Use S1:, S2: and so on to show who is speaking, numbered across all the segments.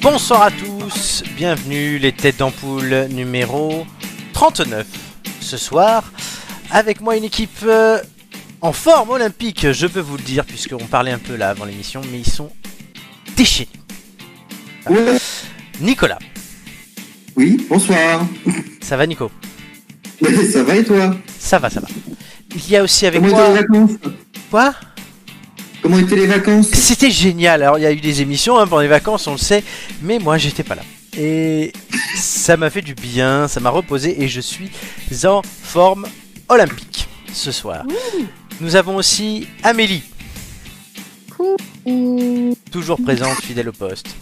S1: Bonsoir à tous, bienvenue les têtes d'ampoule numéro 39. Ce soir, avec moi une équipe euh, en forme olympique, je peux vous le dire, puisqu'on parlait un peu là avant l'émission, mais ils sont déchets. Nicolas,
S2: Oui, bonsoir.
S1: ça va Nico
S2: Ça va et toi
S1: Ça va, ça va. Il y a aussi avec
S2: Comment étaient les
S1: moi...
S2: vacances
S1: Quoi
S2: Comment étaient les vacances
S1: C'était génial. Alors, il y a eu des émissions hein, pendant les vacances, on le sait, mais moi, j'étais pas là. Et ça m'a fait du bien, ça m'a reposé et je suis en forme olympique ce soir. Nous avons aussi Amélie,
S3: Ouh.
S1: toujours présente, fidèle au poste,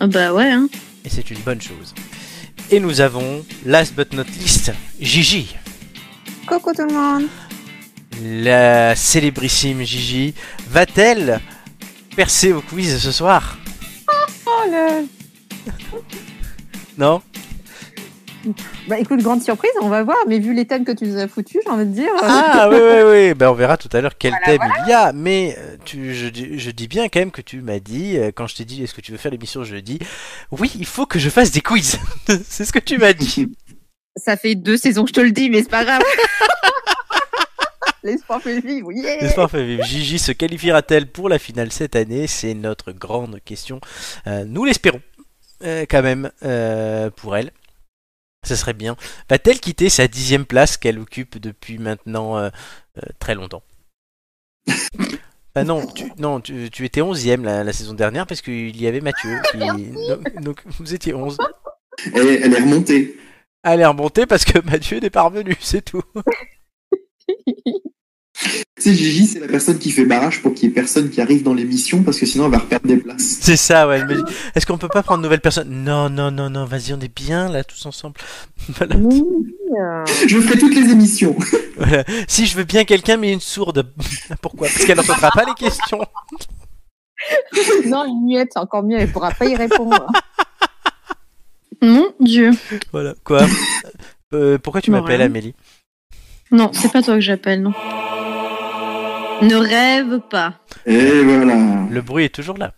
S3: Ah Bah ouais, hein.
S1: et c'est une bonne chose. Et nous avons, last but not least, Gigi,
S4: Coucou tout le monde
S1: la célébrissime Gigi. Va-t-elle percer au quiz ce soir
S4: Oh le...
S1: Non
S4: Bah écoute, grande surprise, on va voir, mais vu les thèmes que tu nous as foutus, j'ai envie de dire... euh,
S1: Ah oui, oui, oui, ben, on verra tout à l'heure quel thème il y a, mais euh, tu, je, dis- je dis bien quand même que tu m'as dit, euh, quand je t'ai dit est-ce que tu veux faire l'émission jeudi, oui, il faut que je fasse des quiz. c'est ce que tu m'as dit.
S3: Ça fait deux saisons que je te le dis, mais c'est pas grave.
S4: L'espoir fait vivre, yeah
S1: L'espoir fait vivre. Gigi se qualifiera-t-elle pour la finale cette année C'est notre grande question. Euh, nous l'espérons euh, quand même euh, pour elle. Ce serait bien. Va-t-elle quitter sa dixième place qu'elle occupe depuis maintenant euh, euh, très longtemps Bah non, tu, non, tu, tu étais onzième la, la saison dernière parce qu'il y avait Mathieu. qui- donc, donc vous étiez onze.
S2: elle, est- elle est remontée.
S1: Allez remonter parce que Mathieu n'est pas revenu, c'est tout.
S2: Tu sais, Gigi, c'est la personne qui fait barrage pour qu'il y ait personne qui arrive dans l'émission parce que sinon elle va reperdre des places.
S1: C'est ça, ouais. elle me dit, Est-ce qu'on peut pas prendre de nouvelles personnes Non, non, non, non, vas-y, on est bien là, tous ensemble. Voilà.
S4: Mmh.
S2: Je ferai toutes les émissions.
S1: Voilà. Si je veux bien quelqu'un, mais une sourde. Pourquoi Parce qu'elle n'entendra pas les questions.
S4: Non, une muette, c'est encore mieux, elle pourra pas y répondre.
S3: Mon Dieu.
S1: Voilà. Quoi Euh, Pourquoi tu
S3: Non,
S1: m'appelles
S3: rien.
S1: Amélie
S3: Non, c'est pas toi que j'appelle, non. Ne rêve pas.
S2: Et voilà.
S1: Le bruit est toujours là.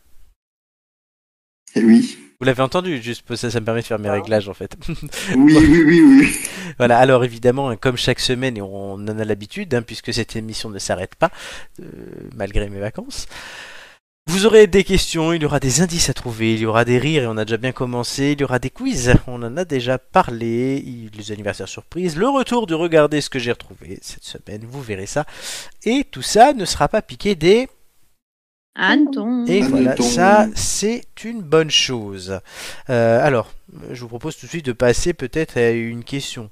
S2: Et oui.
S1: Vous l'avez entendu, juste pour ça, ça me permet de faire mes réglages en fait.
S2: Oui, oui, oui, oui.
S1: Voilà, alors évidemment, hein, comme chaque semaine, et on en a l'habitude, hein, puisque cette émission ne s'arrête pas, euh, malgré mes vacances, vous aurez des questions, il y aura des indices à trouver, il y aura des rires, et on a déjà bien commencé, il y aura des quiz, on en a déjà parlé, il- les anniversaires surprises, le retour de regarder ce que j'ai retrouvé cette semaine, vous verrez ça, et tout ça ne sera pas piqué des...
S3: Anton.
S1: Et
S2: Admettons.
S1: voilà, ça c'est une bonne chose. Euh, alors, je vous propose tout de suite de passer peut-être à une question.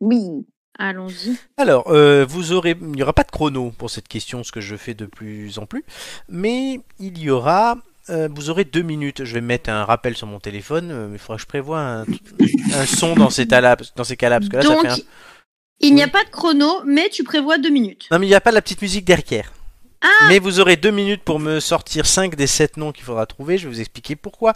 S4: Oui,
S3: Allons-y.
S1: Alors, euh, vous aurez, il n'y aura pas de chrono pour cette question, ce que je fais de plus en plus, mais il y aura, euh, vous aurez deux minutes. Je vais mettre un rappel sur mon téléphone, euh, mais il faudra que je prévoie un, un son dans ces cas-là, parce- dans ces cas-là, Ah, parce que là,
S3: Donc,
S1: ça fait un...
S3: il n'y a pas de chrono, mais tu prévois deux minutes.
S1: Non, mais il n'y a pas la petite musique derrière.
S3: Ah
S1: Mais vous aurez deux minutes pour me sortir cinq des sept noms qu'il faudra trouver. Je vais vous expliquer pourquoi.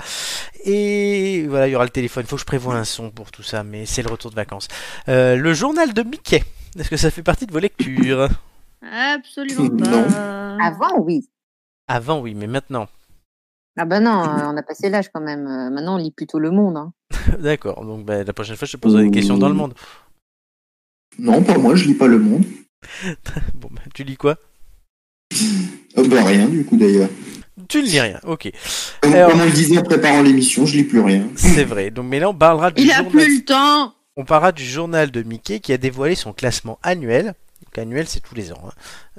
S1: Et voilà, il y aura le téléphone. Il faut que je prévoie un son pour tout ça, mais c'est le retour de vacances. Euh, le journal de Mickey. Est-ce que ça fait partie de vos lectures
S3: Absolument
S2: Non.
S3: pas.
S4: avant oui.
S1: Avant, oui, mais maintenant.
S4: Ah bah non, euh, on a passé l'âge quand même, euh, maintenant on lit plutôt Le Monde. Hein.
S1: D'accord, donc bah, la prochaine fois je te poserai des questions dans le monde.
S2: Non, pas moi, je lis pas le monde.
S1: Bon, bah, tu lis quoi
S2: Euh, bah, rien du coup d'ailleurs.
S1: Tu ne lis rien, ok.
S2: Comme,
S1: Alors-
S2: comme on le disait en préparant l'émission, je lis plus rien.
S1: C'est vrai, donc mais là on parlera, du
S3: Il a
S1: journal...
S3: plus le temps.
S1: on parlera du journal de Mickey qui a dévoilé son classement annuel. Donc annuel c'est tous les ans, hein.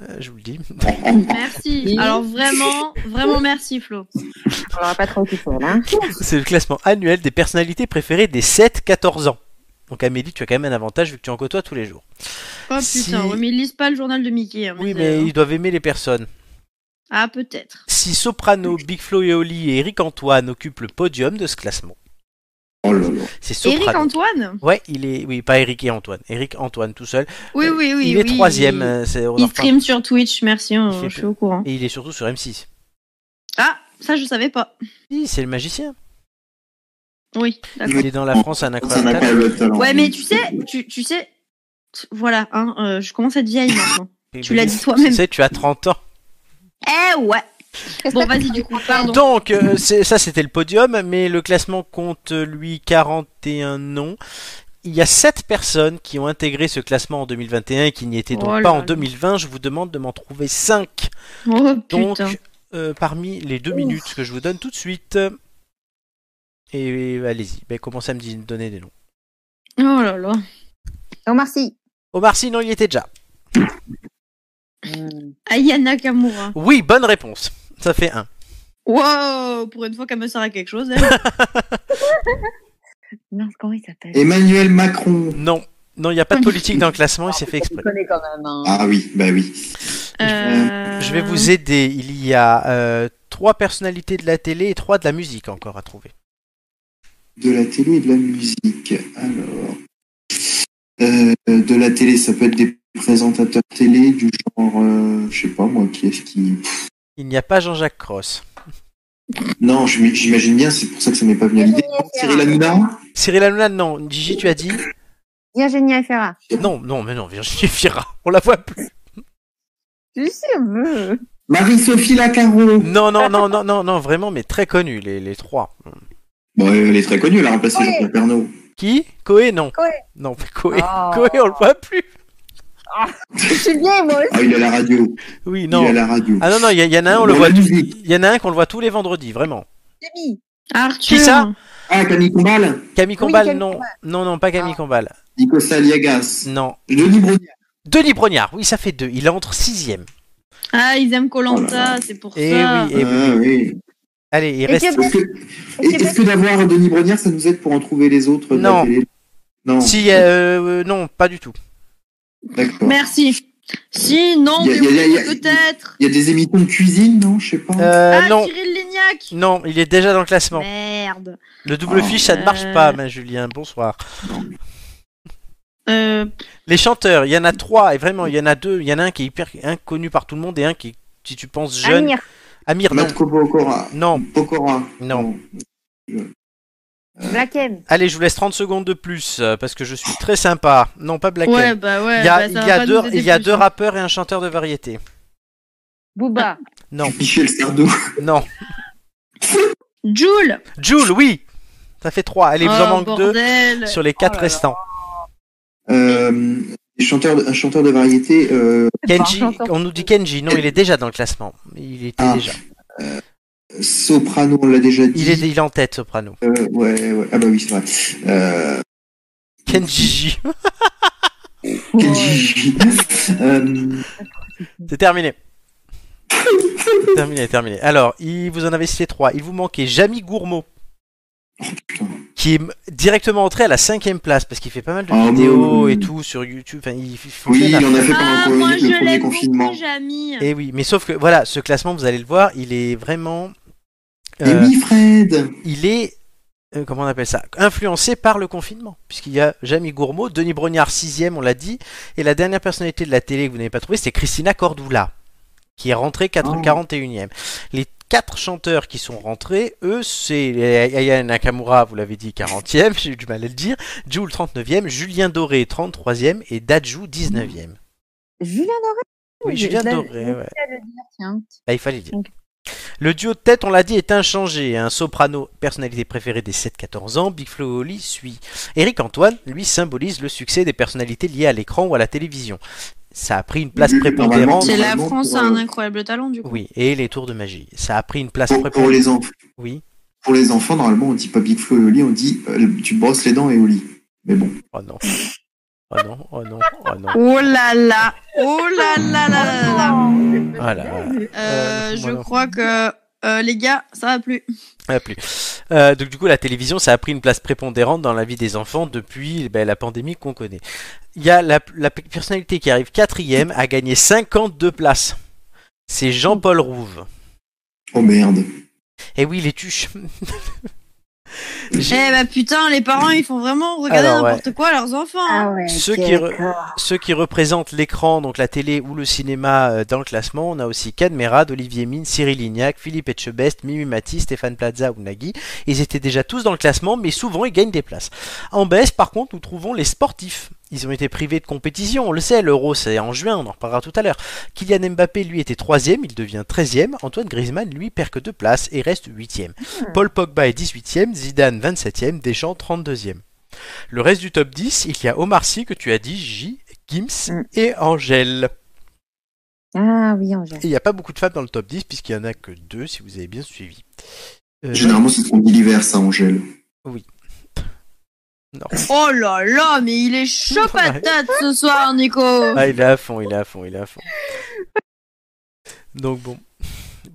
S1: Euh, je vous le dis.
S3: Merci. Alors vraiment, vraiment merci, Flo.
S4: On l'aura pas trop hein. occupé là.
S1: c'est le classement annuel des personnalités préférées des 7-14 ans. Donc Amélie, tu as quand même un avantage vu que tu en côtoies tous les jours.
S3: Oh putain,
S1: Si.
S3: ouais, mais ils lisent pas le journal de Mickey. hein,
S1: Oui,
S3: mais
S1: mais
S3: c'est-
S1: ils doivent aimer les personnes.
S3: Ah, peut-être.
S1: Si Soprano, Big Flo et Oli et Eric Antoine occupent le podium de ce classement,
S2: Oh là là.
S1: c'est
S3: Eric
S1: Soprano.
S3: Antoine
S1: Ouais, il est. Oui, pas Eric et Antoine. Eric Antoine tout seul.
S3: Oui, oui, oui.
S1: Euh, il est
S3: oui,
S1: troisième.
S3: il-
S1: euh, c'est- on en
S3: Il
S1: reparle.
S3: stream sur Twitch, merci,
S1: Il
S3: euh,
S1: fait
S3: je suis au courant.
S1: Et il est surtout sur M6.
S3: Ah, ça je savais pas.
S1: Oui, c'est le magicien.
S3: Oui, d'accord.
S1: Il est dans la France un
S2: Ça n'a pas
S1: incroyable.
S2: le talent.
S3: Ouais, mais tu sais, tu, tu sais, t- voilà, hein, euh, je commence à être vieille maintenant. tu l'as dit toi-même.
S1: Tu sais, tu as 30 ans.
S3: eh ouais,
S4: Qu'est-ce
S3: Bon,
S4: que-
S3: vas-y, du coup, pardon.
S1: Donc, euh, c'est- ça c'était le podium, mais le classement compte euh, lui 41 noms. Il y a 7 personnes qui ont intégré ce classement en 2021 et qui n'y étaient donc
S3: Oh là
S1: pas en
S3: là.
S1: 2020. Je vous demande de m'en trouver 5.
S3: Oh
S1: Donc,
S3: putain.
S1: euh, parmi les 2
S4: Ouf.
S1: minutes que je vous donne tout de suite. Et euh, allez-y, ben, commencez à me di- donner des noms.
S3: Oh là là.
S4: Omar Sy.
S1: Omar Sy, non, il y était déjà.
S4: Hmm.
S3: Ayana Kamura.
S1: Oui, bonne réponse. Ça fait 1.
S3: Wow, pour une fois qu'elle me sert à quelque chose. hein. elle.
S4: Mince, comment il s'appelle
S2: Emmanuel Macron.
S1: Non, non, il n'y a pas de politique dans le classement, il s'est fait exprès.
S4: connais quand même. hein.
S2: Ah oui, bah oui.
S3: Euh,
S1: Je vais vous aider. Il y a euh, trois personnalités de la télé et trois de la musique encore à trouver.
S2: De la télé et de la musique. Alors. Euh, de la télé, ça peut être des présentateurs télé du genre. euh, je sais pas moi, qui est-ce qui.
S1: Il n'y a pas Jean-Jacques Cross.
S2: Non, je m- j'imagine bien, c'est pour ça que ça m'est pas venu à l'idée. Cyril Hanouna
S1: Cyril Hanouna, non. Gigi, tu as dit
S4: Virginia Ferra.
S1: Non, non, mais non, Virginie Fira. On la voit plus.
S4: Je suis sûre.
S2: Marie-Sophie Lacaro.
S1: Non, non, non, non, non, non, vraiment, mais très connus, les, les trois.
S2: Bon, elle est très connue, hein, elle a remplacé
S4: Oui.
S2: Jean-Pierre Pernaut.
S1: Qui Coé, non.
S4: Coé.
S1: Non, mais Coé. Coé, on le voit plus.
S4: Oh. Je suis bien, moi aussi.
S2: Ah, il est à la radio.
S1: Oui,
S2: Il est à
S1: non.
S2: la radio.
S1: Ah non, non, il y, a- il y en a un, on le
S2: Dans
S1: voit.
S2: la musique.
S1: Il y en a un qu'on le voit tous les vendredis, vraiment.
S4: Camille.
S3: Arthur.
S1: Qui ça
S2: Ah, Camille Combal
S1: Camille
S4: Oui,
S1: Combal,
S4: Camille
S1: non. Non, non, pas Camille
S4: Ah.
S1: Combal.
S2: Nico Saliagas.
S1: Non.
S2: Denis Brognard.
S1: Denis Brognard, oui, ça fait deux. Il entre sixième.
S3: Ah, ils aiment
S2: Oh là
S3: Colanta, c'est pour
S1: Eh
S3: ça.
S1: oui, eh oui.
S2: Ah, oui.
S1: Allez, il
S4: Et
S1: reste.
S4: Gabriel
S2: Est-ce que,
S4: Et
S2: et- est-ce que d'avoir Denis Brognard, ça nous aide pour en trouver les autres de la
S1: Non.
S2: télé Non.
S1: Si, euh, euh, non, pas du tout.
S2: D'accord.
S3: Merci. Si,
S2: Y
S3: non,
S2: a-
S3: mais
S2: y a-
S3: oui,
S2: y a- y a-
S3: peut-être.
S2: Il y a des émissions de cuisine, non Je sais pas.
S1: Euh,
S3: ah,
S1: non,
S3: Cyril Lignac.
S1: non, il est déjà dans le classement.
S3: Merde.
S1: Le double
S2: Oh.
S1: fiche, ça ne marche
S3: Euh.
S1: pas, mais Julien, bonsoir.
S3: Euh,
S1: Les chanteurs, il y en a trois, et vraiment, il y en a deux. Il y en a un qui est hyper inconnu par tout le monde, et un qui, est, si tu penses jeune.
S4: Amir.
S1: Amir, non.
S2: Matko Pokora.
S1: Non,
S2: Pokora.
S1: non.
S4: Black M.
S1: Allez, je vous laisse 30 secondes de plus, euh, parce que je suis très sympa. Non, pas Black
S3: ouais,
S1: M.
S3: bah ouais.
S1: Il y a,
S3: bah, ça
S1: il
S3: va
S1: y a
S3: pas
S1: deux,
S3: nous aider
S1: il y a
S3: plus,
S1: deux
S3: hein.
S1: rappeurs et un chanteur de variété.
S4: Booba.
S1: Non,
S2: Michel Sardou.
S1: non.
S3: Jules.
S1: Jules, oui. Ça fait trois. Allez, vous en
S3: oh,
S1: manque deux
S3: bordel. Oh
S1: sur les quatre
S4: là là.
S1: restants.
S2: Euh, chanteur de- un chanteur de variété. Euh,
S1: Kenji,
S4: Enfin, j'entends.
S1: on nous dit Kenji, non, il est déjà dans le classement. Il était
S2: Ah.
S1: déjà.
S2: soprano, on l'a déjà dit.
S1: Il est, il est en tête, Soprano.
S2: Euh, ouais, ouais. Ah bah oui, c'est vrai. Euh,
S1: Kenji,
S4: Oh.
S2: Kenji.
S1: Ah,
S2: euh,
S1: c'est terminé. C'est terminé, terminé. Alors, il, vous en avez cité trois. Il vous manquait Jamy Gourmaud, qui est m- directement entré à la cinquième place parce qu'il fait pas mal de
S2: Ah,
S1: vidéos
S2: oui.
S1: et tout sur YouTube. Enfin, il, il
S2: oui,
S1: fonctionne à
S2: il en a fait pendant
S3: Ah,
S2: le,
S3: moi
S2: premier- le
S3: je
S2: premier
S3: l'aime
S2: confinement.
S3: beaucoup, Jamy.
S1: Et Eh oui, mais sauf que voilà, ce classement, vous allez le voir, il est vraiment.
S2: Et
S1: euh,
S2: Eh oui, Fred.
S1: il est euh, comment on appelle ça influencé par le confinement puisqu'il y a Jamie Gourmaud, Denis Brognard 6 on l'a dit et la dernière personnalité de la télé que vous n'avez pas trouvée c'est Christina Cordula qui est rentrée 4-
S2: Oh.
S1: 41e. Les quatre chanteurs qui sont rentrés, eux, c'est Aya Nakamura, vous l'avez dit, 40e, j'ai eu du mal à le dire, Jules 39e, Julien Doré 33e et Dajou 19e.
S4: Julien Doré.
S1: Oui,
S4: Je-
S1: Julien
S4: je-
S1: Doré, ouais.
S4: je vais le dire, tiens.
S1: Bah, il fallait le dire.
S4: Ok.
S1: Le duo de tête, on l'a dit, est inchangé. hein. Un soprano, personnalité préférée des 7-14 ans, Big Flo et Oli suit. Eric Antoine, lui, symbolise le succès des personnalités liées à l'écran ou à la télévision. Ça a pris une place
S2: Oui,
S1: prépondérante.
S3: C'est la
S2: Normalement,
S3: France
S2: pour,
S3: a un
S2: euh,
S3: incroyable talent du coup.
S1: Oui, et les tours de magie. Ça a pris une place
S2: Pour, pour
S1: prépondérante.
S2: les enfants.
S1: Oui.
S2: Pour les enfants, normalement, on dit pas Big Flo et Oli, on dit euh, tu brosses les dents et Oli. Mais bon.
S1: Oh non. Oh non, oh non, oh non.
S3: Oh là là, oh là là là là là là.
S1: Ah là, ah là.
S3: Euh,
S1: Euh,
S3: je
S1: voilà.
S3: crois que euh, les gars, ça va plus.
S1: Ah, plus. Euh, donc du coup, la télévision, ça a pris une place prépondérante dans la vie des enfants depuis ben, la pandémie qu'on connaît. Il y a la, la pe- personnalité qui arrive quatrième a gagné 52 places. C'est Jean-Paul Rouve.
S2: Oh merde.
S1: Et oui, les tuches.
S3: Eh bah putain, les parents ils font vraiment regarder
S1: Alors, ouais.
S3: n'importe quoi à leurs enfants. hein.
S4: Ah ouais.
S1: Ceux qui re- Ceux qui représentent l'écran, donc la télé ou le cinéma euh, dans le classement, on a aussi Cadmerad, Olivier Mine, Cyril Lignac, Philippe Etchebest, Mimi Mati, Stéphane Plaza ou Nagui. Ils étaient déjà tous dans le classement, mais souvent ils gagnent des places. En baisse, par contre, nous trouvons les sportifs. ils ont été privés de compétition. On le sait, l'Euro c'est en juin, on en reparlera tout à l'heure. Kylian Mbappé, lui, était troisième, il devient 13e. Antoine Griezmann, lui, perd que deux places et reste 8e. Paul Pogba est 18e, Zidane 27e, Deschamps 32e. Le reste du top 10, il y a Omar Sy que tu as dit, J, Gims
S4: Mm.
S1: et Angèle.
S4: Ah oui, Angèle.
S1: Et il n'y a pas beaucoup de femmes dans le top 10 puisqu'il n'y en a que deux si vous avez bien suivi. Euh,
S2: Généralement, c'est ce qu'on dit l'hiver, ça, Angèle.
S1: non.
S3: Oh là là, mais il est chaud patate ce soir, Nico.
S1: Ah, il est à fond, il est à fond, il est à fond. Donc bon.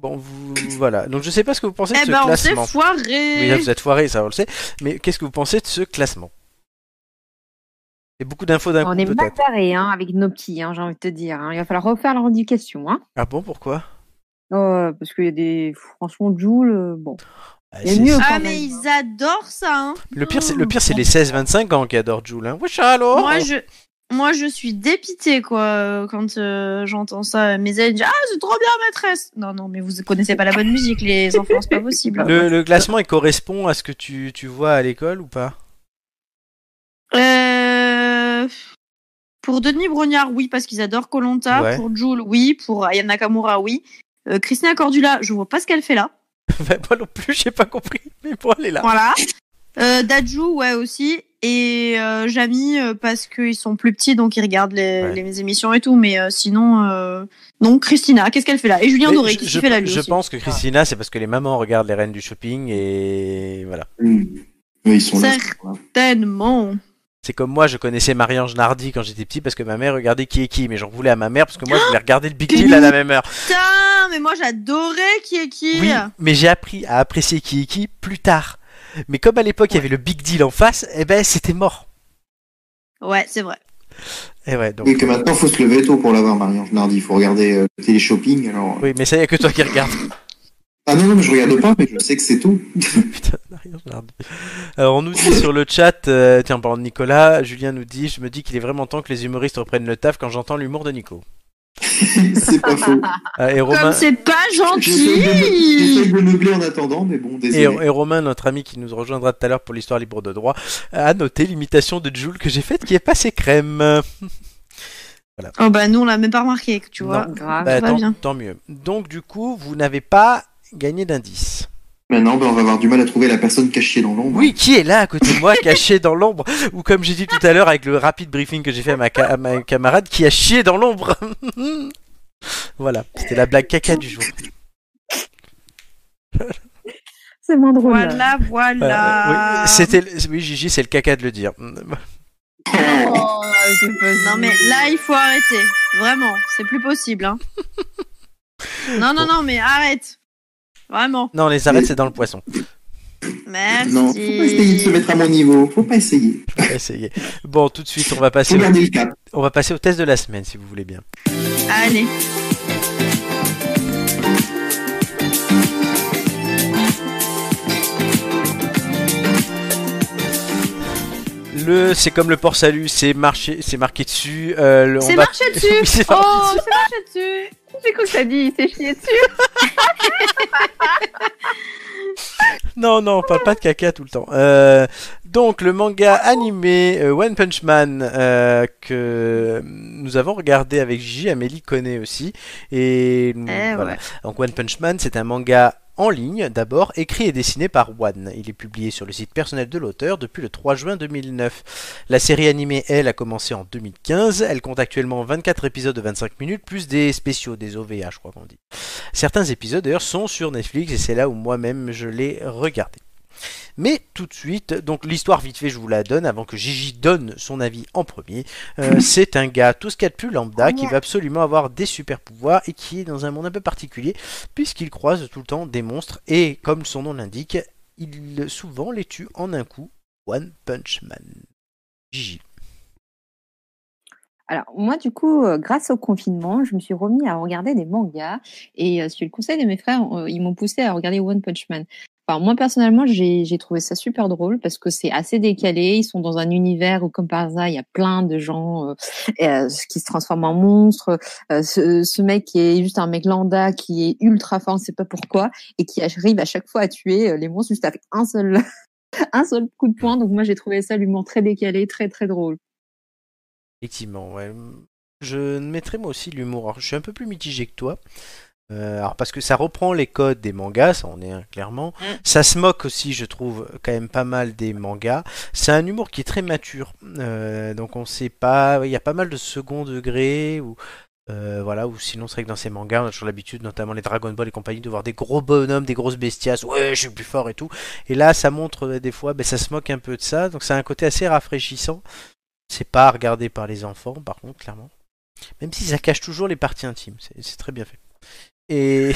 S1: Bon, vous. Voilà. Donc je sais pas ce que vous pensez de
S3: Eh
S1: ce
S3: ben, on s'est
S1: classement. Oui,
S3: foiré.
S1: là, vous êtes foiré, ça on le sait. Mais qu'est-ce que vous pensez de ce classement C'est beaucoup d'infos d'un coup,
S4: On est mal
S1: peut-être.
S4: barrés hein, avec nos petits, hein, j'ai envie de te dire. hein. Il va falloir refaire leur éducation. Hein.
S1: Ah bon, pourquoi
S4: Euh, parce qu'il y a des. Franchement, Joule, euh, bon.
S1: Ah,
S4: Il y a
S1: c'est-
S4: mieux.
S3: Ah,
S4: quand
S3: mais
S4: même.
S3: ils adorent ça, hein.
S1: Le pire, c'est le pire, c'est les 16-25 ans qui adorent Jules. Hein. Wesh, allô
S3: Moi, je. Moi, je suis dépitée, quoi, euh, quand euh, j'entends ça. Mes élèves disent Ah, c'est trop bien, maîtresse Non, non, mais vous connaissez pas la bonne musique, les enfants, c'est pas possible.
S1: Le, le classement, il correspond à ce que tu, tu vois à l'école ou pas
S3: Euh, Pour Denis Brognard, oui, parce qu'ils adorent Colanta.
S1: Ouais.
S3: Pour Jules, oui. Pour Aya Nakamura, oui. Euh, Christina Cordula, je vois pas ce qu'elle fait là.
S1: Ben, Moi non plus, j'ai pas compris. Mais bon, elle est là.
S3: Voilà. Euh, Daju, ouais, aussi. Et euh, Jamy, euh, parce qu'ils sont plus petits, donc ils regardent les,
S1: Ouais.
S3: les émissions et tout. Mais euh, sinon, euh... non, Christina, qu'est-ce qu'elle fait là Et Julien
S1: Mais
S3: Doré,
S1: je,
S3: qu'est-ce
S1: je-
S3: qu'il fait là lui
S1: je
S3: aussi
S1: pense que Christina, c'est parce que les mamans regardent les reines du shopping et voilà.
S2: Hmm. Ouais, ils sont là.
S3: Certes. Certainement.
S1: C'est comme moi, je connaissais Marie-Ange Nardi quand j'étais petit parce que ma mère regardait qui est qui, mais j'en voulais à ma mère parce que moi je voulais regarder le Big Deal à la même heure.
S3: Putain, mais moi j'adorais qui est qui.
S1: Oui, mais j'ai appris à apprécier qui est qui plus tard. Mais comme à l'époque il y avait le Big Deal en face, eh ben c'était mort.
S3: Ouais, c'est vrai.
S1: Et ouais, donc.
S2: Oui, que maintenant, faut se lever tôt pour l'avoir, Marie-Ange Nardi. Il faut regarder euh, le télé-shopping. Alors...
S1: Oui, mais ça y a que toi qui regardes.
S2: Ah non, non, mais je regarde pas, mais je sais que c'est tôt.
S1: Putain, Marie-Ange Nardi. Alors on nous dit sur le chat, euh, tiens, parlant de Nicolas, Julien nous dit Je me dis qu'il est vraiment temps que les humoristes reprennent le taf quand j'entends l'humour de Nico.
S2: c'est pas faux.
S1: Ah, et Romain.
S3: Comme c'est pas
S2: J'essaie de- j'essaie
S3: gentil.
S2: de meubler en attendant, mais bon,
S1: Et,
S2: désolé.
S1: et Romain, notre ami qui nous rejoindra tout à l'heure pour l'histoire libre de droit, a noté l'imitation de Jules que j'ai faite qui est passée crème.
S3: Oh bah nous on l'a même pas remarqué, tu vois.
S1: Non.
S4: Grave.
S1: Bah,
S3: Ah, va
S1: tant,
S3: bien.
S1: tant mieux. Donc du coup, vous n'avez pas gagné d'indice.
S2: Maintenant, ben, on va avoir du mal à trouver la personne cachée dans l'ombre.
S1: Oui, qui est là à côté de moi, caché dans l'ombre, ou comme j'ai dit tout à l'heure avec le rapide briefing que j'ai fait à ma, ca- à ma camarade, qui a chié dans l'ombre. voilà, c'était la blague caca du jour.
S4: C'est moins drôle.
S3: Voilà, voilà.
S1: Euh, oui, c'était, le- oui, Gigi, c'est le caca de le dire.
S4: Oh, c'est pas-
S3: Non mais là il faut arrêter. Vraiment, c'est plus possible. Hein. non non non mais arrête. Vraiment.
S1: Non, les arêtes, c'est dans le poisson.
S3: Merci.
S2: Non, faut pas essayer de se mettre à mon niveau. Faut pas essayer.
S1: Je vais essayer. Bon, tout de suite, on va passer
S2: Faut
S1: au
S2: garder le cap.
S1: On va passer au test de la semaine, si vous voulez bien.
S3: Allez.
S1: Le, c'est comme le port salut, c'est marché, c'est marqué dessus. euh, le- on
S3: C'est
S1: va-
S3: marché
S1: Oui,
S3: dessus.
S1: c'est marché
S3: Oh, c'est marché dessus.
S4: J'ai cru que t'as dit, il s'est chié dessus.
S1: dessus. Non, non, on parle pas de caca tout le temps. Euh, donc le manga animé euh, One Punch Man euh, que nous avons regardé avec Gigi, Amélie connaît aussi. Et mm,
S3: Eh
S1: voilà.
S3: ouais.
S1: Donc One Punch Man, c'est un manga en ligne d'abord, écrit et dessiné par One. Il est publié sur le site personnel de l'auteur depuis le 3 juin 2009. La série animée, elle, a commencé en 2015. Elle compte actuellement 24 épisodes de 25 minutes, plus des spéciaux, des OVA, je crois qu'on dit. Certains épisodes, d'ailleurs, sont sur Netflix et c'est là où moi-même je l'ai regardé. Mais tout de suite, donc l'histoire vite fait, je vous la donne avant que Gigi donne son avis en premier. Euh, c'est un gars tout ce qu'il y a de plus lambda qui va absolument avoir des super pouvoirs et qui est dans un monde un peu particulier puisqu'il croise tout le temps des monstres et comme son nom l'indique, il souvent les tue en un coup. One Punch Man. Gigi.
S4: Alors moi du coup, euh, grâce au confinement, je me suis remis à regarder des mangas et euh, sur le conseil de mes frères, euh, ils m'ont poussé à regarder One Punch Man. Enfin, moi personnellement, j'ai j'ai trouvé ça super drôle parce que c'est assez décalé. Ils sont dans un univers où, comme par hasard, il y a plein de gens euh, euh, qui se transforment en monstres. Euh, ce, ce mec qui est juste un mec lambda, qui est ultra fort, on ne sait pas pourquoi, et qui arrive à chaque fois à tuer euh, les monstres juste avec un seul un seul coup de poing. Donc moi, j'ai trouvé ça l'humour très décalé, très très drôle.
S1: Effectivement, ouais. Je mettrais moi aussi l'humour. Alors, je suis un peu plus mitigé que toi. Euh, alors parce que ça reprend les codes des mangas, ça on est un, clairement.
S4: Mm.
S1: Ça se moque aussi, je trouve, quand même pas mal des mangas. C'est un humour qui est très mature, Euh, donc on sait pas. Il y a pas mal de second degré ou euh, voilà ou sinon c'est vrai que dans ces mangas on a toujours l'habitude, notamment les Dragon Ball et compagnie, de voir des gros bonhommes, des grosses bestiasses. Ouais, je suis plus fort et tout. Et là, ça montre euh, des fois, ben, ça se moque un peu de ça. Donc c'est un côté assez rafraîchissant. C'est pas regardé par les enfants, par contre, clairement. Même si ça cache toujours les parties intimes, c'est c'est très bien fait. Et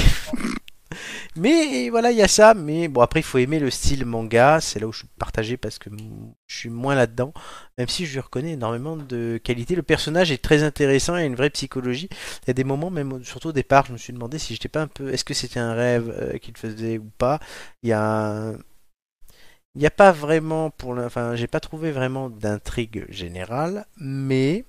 S1: mais voilà, il y a ça. Mais bon, après, il faut aimer le style manga. C'est là où je suis partagé parce que m- je suis moins là-dedans. Même si je lui reconnais énormément de qualité. Le personnage est très intéressant. Il y a une vraie psychologie. Il y a des moments, même au- surtout au départ, je me suis demandé si j'étais pas un peu. Est-ce que c'était un rêve euh, qu'il faisait ou pas Il y a un- Il n'y a pas vraiment pour le... Enfin, j'ai pas trouvé vraiment d'intrigue générale, mais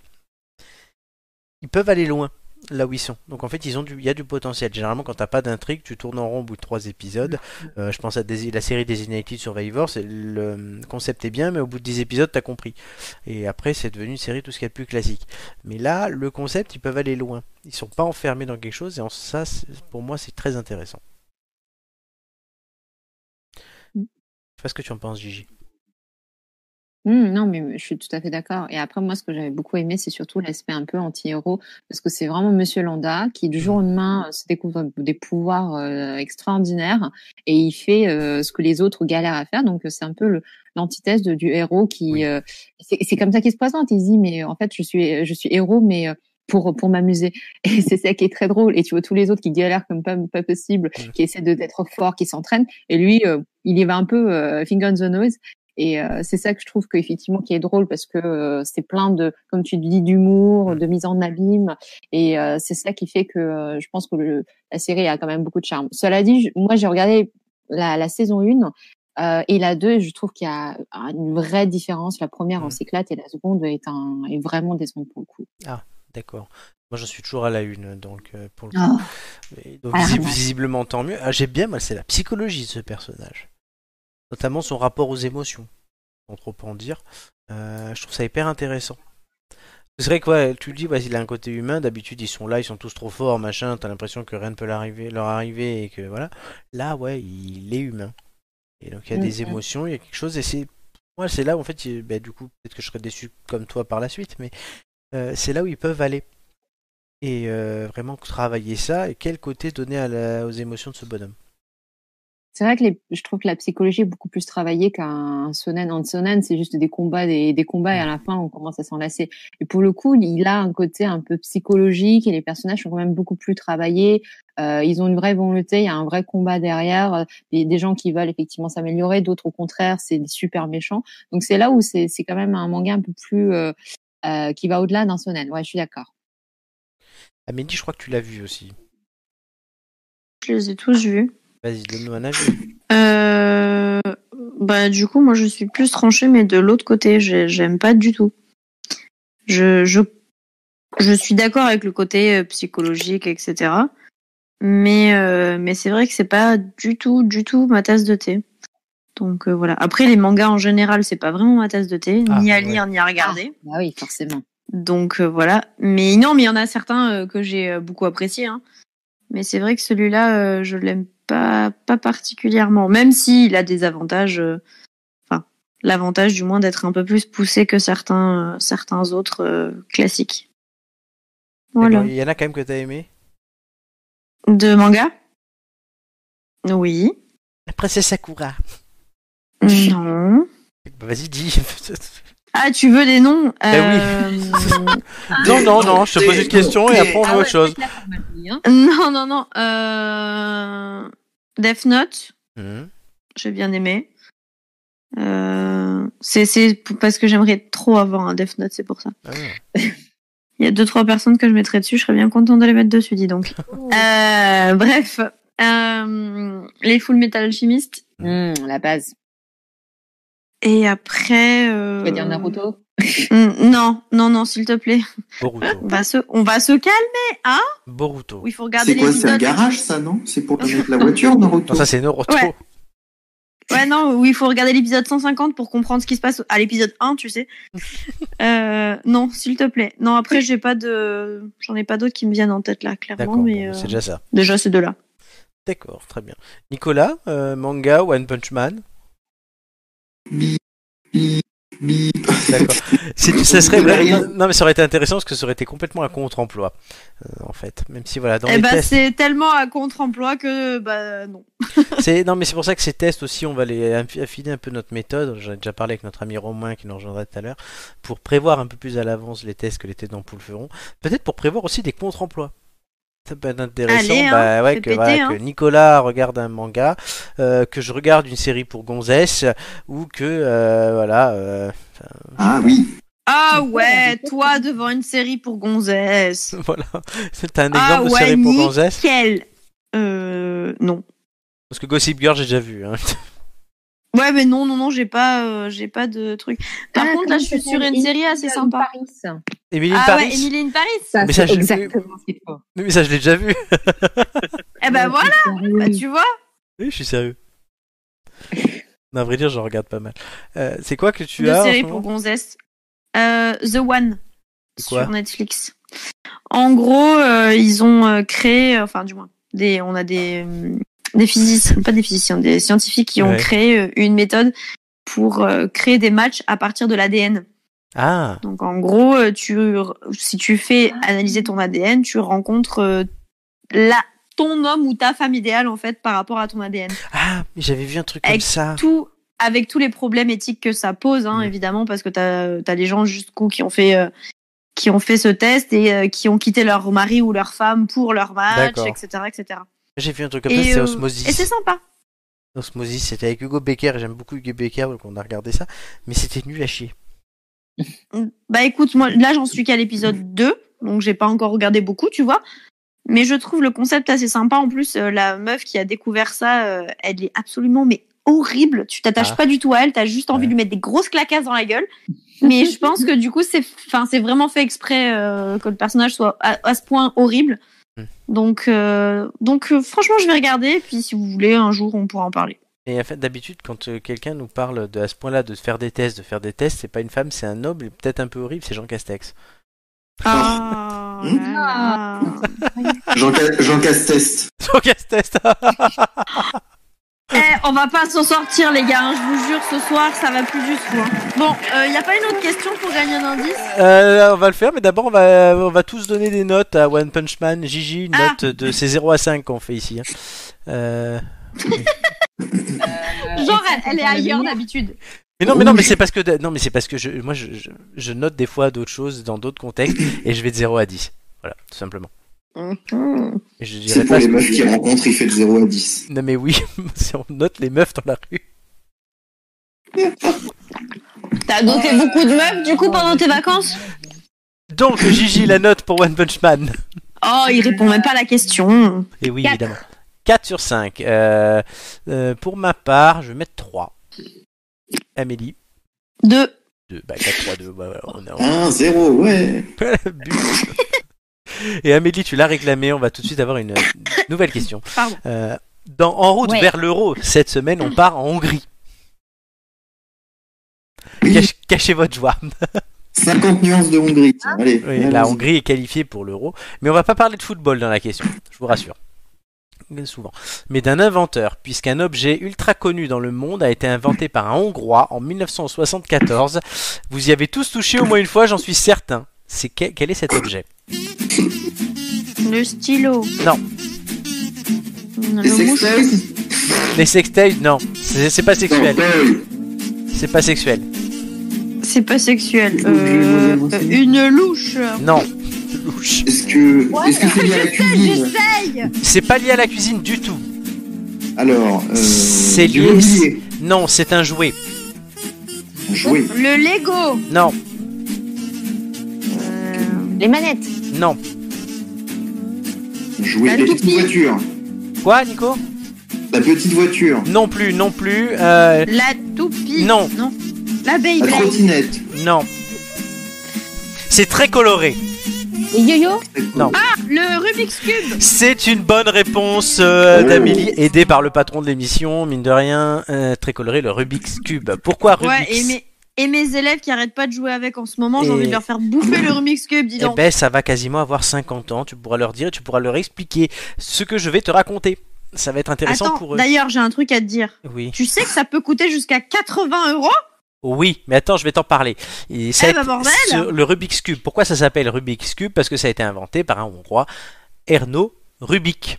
S1: ils peuvent aller loin là où ils sont. Donc en fait, ils ont du, il y a du potentiel. Généralement, quand t'as pas d'intrigue, tu tournes en rond au bout de trois épisodes. Euh, je pense à des- la série Designated Survivor, c'est- le concept est bien, mais au bout de 10 épisodes, t'as compris. Et après, c'est devenu une série tout ce qu'il y a de plus classique. Mais là, le concept, ils peuvent aller loin. Ils sont pas enfermés dans quelque chose, et en ça, c'est- pour moi, c'est très intéressant. Je
S4: Mm.
S1: sais pas ce que tu en penses, Gigi.
S4: Hmm, non, mais je suis tout à fait d'accord. Et après, moi, ce que j'avais beaucoup aimé, c'est surtout l'aspect un peu anti-héros, parce que c'est vraiment Monsieur Landa qui, du jour au lendemain, euh, se découvre des pouvoirs euh, extraordinaires et il fait euh, ce que les autres galèrent à faire. Donc, euh, c'est un peu le- l'antithèse de- du héros qui.
S1: Oui.
S4: euh, c'est c'est comme ça qu'il se présente. Il se dit, mais euh, en fait, je suis, je suis héros, mais euh, pour pour m'amuser. Et c'est ça qui est très drôle. Et tu vois tous les autres qui galèrent comme pas, pas possible,
S1: Mhm.
S4: qui essaient de- d'être forts, qui s'entraînent. Et lui, euh, il y va un peu euh, finger on the nose. Et euh, c'est ça que je trouve qu'effectivement qui est drôle parce que euh, c'est plein de, comme tu dis, d'humour, de mise en abîme. Et euh, c'est ça qui fait que euh, je pense que le- la série a quand même beaucoup de charme. Cela dit, je- moi j'ai regardé la, la saison 1 euh, et la 2 et je trouve qu'il y a ah, une vraie différence. La première, on
S1: Mhm.
S4: s'éclate et la seconde est, un, est vraiment décevante pour le coup.
S1: D'accord. Moi, je suis toujours à la une, donc euh, pour le
S4: Oh.
S1: Et donc,
S4: Ah,
S1: visi-
S4: ouais.
S1: visiblement, tant mieux. Ah, J'ai bien mal, c'est la psychologie de ce personnage. Notamment son rapport aux émotions, sans trop en dire. Euh, je trouve ça hyper intéressant. C'est vrai que ouais, tu le dis, ouais, il a un côté humain. D'habitude, ils sont là, ils sont tous trop forts, machin. T'as l'impression que rien ne peut l'arriver- leur arriver et que voilà. Là, ouais, il est humain. Et donc, il y a des
S4: Mhm.
S1: émotions, il y a quelque chose. Et c'est, moi, c'est là où, en fait, il- bah, du coup, peut-être que je serais déçu comme toi par la suite, mais euh, c'est là où ils peuvent aller et euh, vraiment travailler ça et quel côté donner à la- aux émotions de ce bonhomme.
S4: C'est vrai que les- je trouve que la psychologie est beaucoup plus travaillée qu'un sonen en sonen. C'est juste des combats, des, des combats, et à la fin, on commence à s'enlacer. Et pour le coup, il a un côté un peu psychologique, et les personnages sont quand même beaucoup plus travaillés. Euh, ils ont une vraie volonté, il y a un vrai combat derrière. euh, Des, des gens qui veulent effectivement s'améliorer, d'autres au contraire, c'est des super méchants. Donc c'est là où c'est c'est quand même un manga un peu plus euh, euh, qui va au-delà d'un sonen. Ouais, je suis d'accord.
S1: Amélie, je crois que tu l'as vu aussi.
S3: Je les ai tous vus.
S1: Vas-y, donne-nous un avis.
S3: Euh, bah du coup moi je suis plus tranchée mais de l'autre côté j'ai- j'aime pas du tout. Je je je suis d'accord avec le côté euh, psychologique etc. Mais euh, mais c'est vrai que c'est pas du tout du tout ma tasse de thé. Donc euh, voilà. Après les mangas en général c'est pas vraiment ma tasse de thé
S1: Ah,
S3: ni à
S1: ouais.
S3: lire ni à regarder.
S4: Bah oui, forcément.
S3: Donc euh, voilà. Mais non, mais il y en a certains euh, que j'ai euh, beaucoup appréciés. hein. Mais c'est vrai que celui-là, euh, je l'aime pas, pas particulièrement. Même s'il a des avantages, euh, enfin l'avantage du moins d'être un peu plus poussé que certains, euh, certains autres euh, classiques. Voilà.
S1: D'accord, Il y en a quand même que t'as aimé.
S3: De manga. Oui.
S1: La princesse Sakura.
S3: Non.
S1: Bah, Vas-y, dis.
S3: Ah, tu veux des noms Euh,
S1: Ben
S3: oui.
S1: non, non, non, je te pose une question et après on
S4: Ah
S1: voit
S4: ouais,
S1: autre chose.
S4: c'est clair, on m'a dit, hein.
S3: Non, non, non. Euh... Death Note.
S1: Mhm.
S3: j'ai bien aimé. Euh, c'est c'est p- parce que j'aimerais trop avoir un Death Note, c'est pour ça.
S1: Ah.
S3: Il y a deux trois personnes que je mettrais dessus, je serais bien contente de les mettre dessus, dis donc. Euh, bref, euh, les Full Metal Alchemist
S4: Hmm, la base.
S3: et après. euh,
S4: Tu vas dire Naruto
S3: Mm, Non, non, non, s'il te plaît.
S1: Boruto.
S3: On va se, on va se calmer.
S1: Boruto.
S3: Oui, il faut regarder
S2: C'est quoi
S3: les
S2: C'est un
S3: épisodes.
S2: garage, ça, non C'est pour mettre la voiture, Naruto
S1: Non, ça c'est Naruto.
S3: Ouais. Ouais, non, oui, il faut regarder l'épisode 150 pour comprendre ce qui se passe à l'épisode 1, tu sais. Euh, non, s'il te plaît. Non, après, j'ai pas de, j'en ai pas d'autres qui me viennent en tête là,
S1: D'accord,
S3: clairement, mais
S1: bon, bah,
S3: euh,
S1: c'est déjà ça.
S3: déjà ces deux-là.
S1: D'accord, très bien. Nicolas, euh, manga One Punch Man
S2: Bi- bi- bi-
S1: D'accord. C'est- ça serait
S2: Rien.
S1: non mais ça aurait été intéressant parce que ça aurait été complètement un contre-emploi euh, en fait. Même si voilà dans
S3: Eh
S1: les
S3: ben,
S1: tests,
S3: c'est tellement à contre-emploi que, bah, non.
S1: C'est- non mais c'est pour ça que ces tests aussi on va les affi- affiner un peu notre méthode. J'en ai déjà parlé avec notre ami Romain qui nous rejoindra tout à l'heure pour prévoir un peu plus à l'avance les tests que les têtes d'ampoule feront. Peut-être pour prévoir aussi des contre-emplois. Ça peut être intéressant
S3: Allez, hein,
S1: bah, ouais,
S3: fais
S1: que,
S3: péter,
S1: voilà,
S3: hein.
S1: que Nicolas regarde un manga, euh, que je regarde une série pour Gonzesse ou que euh, voilà euh,
S2: Ah oui,
S3: Ah
S4: Ouais,
S3: ouais,
S4: c'est
S3: toi devant une série pour gonzesse.
S1: voilà. C'est un exemple
S3: Ah
S1: de
S3: ouais,
S1: série pour
S3: nickel.
S1: Gonzesse.
S3: Quelle Euh, non.
S1: Parce que Gossip Girl, j'ai déjà vu. hein.
S3: Ouais, mais non, non, non, j'ai pas, euh, j'ai pas de truc. Par
S4: Ah,
S3: contre, là, je suis sur une série assez sympa.
S4: Paris.
S1: Emily in
S3: Ah
S1: Paris
S3: ouais, Emily in Paris.
S4: Ça,
S1: Mais ça,
S4: c'est
S1: je l'ai vu.
S4: exactement ce qu'il faut.
S1: Mais ça, je l'ai déjà vu.
S3: Eh ben voilà, bah, tu vois.
S1: oui, je suis sérieux. Non, à vrai dire, j'en regarde pas mal. Euh, c'est quoi que tu
S3: de
S1: as en ce
S3: série pour
S1: moment
S3: gonzesses. Euh, The One
S1: C'est quoi
S3: sur Netflix. En gros, euh, ils ont euh, créé, enfin du moins, des, on a des, euh, des physiciens, pas des physiciens, des scientifiques qui ont
S1: Ouais.
S3: créé euh, une méthode pour euh, créer des matchs à partir de l'ADN.
S1: Ah,
S3: Donc en gros, euh, tu, si tu fais analyser ton ADN, tu rencontres euh, la, ton homme ou ta femme idéale en fait par rapport à ton ADN
S1: ah mais j'avais vu un truc comme
S3: Avec
S1: ça.
S3: tout avec tous les problèmes éthiques que ça pose hein,
S1: Mm.
S3: évidemment parce que t'as as des gens jusqu'où qui ont fait euh, qui ont fait ce test et euh, qui ont quitté leur mari ou leur femme pour leur match
S1: D'accord.
S3: etc etc
S1: J'ai vu un truc comme ça,
S3: et,
S1: c'est
S3: euh,
S1: Osmosis.
S3: et c'est sympa
S1: Osmosis, c'était avec Hugo Becker, et j'aime beaucoup Hugo Becker, donc on a regardé ça. Mais c'était nul à chier.
S3: bah écoute moi là j'en suis qu'à l'épisode 2 donc j'ai pas encore regardé beaucoup tu vois mais je trouve le concept assez sympa en plus euh, la meuf qui a découvert ça euh, elle est absolument mais horrible tu t'attaches
S1: Ah.
S3: pas du tout à elle t'as juste envie
S1: Ouais.
S3: de lui mettre des grosses claquasses dans la gueule mais je pense que du coup c'est enfin c'est vraiment fait exprès euh, que le personnage soit à, à ce point horrible
S1: Hmm.
S3: donc euh, donc euh, franchement je vais regarder et puis si vous voulez un jour on pourra en parler
S1: Et en fait, d'habitude, quand euh, quelqu'un nous parle de, à ce point-là de faire des tests, de faire des tests, c'est pas une femme, c'est un homme, et peut-être un peu horrible, c'est Jean Castex.
S3: ah,
S2: Hmm.
S3: là là.
S2: Jean, Ca- Jean Castex.
S1: Jean Castex ah,
S3: Eh, on va pas s'en sortir, les gars. hein. Je vous jure, ce soir, ça va plus du tout. hein. Bon, il n'y a pas une autre question pour gagner un indice
S1: Euh, on va le faire, mais d'abord on va, euh, on va tous donner des notes à One Punch Man. Gigi, une
S3: Ah.
S1: note de c'est 0 à 5 qu'on fait ici. hein. Euh,
S4: Euh,
S3: Genre, elle, elle est ailleurs d'habitude.
S1: Mais non, mais non, mais c'est parce que non, mais c'est parce que je, moi je, je- je note des fois d'autres choses dans d'autres contextes et je vais de 0 à 10. Voilà, tout simplement. Et Je dirais
S2: C'est pour
S1: pas.
S2: les meufs qui rencontrent, il fait de 0 à 10.
S1: Non mais oui, si on note les meufs dans la rue.
S3: T'as noté beaucoup de meufs, du coup, pendant tes vacances
S1: Donc Gigi, la note pour One Punch Man.
S3: Oh, il répond même pas à la question.
S1: Et oui,
S3: Quatre.
S1: évidemment. 4 sur 5. pour ma part, je vais mettre 3. Amélie,
S3: Deux.
S1: 2. Bah 4, 3, 2. Bah, voilà, on a,
S2: 1, 0, ouais.
S1: But. Et Amélie, tu l'as réclamé, on va tout de suite avoir une euh, nouvelle question.
S3: Pardon.
S1: Euh, dans En route
S4: Ouais.
S1: vers l'euro, cette semaine, on part en Hongrie.
S2: Oui.
S1: Cache- cachez votre joie.
S2: 50 nuances de Hongrie. tiens,
S3: Ah.
S2: Allez,
S1: Oui,
S2: allons-y.
S1: la Hongrie est qualifiée pour l'euro, mais on va pas parler de football dans la question, je vous rassure. Bien Souvent. Mais d'un inventeur, puisqu'un objet ultra connu dans le monde a été inventé par un Hongrois en 1974. Vous y avez tous touché au moins une fois, j'en suis certain. C'est que- quel est cet objet
S3: Le stylo.
S1: Non.
S2: Les
S3: Le mouche.
S2: sextoys
S1: Les sextails Non, c'est c'est pas
S2: Non,
S1: sexuel.
S2: ouais.
S1: C'est pas sexuel.
S3: C'est pas sexuel.
S2: Je vais
S3: Euh,
S2: vous dire, moi,
S3: une louche.
S1: Non. Louche.
S2: Est-ce que est-ce que c'est lié à la
S3: Je
S2: cuisine
S3: sais
S1: C'est pas lié à la cuisine du tout.
S2: Alors, euh,
S1: C'est
S2: du
S1: lié-
S2: mobilier.
S1: Non, c'est un jouet.
S2: Jouer.
S3: Le Lego.
S1: Non,
S3: Euh,
S4: Les manettes.
S1: non.
S2: Jouer.
S3: La
S2: La petite
S3: toupie.
S2: voiture.
S1: Quoi, Nico
S2: La petite voiture.
S1: Non plus, non plus. Euh,
S3: La toupie.
S1: Non.
S3: Non. La
S2: La
S3: Beyblade.
S2: trottinette.
S1: non. C'est très coloré.
S4: Les yo-yo
S1: Non.
S3: Le Rubik's Cube
S1: C'est une bonne réponse euh,
S2: Oh.
S1: d'Amélie, aidée par le patron de l'émission, mine de rien, euh, très coloré, le Rubik's Cube. Pourquoi Rubik's
S3: Ouais, et mes, et mes élèves qui arrêtent pas de jouer avec en ce moment, j'ai
S1: Et-
S3: envie de leur faire bouffer le Rubik's Cube, dis
S1: Eh
S3: donc.
S1: ben, ça va quasiment avoir 50 ans. Tu pourras leur dire, tu pourras leur expliquer ce que je vais te raconter. Ça va être intéressant
S3: Attends,
S1: pour eux.
S3: d'ailleurs, j'ai un truc à te dire.
S1: Oui.
S3: Tu sais que ça peut coûter jusqu'à 80 euros
S1: Oui, mais attends, je vais t'en parler. Et ça a
S3: bah,
S1: été-
S3: bordel
S1: ce- le Rubik's Cube. Pourquoi ça s'appelle Rubik's Cube Parce que ça a été inventé par un Hongrois, Erno Rubik.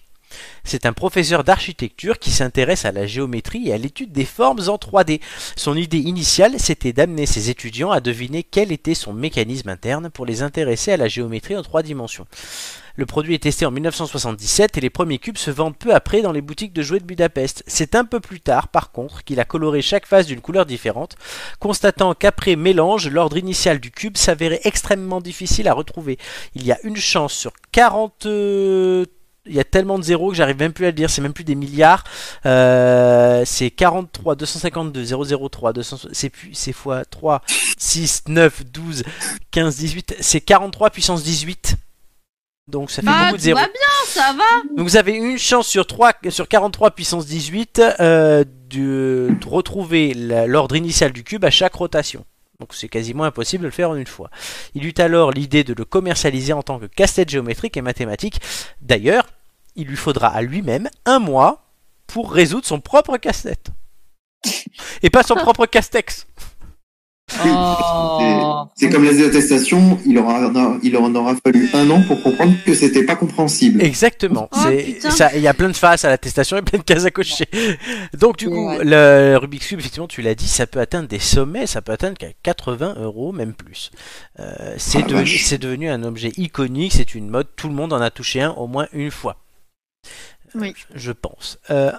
S1: C'est un professeur d'architecture qui s'intéresse à la géométrie et à l'étude des formes en 3D. Son idée initiale, c'était d'amener ses étudiants à deviner quel était son mécanisme interne pour les intéresser à la géométrie en trois dimensions. Le produit est testé en 1977 et les premiers cubes se vendent peu après dans les boutiques de jouets de Budapest. C'est un peu plus tard, par contre, qu'il a coloré chaque face d'une couleur différente, constatant qu'après mélange, l'ordre initial du cube s'avérait extrêmement difficile à retrouver. Il y a une chance sur 40... euh, Il y a tellement de zéros que j'arrive même plus à le dire, c'est même plus des milliards. Euh, c'est 43, 252, 003, 200, c'est plus- c'est fois 3, 6, 9, 12, 15, 18, c'est 43 puissance 18. Donc ça fait
S3: Bah,
S1: beaucoup de
S3: tout
S1: zéros.
S3: va bien, ça va
S1: Donc vous avez une chance sur, 3, sur 43 puissance 18 euh, de, de retrouver la- l'ordre initial du cube à chaque rotation. Donc c'est quasiment impossible de le faire en une fois. Il eut alors l'idée de le commercialiser en tant que casse-tête géométrique et mathématique. D'ailleurs, il lui faudra à lui-même un mois pour résoudre son propre casse-tête. Et pas son propre castex.
S4: Oh.
S2: C'est comme les attestations, il, aura, il en aura fallu un an pour comprendre que c'était pas compréhensible.
S1: Exactement.
S3: Oh,
S1: C'est-
S3: putain.
S1: ça- Il y a plein de faces à l'attestation et plein de cases à cocher. Donc du
S4: Ouais,
S1: coup,
S4: ouais.
S1: le Rubik's Cube, effectivement, tu l'as dit, ça peut atteindre des sommets, ça peut atteindre qu'à 80 euros, même plus. Euh, c'est
S2: Ah,
S1: devenu,
S2: vache.
S1: c'est devenu un objet iconique, c'est une mode, tout le monde en a touché un au moins une fois. Euh,
S3: Oui.
S1: Je pense. Euh,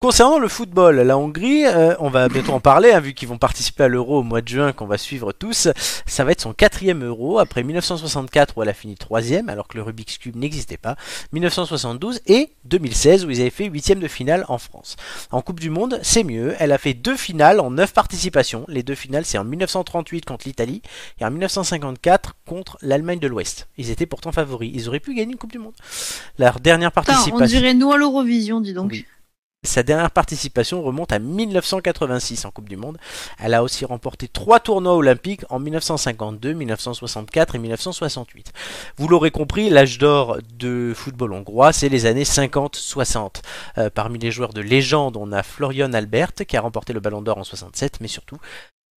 S1: Concernant le football, la Hongrie, euh, on va bientôt en parler, hein, vu qu'ils vont participer à l'Euro au mois de juin, qu'on va suivre tous. Ça va être son quatrième Euro, après 1964 où elle a fini troisième, alors que le Rubik's Cube n'existait pas, 1972 et 2016 où ils avaient fait huitième de finale en France. En Coupe du Monde, c'est mieux, elle a fait deux finales en neuf participations. Les deux finales, c'est en 1938 contre l'Italie et en 1954 contre l'Allemagne de l'Ouest. Ils étaient pourtant favoris, ils auraient pu gagner une Coupe du Monde. Leur dernière
S3: Putain,
S1: participation...
S3: on dirait nous à l'Eurovision, dis donc.
S1: Oui. Sa dernière participation remonte à 1986 en Coupe du Monde. Elle a aussi remporté trois tournois olympiques en 1952, 1964 et 1968. Vous l'aurez compris, l'âge d'or de football hongrois, c'est les années 50-60. Euh, parmi les joueurs de légende, on a Florian Albert qui a remporté le Ballon d'Or en 67, mais surtout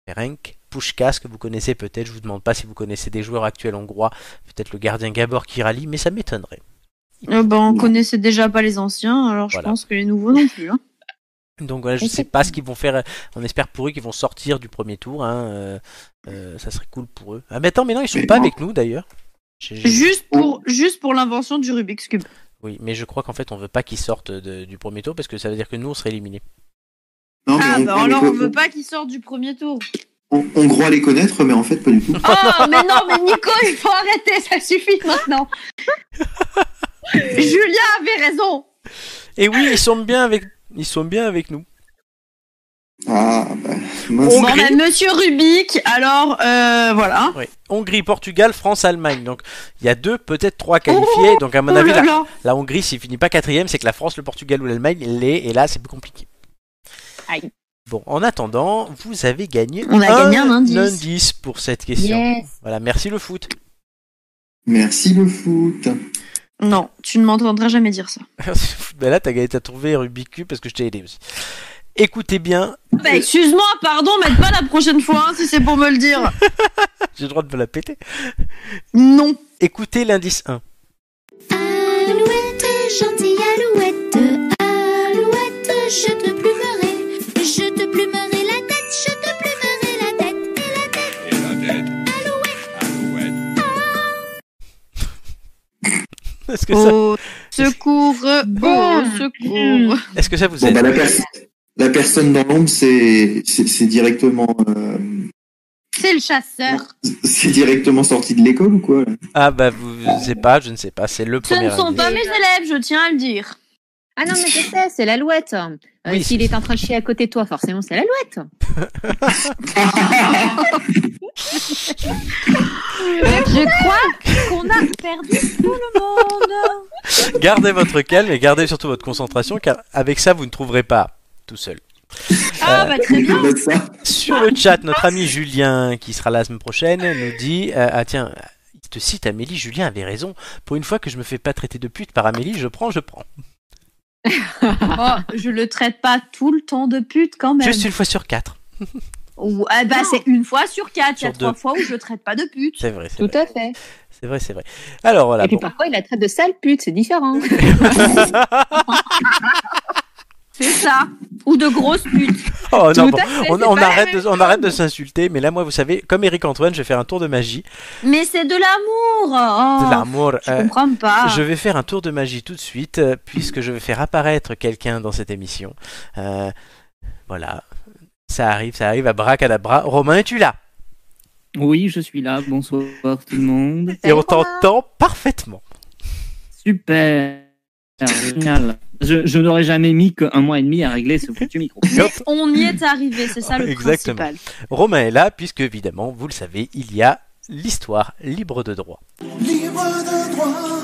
S1: Ferenc Puskás que vous connaissez peut-être. Je vous demande pas si vous connaissez des joueurs actuels hongrois, peut-être le gardien Gabor Kirali, mais ça m'étonnerait.
S3: Euh, bah, on
S2: Oui.
S3: connaissait déjà pas les anciens, alors je
S1: Voilà.
S3: pense que les nouveaux non plus. hein.
S1: Donc voilà, je ne sais pas ce qu'ils vont faire. euh, On espère pour eux qu'ils vont sortir du premier tour. hein, euh, euh, ça serait cool pour eux. Ah mais attends, mais non, ils sont
S2: Mais
S1: pas
S2: non.
S1: avec nous d'ailleurs. J'ai- j'ai-
S3: Juste pour, juste pour l'invention du Rubik's Cube.
S1: Oui, mais je crois qu'en fait on veut pas qu'ils sortent de- du premier tour parce que ça veut dire que nous on serait éliminés.
S2: Non, mais
S3: Ah,
S2: on,
S3: bah
S2: on
S3: alors
S2: les
S3: on
S2: co-
S3: veut pas qu'ils sortent du premier tour.
S2: on- on croit les connaître, mais en fait pas du tout.
S3: Oh, mais non, mais Nico, il faut arrêter, ça suffit maintenant. Julien avait raison.
S1: Et oui, ils sont bien avec, ils sont bien avec nous.
S2: Ah, bah, mince.
S1: On-
S3: Bon, bah,
S5: ben,
S3: monsieur Rubik, alors, euh, voilà.
S1: Oui. Hongrie, Portugal, France, Allemagne. Donc il y a deux, peut-être trois qualifiés. Donc à mon
S3: Oh
S1: avis,
S3: là
S1: la,
S3: là.
S1: la Hongrie s'il finit pas quatrième, c'est que la France, le Portugal ou l'Allemagne l'est. Et là, c'est plus compliqué.
S4: Aïe.
S1: Bon, en attendant, vous avez gagné.
S3: On a gagné un indice.
S1: indice pour cette question.
S4: Yes.
S1: Voilà, merci le foot.
S2: Merci le foot.
S3: Non, tu ne m'entendras jamais dire ça.
S1: ben là, t'as gagné- t'as trouvé Rubik's Cube parce que je t'ai aidé aussi. Écoutez bien,
S3: Bah, excuse-moi, pardon, mais pas la prochaine fois, hein, si c'est pour me le dire.
S1: j'ai le droit de me la péter.
S3: Non.
S1: Écoutez l'indice 1.
S6: Alouette, gentille alouette, alouette, je te plumerai, je te plumerai la tête, je te plumerai la tête, et la tête,
S7: Et la tête. Alouette.
S1: Est-ce que, ça,
S3: Au secours,
S4: Bon.
S3: au secours.
S1: est-ce que ça vous
S2: Bon,
S1: aide
S2: bah, la, pers- la personne dans l'ombre, c'est c'est- c'est directement, euh,
S3: C'est le chasseur.
S2: c'est directement sorti de l'école ou quoi là
S1: Ah bah, vous, je sais pas, je ne sais pas, c'est le
S3: Ce
S1: premier
S3: ne sont
S1: indice.
S3: pas mes élèves, je tiens à le dire.
S4: Ah non, mais je sais, c'est l'alouette. Euh,
S1: Oui,
S4: S'il
S1: c'est-
S4: est en train de chier à côté de toi, forcément, c'est l'alouette.
S5: Je crois qu'on a perdu tout le monde.
S1: Gardez votre calme et gardez surtout votre concentration, car avec ça, vous ne trouverez pas tout seul.
S5: Ah bah très bien.
S2: Comme ça.
S1: Sur le chat, notre ami Julien, qui sera là la semaine prochaine, nous dit euh, Ah tiens, il te cite Amélie, Julien avait raison. Pour une fois que je me fais pas traiter de pute par Amélie, je prends, je prends.
S5: Oh, je le traite pas tout le temps de pute quand même.
S1: Juste une fois sur quatre.
S5: Ou- ah bah,
S4: Non.
S5: c'est une fois sur quatre. Il y a
S1: Sur
S5: trois
S1: deux.
S5: fois où je traite pas de pute.
S1: C'est vrai, c'est
S4: Tout
S1: vrai.
S4: à fait.
S1: C'est vrai, c'est vrai. Alors voilà.
S4: Et puis
S1: bon.
S4: parfois, il la traite de sale pute, c'est différent.
S5: C'est ça. Ou de grosses putes.
S1: Oh, non,
S4: Tout
S1: bon,
S4: à fait,
S1: on,
S4: c'est
S1: on
S4: pas la
S1: arrête
S4: même
S1: de, on arrête de s'insulter, mais là, moi, vous savez, comme Eric Antoine, je vais faire un tour de magie.
S5: Mais c'est de l'amour. Oh,
S1: de l'amour.
S5: Je
S1: euh,
S5: comprends pas.
S4: Ah.
S1: Je vais faire un tour de magie tout de suite, euh, puisque je vais faire apparaître quelqu'un dans cette émission. Euh, voilà. Ça arrive, ça arrive à bracadabra. Romain, es-tu là
S8: Oui, je suis là. Bonsoir tout le monde.
S1: Et
S4: Salut,
S1: on
S4: Romain.
S1: t'entend parfaitement.
S8: Super. Génial. Je, je n'aurais jamais mis qu'un mois et demi à régler ce foutu micro.
S5: Mais on y est arrivé, c'est ça le
S1: Exactement.
S5: principal.
S1: Romain est là, puisque évidemment, vous le savez, il y a l'histoire libre de droit.
S9: Libre de droit.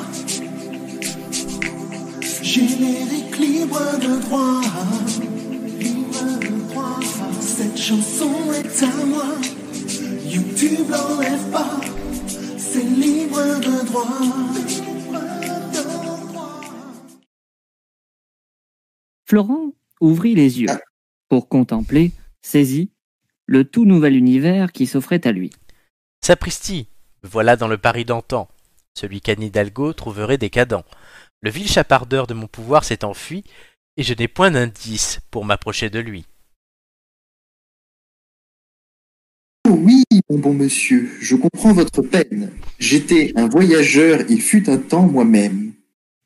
S9: Générique libre de droit. Libre de droit. Cette chanson est à moi. YouTube l'enlève pas. C'est libre de droit. Libre de droit.
S8: Florent ouvrit les yeux pour contempler, saisi, le tout nouvel univers qui s'offrait à lui.
S1: Sapristi, me voilà dans le Paris d'antan. Celui qu'Anne Hidalgo trouverait décadent. Le vil chapardeur de mon pouvoir s'est enfui, et je n'ai point d'indice pour m'approcher de lui.
S2: Oui, mon bon monsieur, je comprends votre peine. J'étais un voyageur, il fut un temps moi-même.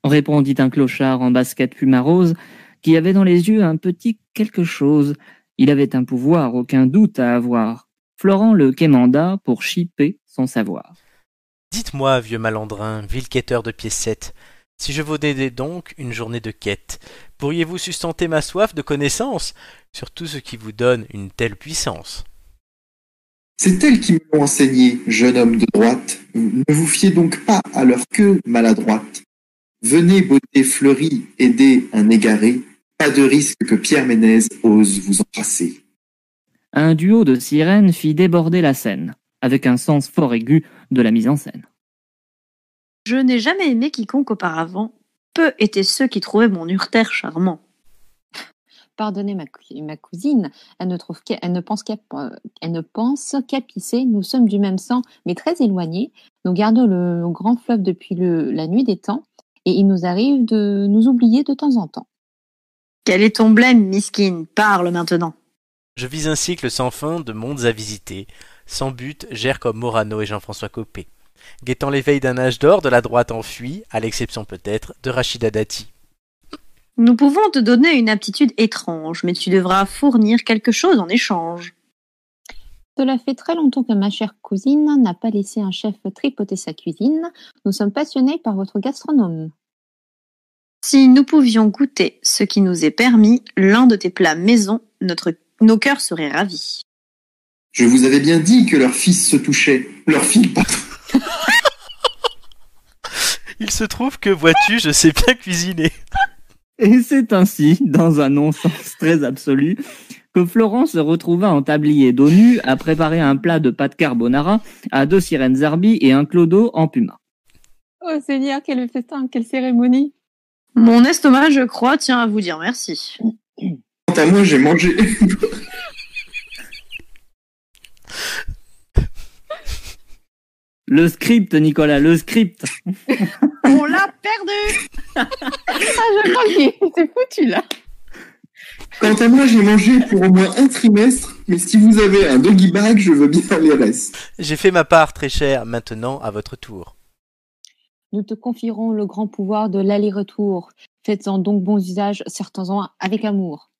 S8: Répondit un clochard en basket puma rose qui avait dans les yeux un petit quelque chose. Il avait un pouvoir, aucun doute à avoir. Florent le quémanda pour chipper son savoir.
S1: Dites-moi, vieux malandrin, vil quêteur de piécettes, si je vous donnais donc une journée de quête, pourriez-vous sustenter ma soif de connaissance sur tout ce qui vous donne une telle puissance
S2: C'est elles qui me l'ont enseigné, jeune homme de droite. Ne vous fiez donc pas à leur queue maladroite. Venez, beauté fleurie, aider un égaré. Pas de risque que Pierre Ménez ose vous embrasser.
S8: Un duo de sirènes fit déborder la scène, avec un sens fort aigu de la mise en scène.
S3: Je n'ai jamais aimé quiconque auparavant. Peu étaient ceux qui trouvaient mon urtère charmant.
S4: Pardonnez ma, cou- ma cousine, elle ne, trouve qu'à- elle ne pense qu'à euh, elle ne pense qu'à pisser. Nous sommes du même sang, mais très éloignés. Nous gardons le grand fleuve depuis le- la nuit des temps, et il nous arrive de nous oublier de temps en temps.
S3: Quel est ton blême, miskine Parle maintenant.
S1: Je vis un cycle sans fin de mondes à visiter, sans but, gère comme Morano et Jean-François Copé, guettant l'éveil d'un âge d'or de la droite enfuie, à l'exception peut-être de Rachida Dati.
S3: Nous pouvons te donner une aptitude étrange, mais tu devras fournir quelque chose en échange.
S4: Cela fait très longtemps que ma chère cousine n'a pas laissé un chef tripoter sa cuisine. Nous sommes passionnés par votre gastronome.
S3: Si nous pouvions goûter ce qui nous est permis, l'un de tes plats maison, notre, nos cœurs seraient ravis.
S2: Je vous avais bien dit que leurs fils se touchaient. Leurs filles, pardon.
S1: Il se trouve que, vois-tu, je sais bien cuisiner.
S8: Et c'est ainsi, dans un non-sens très absolu, que Florent se retrouva en tablier d'ONU à préparer un plat de pâte carbonara à deux sirènes zarbi et un clodo en puma.
S4: Oh Seigneur, quel festin, quelle cérémonie
S3: Mon estomac, je crois, tient à vous dire merci.
S2: Quant à moi, j'ai mangé.
S8: Le script, Nicolas, le script
S5: On l'a perdu.
S4: Ah, je crois qu'il s'est foutu là
S2: Quant à moi, j'ai mangé pour au moins un trimestre. Mais si vous avez un doggy bag, je veux bien les restes.
S1: J'ai fait ma part, très cher, maintenant à votre tour.
S4: Nous te confierons le grand pouvoir de l'aller-retour. Faites-en donc bon usage, certains-en avec amour.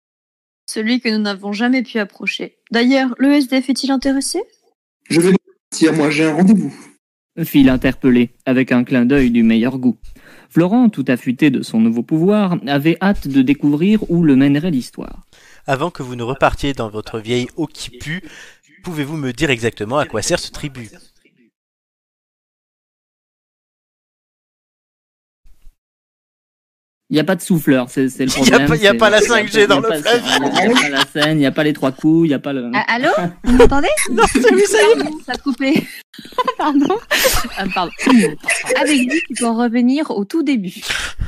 S3: Celui que nous n'avons jamais pu approcher. D'ailleurs, le SDF est-il intéressé
S2: Je vais partir, moi j'ai un rendez-vous.
S8: fit l'interpellé, avec un clin d'œil du meilleur goût. Florent, tout affûté de son nouveau pouvoir, avait hâte de découvrir où le mènerait l'histoire.
S1: Avant que vous ne repartiez dans votre vieille eau qui pue, pouvez-vous me dire exactement à quoi sert ce tribut
S8: Il n'y a pas de souffleur, c'est c'est le
S1: Y a
S8: problème.
S1: pas- y a
S8: c'est-
S1: pas la
S8: c'est
S1: 5G
S8: y a
S1: dans
S8: pas
S1: le fleuve.
S8: Il n'y a pas la scène, il n'y a pas les trois coups, il n'y a pas le...
S4: Ah, Allô Vous m'entendez
S1: Non, salut, ça y est
S4: Pardon, Ça a coupé. pardon. Ah, pardon. Avec lui, tu peux en revenir au tout début.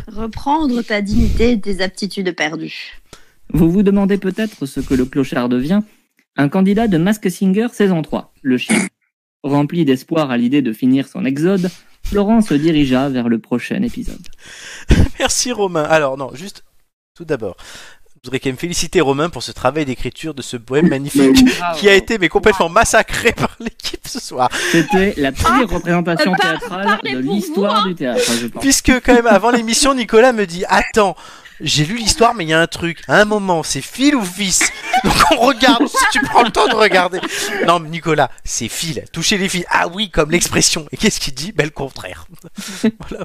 S3: Reprendre ta dignité et tes aptitudes perdues.
S8: Vous vous demandez peut-être ce que le clochard devient. Un candidat de Mask Singer saison 3, le chien. Rempli d'espoir à l'idée de finir son exode, Florent se dirigea vers le prochain épisode.
S1: Merci Romain. Alors non, juste tout d'abord, je voudrais quand même féliciter Romain pour ce travail d'écriture de ce poème magnifique qui a été mais complètement massacré par l'équipe ce soir.
S8: C'était la pire représentation
S5: Ah, par-
S8: théâtrale
S5: parlez
S8: de
S5: pour hein.
S8: l'histoire du théâtre, je pense.
S1: Puisque quand même avant l'émission, Nicolas me dit "Attends, j'ai lu l'histoire mais il y a un truc, à un moment, c'est fil ou fils." Donc on regarde si tu prends le temps de regarder. Non, mais Nicolas, c'est fil, toucher les fils. Ah oui, comme l'expression. Et qu'est-ce qu'il dit Ben le contraire. Voilà.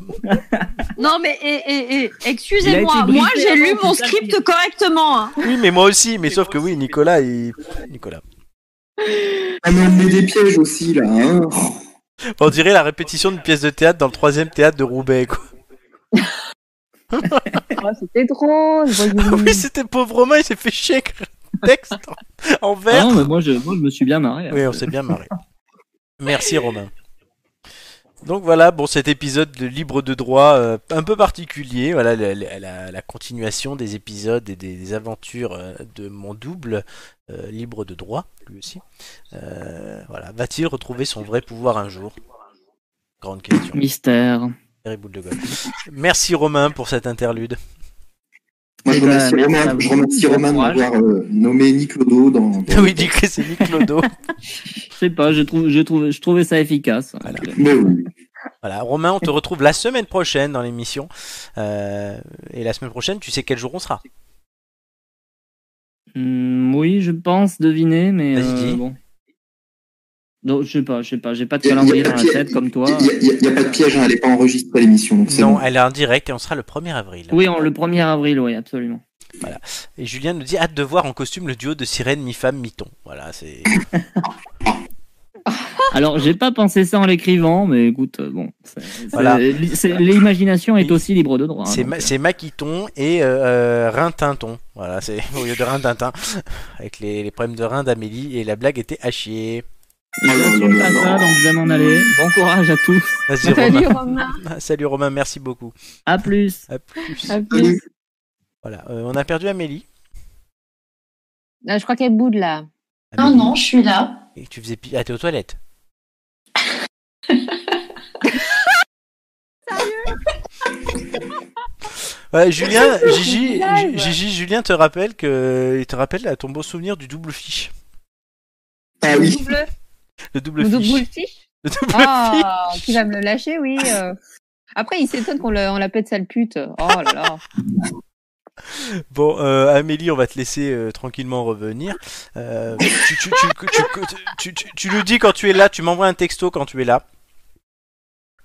S5: Non, mais eh, eh, eh,
S8: Il a
S5: excusez-moi,
S8: été
S5: moi
S8: brisé
S5: j'ai lu
S8: avant
S5: mon
S8: que ça
S5: script correctement. hein.
S1: Oui, mais moi aussi, mais sauf que oui, Nicolas il... Nicolas.
S2: Ah, mais on met des pièges aussi, là. Hein
S1: On dirait la répétition d'une pièce de théâtre dans le troisième théâtre de Roubaix quoi.
S4: Oh, C'était drôle. voyons.
S1: Oui, c'était pauvre Romain, il s'est fait chier avec le texte en, en
S8: Ah
S1: vert.
S8: non, mais moi je, moi, je me suis bien marré. hein.
S1: oui, on s'est bien marré. Merci Romain. Donc voilà, bon cet épisode de Libre de droit euh, un peu particulier, voilà la, la- la- la continuation des épisodes et des, des aventures euh, de mon double euh, Libre de droit, lui aussi. Euh, voilà, va-t-il retrouver son vrai pouvoir un jour Grande question.
S8: Mystère.
S1: Terry Boule de Gomme. Merci Romain pour cette interlude.
S2: Moi,
S8: Eh
S2: je
S8: ben,
S2: remercie
S8: merci à
S2: Romain,
S8: vous.
S2: je remercie
S8: Bon
S2: Romain de
S8: courage.
S2: m'avoir euh, nommé Nick Lodo dans. dans-
S1: Oui, dit que c'est Nick Lodo.
S8: Je sais pas, je, trouve, je, trouve, je trouvais ça efficace.
S2: Mais oui.
S1: Voilà, Romain, on te retrouve la semaine prochaine dans l'émission. Euh, et la semaine prochaine, tu sais quel jour on sera.
S8: Hmm, oui, je pense deviner, mais
S1: Vas-y,
S8: euh,
S1: dis.
S8: bon. Donc, je sais pas, je sais pas, j'ai pas
S2: Y
S8: de
S2: a- y a
S8: calendrier
S2: pas
S8: dans
S2: de
S8: la
S2: piège.
S8: tête comme toi.
S2: Il n'y a, pas de piège, hein, elle n'est pas enregistrée l'émission. donc c'est
S1: Non,
S2: bon.
S1: elle est en direct et on sera le 1er avril.
S8: Oui, en- le 1er avril, oui, absolument.
S1: Et Julien nous dit hâte de voir en costume le duo de sirène mi-femme mi-ton. Voilà, c'est.
S8: Alors, j'ai pas pensé ça en l'écrivant, mais écoute, euh, bon. c'est- c'est-
S1: Voilà.
S8: li- c'est- L'imagination est aussi libre de droit. hein,
S1: C'est
S8: donc,
S1: ma- c'est Maquiton et euh, euh, Rintinton. Voilà, c'est au lieu de Rintintin. Avec les, les problèmes de rein d'Amélie et la blague était à chier.
S8: euh, j'assume pas ça, donc je vais m'en aller. Bon courage à tous.
S1: Vas-y,
S4: Salut
S1: Romain.
S4: Romain.
S1: Salut Romain, merci beaucoup.
S8: À plus.
S1: À plus.
S4: À plus.
S1: Voilà, euh, on a perdu Amélie.
S4: Ah, je crois qu'elle boude là.
S5: Non,
S1: Amélie,
S5: non, je suis là.
S1: Et tu faisais. pi- Ah, t'es aux toilettes. Ouais, Julien, Gigi, G- Gigi, Julien te rappelle que il te rappelle à ton beau souvenir du double fiche,
S2: Ah oui.
S4: Double,
S1: le double
S4: double
S1: fiche,
S4: fiche.
S1: le double fiche.
S4: Ah, qui va me le lâcher, oui. euh. Après, il s'étonne qu'on le- on l'appelle sale pute. Oh là là.
S1: Bon, euh, Amélie, on va te laisser euh, tranquillement revenir. Euh, tu, tu, tu, tu, tu, tu- tu nous dis quand tu es là, tu m'envoies un texto quand tu es là.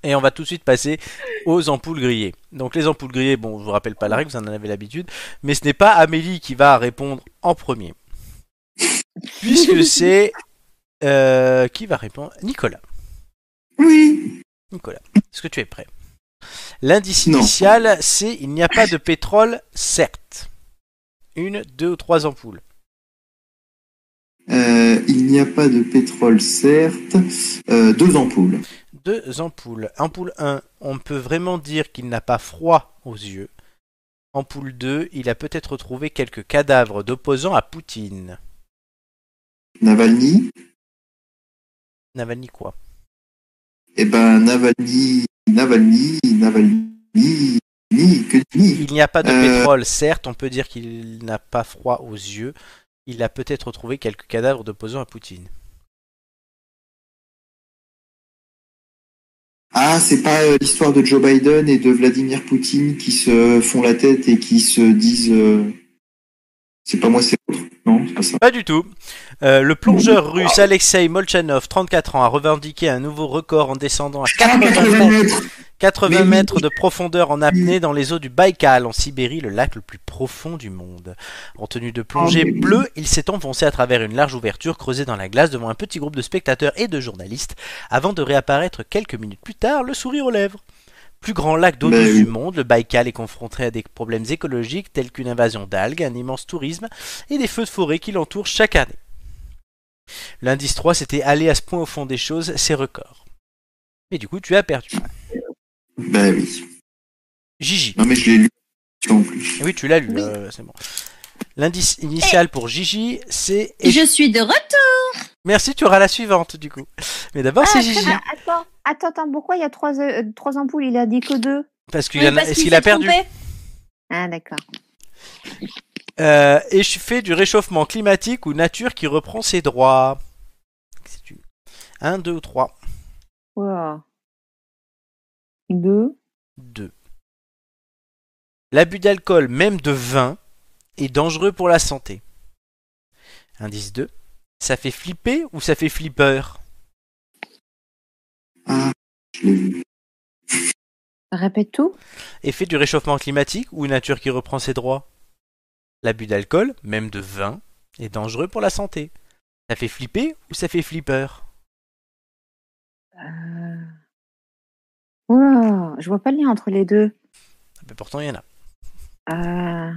S1: Et on va tout de suite passer aux ampoules grillées. Donc les ampoules grillées, bon, je vous rappelle pas la règle, vous en avez l'habitude, mais ce n'est pas Amélie qui va répondre en premier. Puisque c'est... euh, qui va répondre Nicolas.
S2: Oui.
S1: Nicolas, est-ce que tu es prêt L'indice
S2: Non.
S1: initial, c'est il n'y a pas de pétrole, certes. Une, deux ou trois ampoules.
S2: Euh, il n'y a pas de pétrole, certes. Euh, deux ampoules.
S1: Deux ampoules. Ampoule 1, on peut vraiment dire qu'il n'a pas froid aux yeux. Ampoule 2, il a peut-être retrouvé quelques cadavres d'opposants à Poutine.
S2: Navalny.
S1: Navalny quoi
S2: Eh ben, Navalny, Navalny, Navalny, ni, que ni.
S1: Il n'y a pas de
S2: Euh.
S1: pétrole, certes, on peut dire qu'il n'a pas froid aux yeux. Il a peut-être retrouvé quelques cadavres d'opposants à Poutine.
S2: Ah, c'est pas euh, l'histoire de Joe Biden et de Vladimir Poutine qui se font la tête et qui se disent. euh, C'est pas moi, c'est l'autre. Non, c'est pas ça.
S1: Pas du tout. Euh, le plongeur russe Alexei Molchanov, 34 ans, a revendiqué un nouveau record en descendant à
S2: Ah,
S1: 80
S2: 80
S1: mètres,
S2: mètres
S1: 80
S2: Mais oui.
S1: mètres de profondeur en apnée dans les eaux du Baïkal, en Sibérie, le lac le plus profond du monde. En tenue de plongée
S2: Oh, mais oui.
S1: bleue, il s'est enfoncé à travers une large ouverture creusée dans la glace devant un petit groupe de spectateurs et de journalistes, avant de réapparaître quelques minutes plus tard, le sourire aux lèvres. Plus grand lac d'eau
S2: Mais
S1: douce
S2: oui.
S1: du monde, le Baïkal est confronté à des problèmes écologiques tels qu'une invasion d'algues, un immense tourisme et des feux de forêt qui l'entourent chaque année. L'indice 3, c'était aller à ce point au fond des choses, c'est record. Mais du coup, tu as perdu.
S2: Bah oui.
S1: Gigi.
S2: Non, mais je l'ai lu en plus.
S1: Eh oui, tu l'as lu,
S5: Oui.
S1: euh, c'est bon. L'indice initial pour Gigi, c'est. et-
S5: Je suis de retour.
S1: Merci, tu auras la suivante du coup. Mais d'abord, c'est Gigi.
S10: Ah, attends, attends, attends, pourquoi il y a trois, euh, trois ampoules Il a dit que deux.
S1: Parce qu'il
S5: Oui,
S1: en a-
S5: parce
S1: est-ce
S5: qu'il
S1: qu'il a
S5: s'est
S1: perdu
S5: trompé.
S10: Ah, d'accord.
S1: Euh, Et je fais du réchauffement climatique ou nature qui reprend ses droits. C'est une- Un, deux ou trois.
S4: Wow. Deux.
S1: Deux. L'abus d'alcool, même de vin, est dangereux pour la santé. Indice 2. Ça fait flipper ou ça fait flipper
S2: Je l'ai lu.
S4: Répète tout.
S1: Effet du réchauffement climatique ou nature qui reprend ses droits L'abus d'alcool, même de vin, est dangereux pour la santé. Ça fait flipper ou ça fait flipper
S4: Euh... Wow, je vois pas le lien entre les deux.
S1: Ah ben Pourtant, il y en a.
S4: Euh,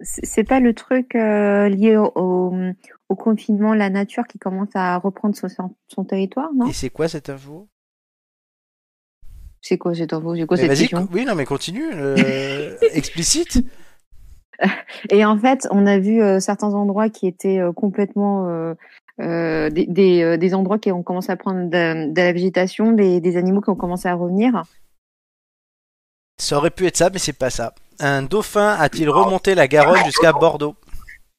S4: C'est c'est pas le truc euh, lié au, au- au confinement, la nature qui commence à reprendre son, son- son territoire, non
S1: Et c'est quoi cette info
S4: C'est quoi cette info C'est quoi
S1: Mais
S4: cette
S1: Vas-y,
S4: question
S1: co- oui, non, mais continue. euh, explicite
S4: Et en fait, on a vu euh, certains endroits qui étaient euh, complètement euh, euh, des, des, euh, des endroits qui ont commencé à prendre de, de la végétation, des, des animaux qui ont commencé à revenir.
S1: Ça aurait pu être ça, mais c'est pas ça. Un dauphin a-t-il remonté la Garonne jusqu'à Bordeaux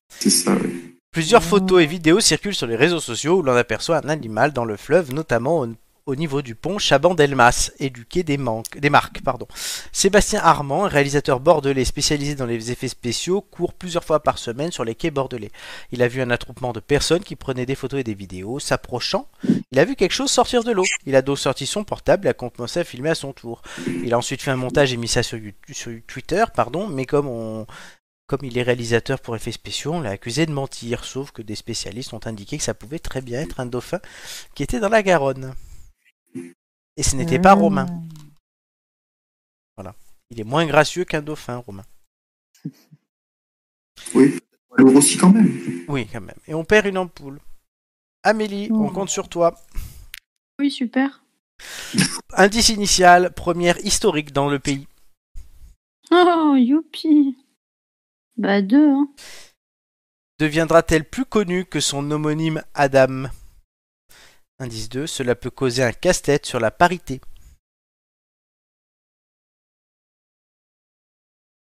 S2: C'est ça, ouais.
S1: Plusieurs
S4: Oh.
S1: photos et vidéos circulent sur les réseaux sociaux où l'on aperçoit un animal dans le fleuve, notamment au, au niveau du pont Chaban-Delmas et du quai des, Manques- des Marques. Pardon. Sébastien Armand, réalisateur bordelais spécialisé dans les effets spéciaux, court plusieurs fois par semaine sur les quais bordelais. Il a vu un attroupement de personnes qui prenaient des photos et des vidéos, s'approchant. Il a vu quelque chose sortir de l'eau. Il a donc sorti son portable et a commencé à filmer à son tour. Il a ensuite fait un montage et mis ça sur, Yout- sur Twitter, pardon, mais comme on, comme il est réalisateur pour effets spéciaux, on l'a accusé de mentir, sauf que des spécialistes ont indiqué que ça pouvait très bien être un dauphin qui était dans la Garonne. Et ce n'était pas
S4: Hmm.
S1: romain. Il est moins gracieux qu'un dauphin romain.
S2: Alors aussi, quand même.
S1: Oui, quand même. Et on perd une ampoule. Amélie, on compte sur toi.
S3: Oui, super.
S1: Indice initial, première historique dans le pays.
S3: Oh, youpi. Bah, deux, hein.
S1: Deviendra-t-elle plus connue que son homonyme Adam Indice 2, cela peut causer un casse-tête sur la parité.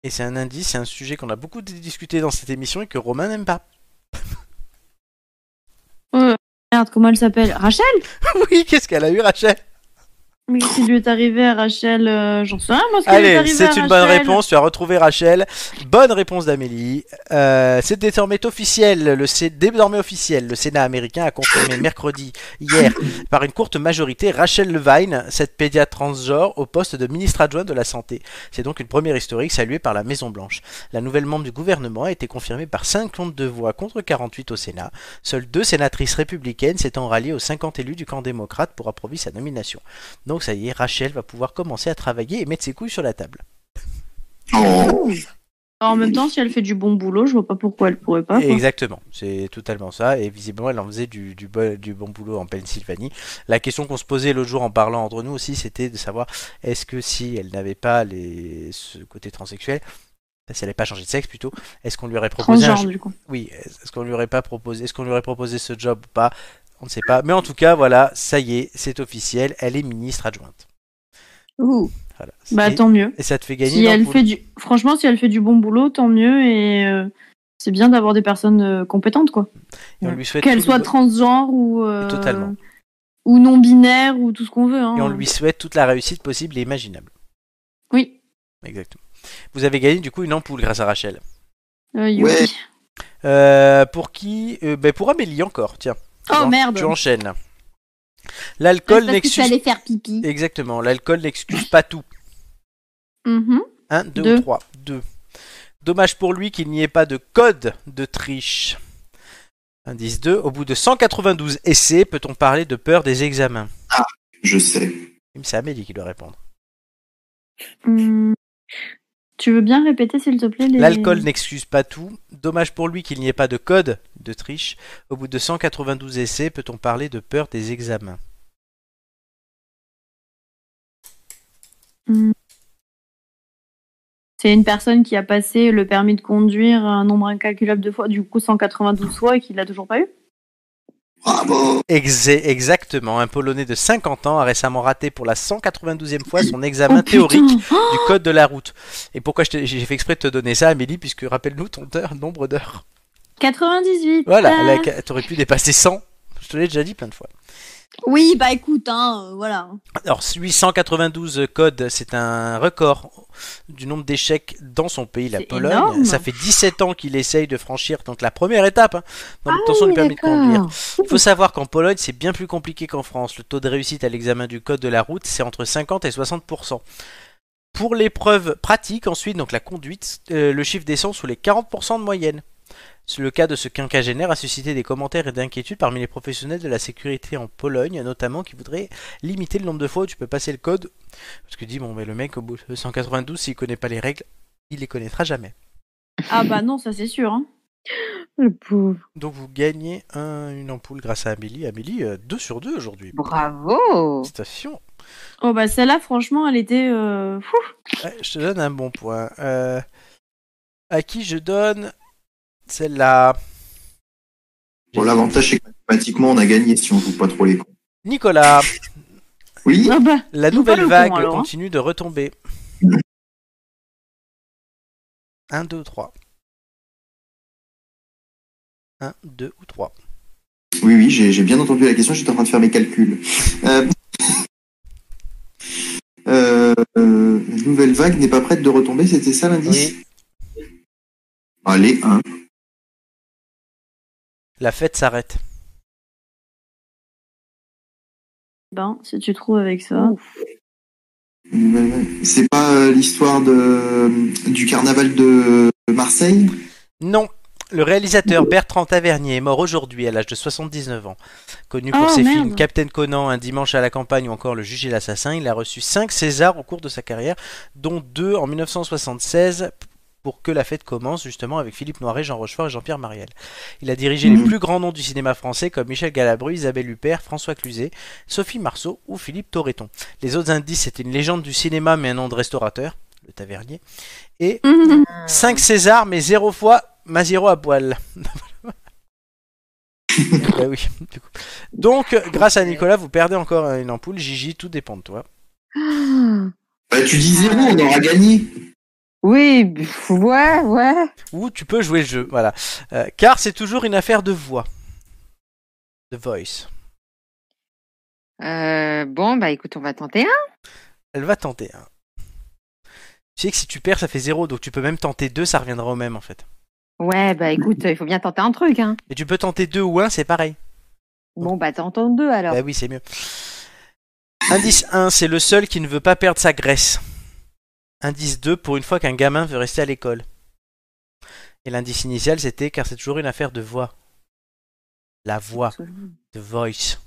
S1: Et c'est un indice, c'est un sujet qu'on a beaucoup discuté dans cette émission et que Romain n'aime pas.
S3: Merde, comment elle s'appelle Rachel
S1: oui, qu'est-ce qu'elle a eu, Rachel
S3: Mais qu'est-ce qui lui est arrivé à Rachel euh, J'en sais rien, moi, ce qui lui est
S1: Allez,
S3: arrivé à
S1: c'est une bonne
S3: Rachel.
S1: réponse. Tu as retrouvé Rachel. Bonne réponse d'Amélie. Euh, c'est désormais officiel. Le C- désormais officiel. Le Sénat américain a confirmé mercredi hier par une courte majorité Rachel Levine, cette pédiatre transgenre, au poste de ministre adjoint de la santé. C'est donc une première historique saluée par la Maison Blanche. La nouvelle membre du gouvernement a été confirmée par 52 voix contre 48 au Sénat. Seules deux sénatrices républicaines s'étant ralliées aux 50 élus du camp démocrate pour approuver sa nomination. Donc ça y est, Rachel va pouvoir commencer à travailler et mettre ses couilles sur la table.
S2: Oh,
S3: Alors, en même temps, si elle fait du bon boulot, je vois pas pourquoi elle pourrait pas. quoi.
S1: Exactement, c'est totalement ça. Et visiblement, elle en faisait du, du, bo- du bon boulot en Pennsylvanie. La question qu'on se posait l'autre jour en parlant entre nous aussi, c'était de savoir est-ce que si elle n'avait pas les... ce côté transsexuel, bah, si elle n'avait pas changé de sexe plutôt, est-ce qu'on lui aurait proposé un,
S3: Transgenre, du coup.
S1: Oui, est-ce qu'on lui aurait pas proposé, est-ce qu'on lui aurait proposé ce job ou pas On ne sait pas. Mais en tout cas, voilà, ça y est, c'est officiel. Elle est ministre adjointe.
S4: Ouh.
S1: Voilà.
S3: Bah,
S1: et,
S3: tant mieux.
S1: et ça te fait gagner.
S3: Si
S1: dans
S3: elle
S1: le
S3: fait du... Franchement, si elle fait du bon boulot, tant mieux. Et euh, c'est bien d'avoir des personnes euh, compétentes, quoi.
S1: boulot. Et on lui souhaite tout
S3: Qu'elles
S1: le
S3: soient
S1: bon-
S3: transgenres ou. euh,
S1: Totalement.
S3: Ou non-binaires ou tout ce qu'on veut. Hein.
S1: Et
S5: Oh.
S1: on lui souhaite toute la réussite possible et imaginable.
S3: Oui.
S1: Exactement. Vous avez gagné du coup une ampoule grâce à Rachel.
S3: Euh, youpi.
S2: Ouais.
S1: Euh, pour qui Euh, ben, Pour Amélie encore, tiens.
S5: Oh,
S1: Tu en-
S5: merde.
S1: Tu enchaînes. là. L'alcool
S5: Parce que tu
S1: n'excuse...
S5: allais faire pipi.
S1: Exactement, l'alcool n'excuse pas tout.
S5: Mhm.
S1: 1, 2
S5: Deux.
S1: ou 3. 2. Dommage pour lui qu'il n'y ait pas de code de triche. Indice 2. Au bout de 192 essais, peut-on parler de peur des examens
S2: Je sais.
S1: C'est Amélie qui doit répondre.
S5: Hum. Tu veux bien répéter, s'il te plaît les...
S1: L'alcool n'excuse pas tout. Dommage pour lui qu'il n'y ait pas de code de triche. Au bout de 192 essais, peut-on parler de peur des examens
S5: Hum. C'est une personne qui a passé le permis de conduire un nombre incalculable de fois, du coup 192 fois, et qui l'a toujours pas eu
S2: Bravo
S1: Ex- Exactement. Un Polonais de 50 ans a récemment raté pour la 192e fois son examen
S5: Oh, putain.
S1: théorique
S5: Oh,
S1: du code de la route. Et pourquoi je t'ai- j'ai fait exprès de te donner ça, Amélie, puisque rappelle-nous ton heure, nombre d'heures.
S5: 98
S1: Voilà,
S5: Ah.
S1: la ca- t'aurais pu dépasser 100. Je te l'ai déjà dit plein de fois.
S5: Oui, bah écoute, hein, euh, voilà.
S1: Alors, 892 codes, c'est un record du nombre d'échecs dans son pays, la
S5: C'est
S1: Pologne.
S5: énorme.
S1: Ça fait 17 ans qu'il essaye de franchir donc la première étape hein, dans l'obtention
S5: Ah
S1: du permis de conduire. Il faut savoir qu'en Pologne, c'est bien plus compliqué qu'en France. Le taux de réussite à l'examen du code de la route, c'est entre 50 et 60 Pour l'épreuve pratique, ensuite, donc la conduite, euh, le chiffre descend sous les 40 de moyenne. Le cas de ce quinquagénaire a suscité des commentaires et d'inquiétudes parmi les professionnels de la sécurité en Pologne, notamment qui voudraient limiter le nombre de fois où tu peux passer le code. Parce que dit, bon, mais le mec, au bout de 192, s'il connaît pas les règles, il les connaîtra jamais.
S5: Ah bah non, ça c'est sûr. Hein.
S4: Le pauvre.
S1: Donc vous gagnez un- une ampoule grâce à Amélie. Amélie, 2 sur 2 aujourd'hui.
S4: Bravo.
S1: Félicitations.
S5: Oh bah celle-là, franchement, elle était... euh, fou.
S1: Ouais, Eh, je te donne un bon point. Euh, à qui je donne celle-là
S2: Bon, l'avantage, c'est que mathématiquement, on a gagné si on joue pas trop les cons.
S1: Nicolas,
S2: Oui
S5: Ah bah,
S1: la
S5: Joue pas
S1: nouvelle
S5: le
S1: vague
S5: con, alors, hein.
S1: continue de retomber. 1, 2, 3. 1, 2 ou 3.
S2: Oui, oui, j'ai j'ai bien entendu la question, j'étais en train de faire mes calculs. Euh, euh, euh, nouvelle vague n'est pas prête de retomber, c'était ça l'indice
S1: Oui,
S2: Allez, hein.
S1: la fête s'arrête.
S5: Ben, si tu trouves avec ça...
S2: Nouvelle vague. C'est pas euh, l'histoire de, euh, du carnaval de Marseille
S1: Non. Le réalisateur Bertrand Tavernier est mort aujourd'hui à l'âge de 79 ans. Connu pour
S5: Oh,
S1: ses
S5: merde.
S1: films Captain Conan, Un dimanche à la campagne ou encore Le juge et l'assassin, il a reçu 5 Césars au cours de sa carrière, dont 2 en 1976 pour que la fête commence justement avec Philippe Noiret, Jean Rochefort et Jean-Pierre Mariel. Il a dirigé les
S2: Mhm.
S1: plus grands noms du cinéma français comme Michel Galabru, Isabelle Huppert, François Cluzet, Sophie Marceau ou Philippe Torreton. Les autres indices, c'était une légende du cinéma mais un nom de restaurateur, le Tavernier, et 5 César, mais 0 fois Maziro à poil. Bah oui, du coup. Donc, grâce à Nicolas, vous perdez encore une ampoule. Gigi, tout dépend de toi.
S4: Ah.
S2: Bah, tu dis zéro, on aura gagné.
S4: Oui, pff, ouais, ouais.
S1: Ou tu peux jouer le jeu, voilà. Euh, car c'est toujours une affaire de voix. The Voice.
S4: Euh, bon, bah écoute, on va tenter un.
S1: Elle va tenter. hein. Tu sais que si tu perds, ça fait 0, donc tu peux même tenter 2, ça reviendra au même en fait.
S4: Ouais, bah écoute, il faut bien tenter un truc, hein.
S1: Mais tu peux tenter 2 ou 1, c'est pareil.
S4: Bon, bah t'entends deux alors.
S1: Bah oui, c'est mieux. Indice 1, c'est le seul qui ne veut pas perdre sa graisse. Indice 2, pour une fois qu'un gamin veut rester à l'école. Et l'indice initial, c'était car c'est toujours une affaire de voix. La voix, the voice.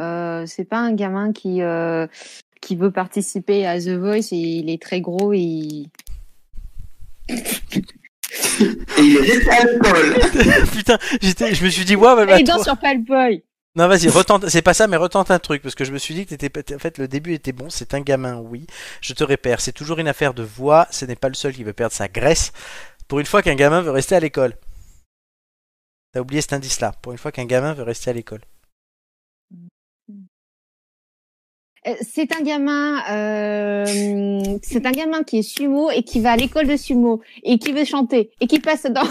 S4: Euh, c'est pas un gamin qui euh, qui veut participer à The Voice et il est très gros et il-
S2: Et il est à l'école.
S1: Putain, j'étais, je me suis dit, waouh, elle va
S4: Et il
S1: tout-
S4: danse sur Palboy.
S1: Non, vas-y, retente, c'est pas ça, mais retente un truc, parce que je me suis dit que t'étais, pas- en fait, le début était bon, c'est un gamin, oui. Je te répère, c'est toujours une affaire de voix, ce n'est pas le seul qui veut perdre sa graisse, pour une fois qu'un gamin veut rester à l'école. T'as oublié cet indice-là, pour une fois qu'un gamin veut rester à l'école.
S4: euh, c'est un gamin, euh, c'est un gamin qui est sumo et qui va à l'école de sumo et qui veut chanter et qui passe dans. dans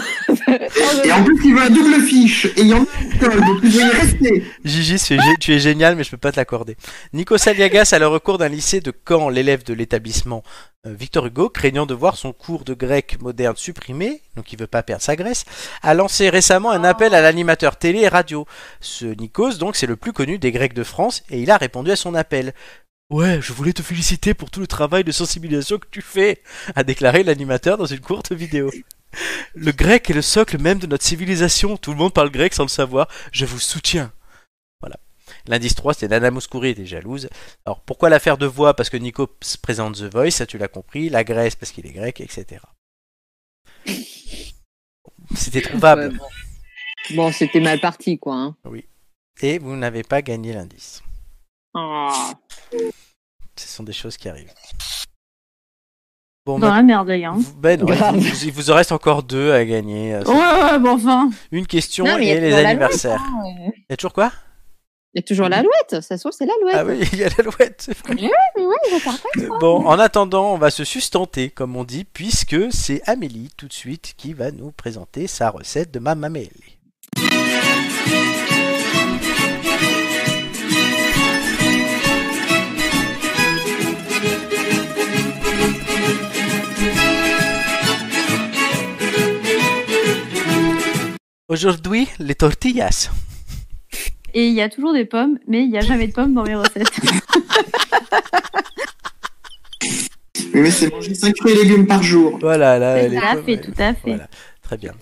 S4: le-
S2: Et en plus, il veut un double fiche. Et il y en a un seul, donc il veut y rester.
S1: Gigi, tu es, gé- tu es génial, mais je peux pas te l'accorder. Nico Saliagas, à le recours d'un lycée de Caen, l'élève de l'établissement euh, Victor Hugo, craignant de voir son cours de grec moderne supprimé, donc il veut pas perdre sa Grèce, a lancé récemment un appel à l'animateur télé et radio. Ce Nikos, donc, c'est le plus connu des Grecs de France, et il a répondu à son appel. Ouais, je voulais te féliciter pour tout le travail de sensibilisation que tu fais, a déclaré l'animateur dans une courte vidéo. Le grec est le socle même de notre civilisation, tout le monde parle grec sans le savoir, je vous soutiens. L'indice 3, c'est Nana Mouskouri était jalouse. Alors pourquoi la faire de voix Parce que Nico s- présente The Voice, ça tu l'as compris. La Grèce parce qu'il est grec, etc. C'était trouvable.
S11: Ouais, bon, Bon, c'était mal parti, quoi. hein.
S1: Et vous n'avez pas gagné l'indice.
S11: Ah.
S1: Ce sont des choses qui arrivent. Bon,
S3: Dans
S1: maintenant-
S3: la merde, les gars. hein.
S1: vous- ben non,
S11: Grave.
S1: il, vous, il vous en reste encore deux à gagner. euh,
S3: Ouais, ouais, bon, enfin.
S1: Une question
S11: Non, mais il y a
S1: et les
S11: toujours la
S1: anniversaires.
S11: Ah, euh,
S1: Il y a toujours quoi
S11: Il y a toujours l'alouette, ça se trouve, c'est l'alouette.
S1: Ah oui, il y a l'alouette, c'est vrai.
S4: Mais ouais, il va faire quoi
S1: Bon, en attendant, on va se sustenter, comme on dit, puisque c'est Amélie tout de suite qui va nous présenter sa recette de mamamélé. Aujourd'hui, les tortillas.
S3: Et il y a toujours des pommes, mais il n'y a jamais de pommes dans mes recettes.
S2: Oui, mais c'est manger 5 fruits et légumes par jour.
S1: Voilà, là,
S3: tout
S1: les
S3: à
S1: pommes,
S3: fait,
S1: ouais.
S3: tout à fait.
S1: Voilà, très bien.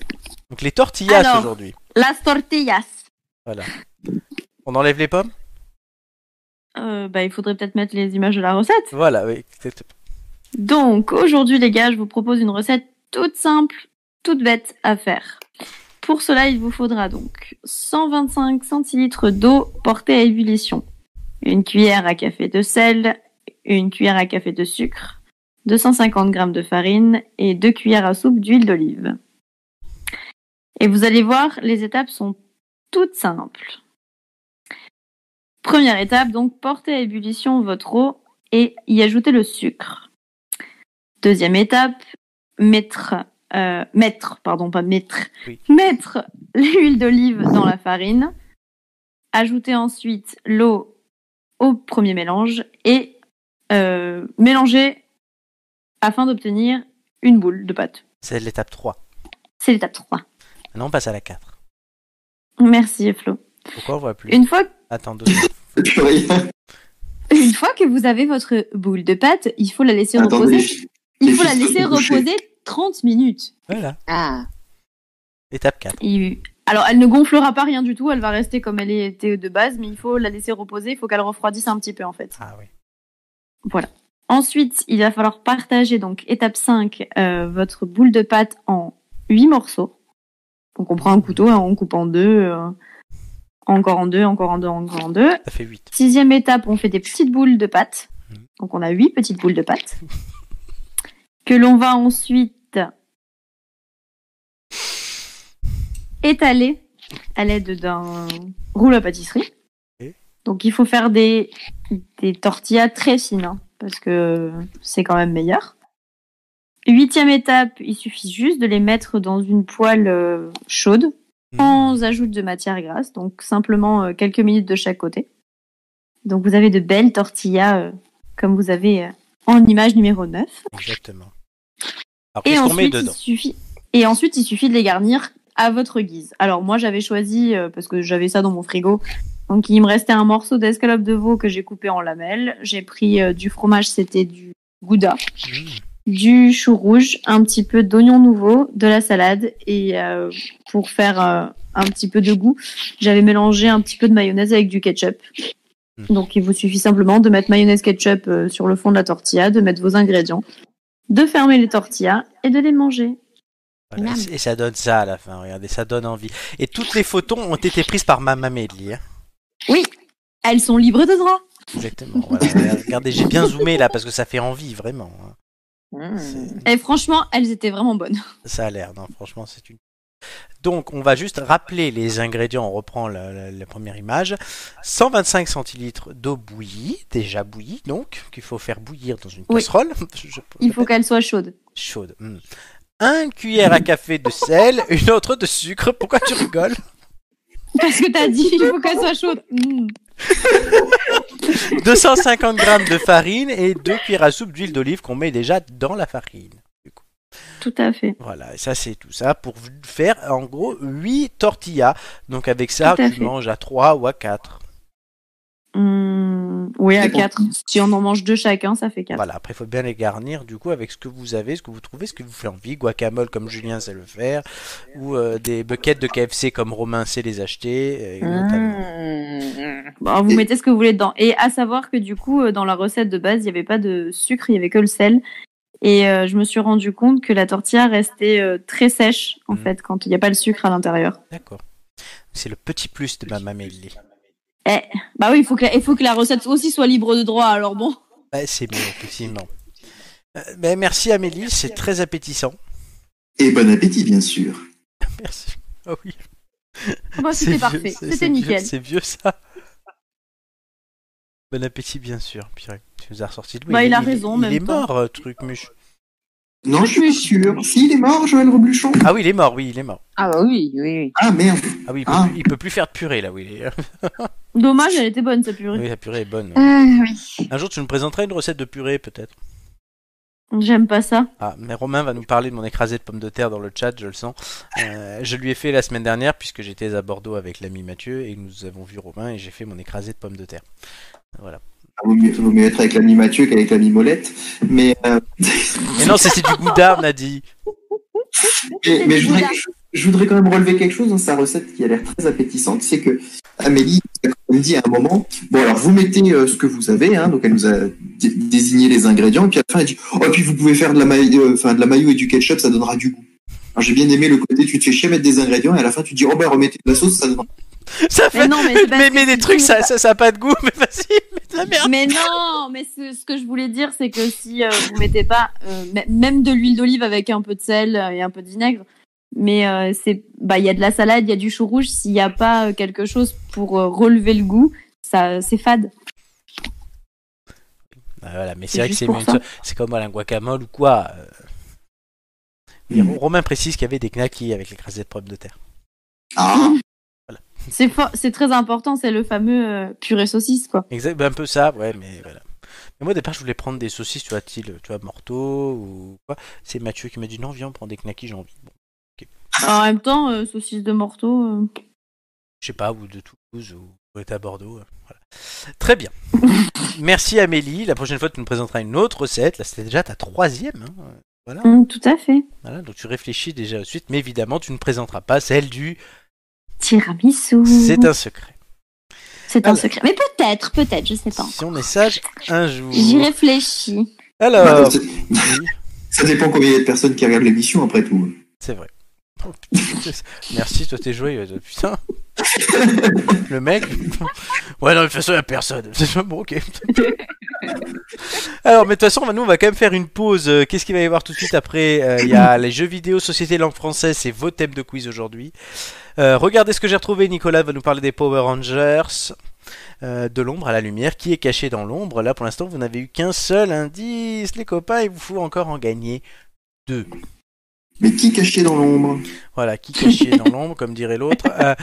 S1: Donc les tortillas
S3: Alors.
S1: aujourd'hui.
S3: Las tortillas.
S1: Voilà. On enlève les pommes
S3: Euh, bah, il faudrait peut-être mettre les images de la recette.
S1: Voilà, oui. exactement.
S3: Donc aujourd'hui les gars, je vous propose une recette toute simple, toute bête à faire. Pour cela, il vous faudra donc 125 centilitres d'eau portée à ébullition, une cuillère à café de sel, une cuillère à café de sucre, 250 g de farine et deux cuillères à soupe d'huile d'olive. Et vous allez voir, les étapes sont toutes simples. Première étape, donc portez à ébullition votre eau et y ajouter le sucre. Deuxième étape, mettre, euh, mettre, pardon, pas mettre,
S1: Oui.
S3: mettre l'huile d'olive dans la farine. Ajouter ensuite l'eau au premier mélange et euh, mélanger afin d'obtenir une boule de pâte.
S1: C'est l'étape 3.
S3: C'est l'étape 3.
S1: Maintenant, on passe à la 4.
S3: Merci Flo.
S1: Pourquoi on voit plus
S3: Une fois
S1: Attends deux secondes.
S2: Plus rien.
S3: Une fois que vous avez votre boule de pâte, il faut la laisser
S2: Attendez,
S3: reposer.
S2: je-
S3: Il
S2: les
S3: faut la
S2: fils
S3: laisser
S2: sont couchés.
S3: reposer 30 minutes.
S1: Voilà,
S11: Ah.
S1: étape 4.
S3: Il- Alors, elle ne gonflera pas rien du tout, elle va rester comme elle était de base, mais il faut la laisser reposer, il faut qu'elle refroidisse un petit peu en fait.
S1: Ah oui.
S3: Ensuite, il va falloir partager, donc étape 5, euh, votre boule de pâte en 8 morceaux. Donc on prend un couteau, hein, on coupe en deux, euh, encore en deux, encore en deux, encore en deux.
S1: Ça fait 8.
S3: Sixième étape, on fait des petites boules de pâte. Donc on a huit petites boules de pâte. Que l'on va ensuite étaler à l'aide d'un rouleau à pâtisserie.
S1: Ok.
S3: Donc il faut faire des, des tortillas très fines, hein, parce que c'est quand même meilleur. Huitième étape, il suffit juste de les mettre dans une poêle euh, chaude,
S1: Mmh,
S3: sans ajout de matière grasse, donc simplement euh, quelques minutes de chaque côté. Donc vous avez de belles tortillas euh, comme vous avez euh, en image numéro 9.
S1: Exactement. Alors,
S3: Et
S1: qu'est-ce qu'on met
S3: ensuite, il
S1: dedans
S3: suffit... Et ensuite, il suffit de les garnir à votre guise. Alors moi, j'avais choisi, euh, parce que j'avais ça dans mon frigo, donc il me restait un morceau d'escalope de veau que j'ai coupé en lamelles. J'ai pris euh, du fromage, c'était du gouda,
S1: Mmh,
S3: du chou rouge, un petit peu d'oignon nouveau, de la salade, et euh, pour faire euh, un petit peu de goût, j'avais mélangé un petit peu de mayonnaise avec du ketchup.
S1: Mhm.
S3: Donc il vous suffit simplement de mettre mayonnaise ketchup euh, sur le fond de la tortilla, de mettre vos ingrédients de fermer les tortillas et de les manger.
S1: Voilà,
S11: Miam.
S1: Et ça donne ça à la fin, regardez, ça donne envie. Et toutes les photos ont été prises par Mama Medley. hein.
S3: Elles sont libres de droit.
S1: Exactement. voilà. Regardez, j'ai bien zoomé là parce que ça fait envie, vraiment. hein.
S11: Mmh.
S1: C'est-
S3: Hmm. Et franchement, elles étaient vraiment bonnes.
S1: Ça a l'air, non, franchement, c'est une. Donc, on va juste rappeler les ingrédients. On reprend la, la- la première image. 125 centilitres d'eau bouillie, déjà bouillie, donc, qu'il faut faire bouillir dans une
S3: Oui.
S1: casserole. Je-
S3: Il faut qu'elle soit chaude.
S1: chaude. hmm. Un cuillère à café de sel, une autre de sucre. Pourquoi tu rigoles
S3: Parce que t'as dit, il faut qu'elle soit chaude. Mm.
S1: 250 grammes de farine et deux cuillères à soupe d'huile d'olive qu'on met déjà dans la farine.
S3: Tout à fait.
S1: Voilà, et ça c'est tout ça pour faire en gros 8 tortillas. Donc avec ça,
S3: Tout à
S1: tu
S3: fait.
S1: manges à 3 ou à 4.
S3: Mm, Oui, à
S2: C'est bon.
S3: 4. Si on en mange deux chacun, ça fait 4.
S1: Voilà, après il faut bien les garnir du coup avec ce que vous avez, ce que vous trouvez, ce que vous faites envie. Guacamole comme Julien sait le faire, ou euh, des buckets de KFC comme Romain sait les acheter. euh,
S11: Ah.
S3: Mmh.
S1: notamment.
S3: Bon, vous mettez ce que vous voulez dedans. Et à savoir que du coup, euh, dans la recette de base, il n'y avait pas de sucre, il n'y avait que le sel. Et euh, je me suis rendu compte que la tortilla restait euh, très sèche, en
S1: Mhm.
S3: fait, quand il n'y a pas le sucre à l'intérieur.
S1: D'accord. C'est le petit plus de ma mamélie.
S3: Bah oui, il faut, que la- il faut que la recette aussi soit libre de droit, alors bon.
S1: Ouais, c'est mieux, effectivement. Euh, ben, merci Amélie, c'est très appétissant.
S2: Et bon appétit, bien sûr.
S1: Merci. Ah oui. C'est
S3: Moi, Oh, c'était
S1: vieux,
S3: parfait,
S1: c'est-
S3: c'était
S1: c'est vieux,
S3: nickel.
S1: C'est vieux ça. Bon appétit, bien sûr. Purée, tu nous as ressorti le
S3: Bah, il a raison, en
S1: Il
S3: même
S1: est
S3: temps.
S1: mort, euh, truc muche.
S2: Non, je suis pas sûr. Si, il est mort, Joël Rebluchon
S1: Ah oui, il est mort, oui, il est mort.
S11: Ah bah oui, oui, oui.
S2: Ah merde.
S1: Ah oui, il peut,
S2: Ah.
S1: plus, il peut plus faire de purée là, oui.
S3: Dommage, elle était bonne, sa purée.
S1: Oui, la purée est bonne.
S11: oui.
S1: Un jour, tu nous présenteras une recette de purée, peut-être.
S3: J'aime pas ça.
S1: Ah, mais Romain va nous parler de mon écrasé de pommes de terre dans le chat, je le sens. Euh, je lui ai fait la semaine dernière, puisque j'étais à Bordeaux avec l'ami Mathieu, et nous avons vu Romain, et j'ai fait mon écrasé de pommes de terre. Voilà.
S2: Vaut mieux, vaut mieux être avec l'ami Mathieu qu'avec l'ami Molette. Mais, euh,
S1: Mais non, c'est c'est du goudard, on a dit.
S2: mais, mais je, voudrais, je voudrais quand même relever quelque chose dans sa recette qui a l'air très appétissante. C'est que Amélie nous a quand même dit à un moment Bon, alors vous mettez euh, ce que vous avez. Hein, donc elle nous a dé- désigné les ingrédients. Et puis à la fin, elle dit Oh, et puis vous pouvez faire de la, mayo, euh, enfin, de la mayo et du ketchup, ça donnera du goût. Alors j'ai bien aimé le côté tu te fais chier à mettre des ingrédients et à la fin tu dis Oh, ben remettez de la sauce, ça donnera.
S1: Ça fait.
S3: Mais non, mais c'est pas-
S1: Mais, mais des trucs, ça, ça, ça a pas de goût, mais vas-y, mais de la merde.
S3: Mais non, mais ce, ce que je voulais dire, c'est que si euh, vous mettez pas euh, m- même de l'huile d'olive avec un peu de sel euh, et un peu de vinaigre, mais euh, c'est bah il y a de la salade, il y a du chou rouge. S'il n'y a pas euh, quelque chose pour euh, relever le goût, ça c'est fade.
S1: Ah, voilà, mais c'est
S3: C'est
S1: vrai que
S3: juste
S1: c'est
S3: pour
S1: une-
S3: ça.
S1: c'est comme voilà, un guacamole ou quoi. euh. Mm. Mais
S2: Mhm.
S1: Romain précise qu'il y avait des knackis avec l'écrasé de pommes de terre.
S2: Ah
S3: C'est fo- c'est très important, c'est le fameux euh, purée saucisse quoi.
S1: Exact, ben, un peu ça, ouais, mais voilà. Mais moi au départ, je voulais prendre des saucisses, tu vois, style, tu vois, morteau ou quoi. C'est Mathieu qui m'a dit non, viens, on prend des knackis, j'ai envie. Bon,
S3: Alors, en même temps, euh, saucisse de morteau. euh,
S1: je sais pas, ou de Toulouse ou ou est à Bordeaux. euh, Voilà. Très bien. Merci Amélie. La prochaine fois, tu nous présenteras une autre recette. Là, c'était déjà ta troisième. hein. Voilà.
S3: mm, tout à fait.
S1: Voilà, donc tu réfléchis déjà à la suite, mais évidemment, tu ne présenteras pas celle du
S3: Tiramisu.
S1: C'est un secret.
S3: C'est un
S1: Voilà.
S3: secret. Mais peut-être, peut-être, je sais pas.
S1: Si on est sage, un jour.
S3: J'y réfléchis.
S1: Alors,
S2: Ah, Ça-
S1: oui,
S2: Ça dépend combien il y a de personnes qui regardent l'émission après tout.
S1: c'est vrai. Oh, putain, Merci, toi t'es joyeux, toi, putain. Le mec. Ouais, non, de toute façon, y'a personne. Bon, ok. Alors, mais de toute façon, nous, on va quand même faire une pause. Euh, Qu'est-ce qu'il va y avoir tout de suite après Euh, Il y a les jeux vidéo, société, langue française, c'est vos thèmes de quiz aujourd'hui. Euh, regardez ce que j'ai retrouvé. Nicolas va nous parler des Power Rangers. euh, de l'ombre à la lumière, qui est caché dans l'ombre. Là, pour l'instant, vous n'avez eu qu'un seul indice, les copains, il vous faut encore en gagner deux.
S2: Mais qui cachait dans l'ombre
S1: Voilà, qui cachait dans l'ombre, comme dirait l'autre. Euh,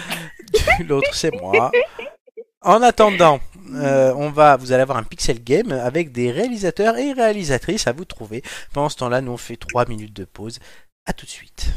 S1: l'autre, c'est moi. En attendant, euh, on va, vous allez avoir un pixel game avec des réalisateurs et réalisatrices à vous trouver. Pendant ce temps-là, nous on fait 3 minutes de pause. À tout de suite.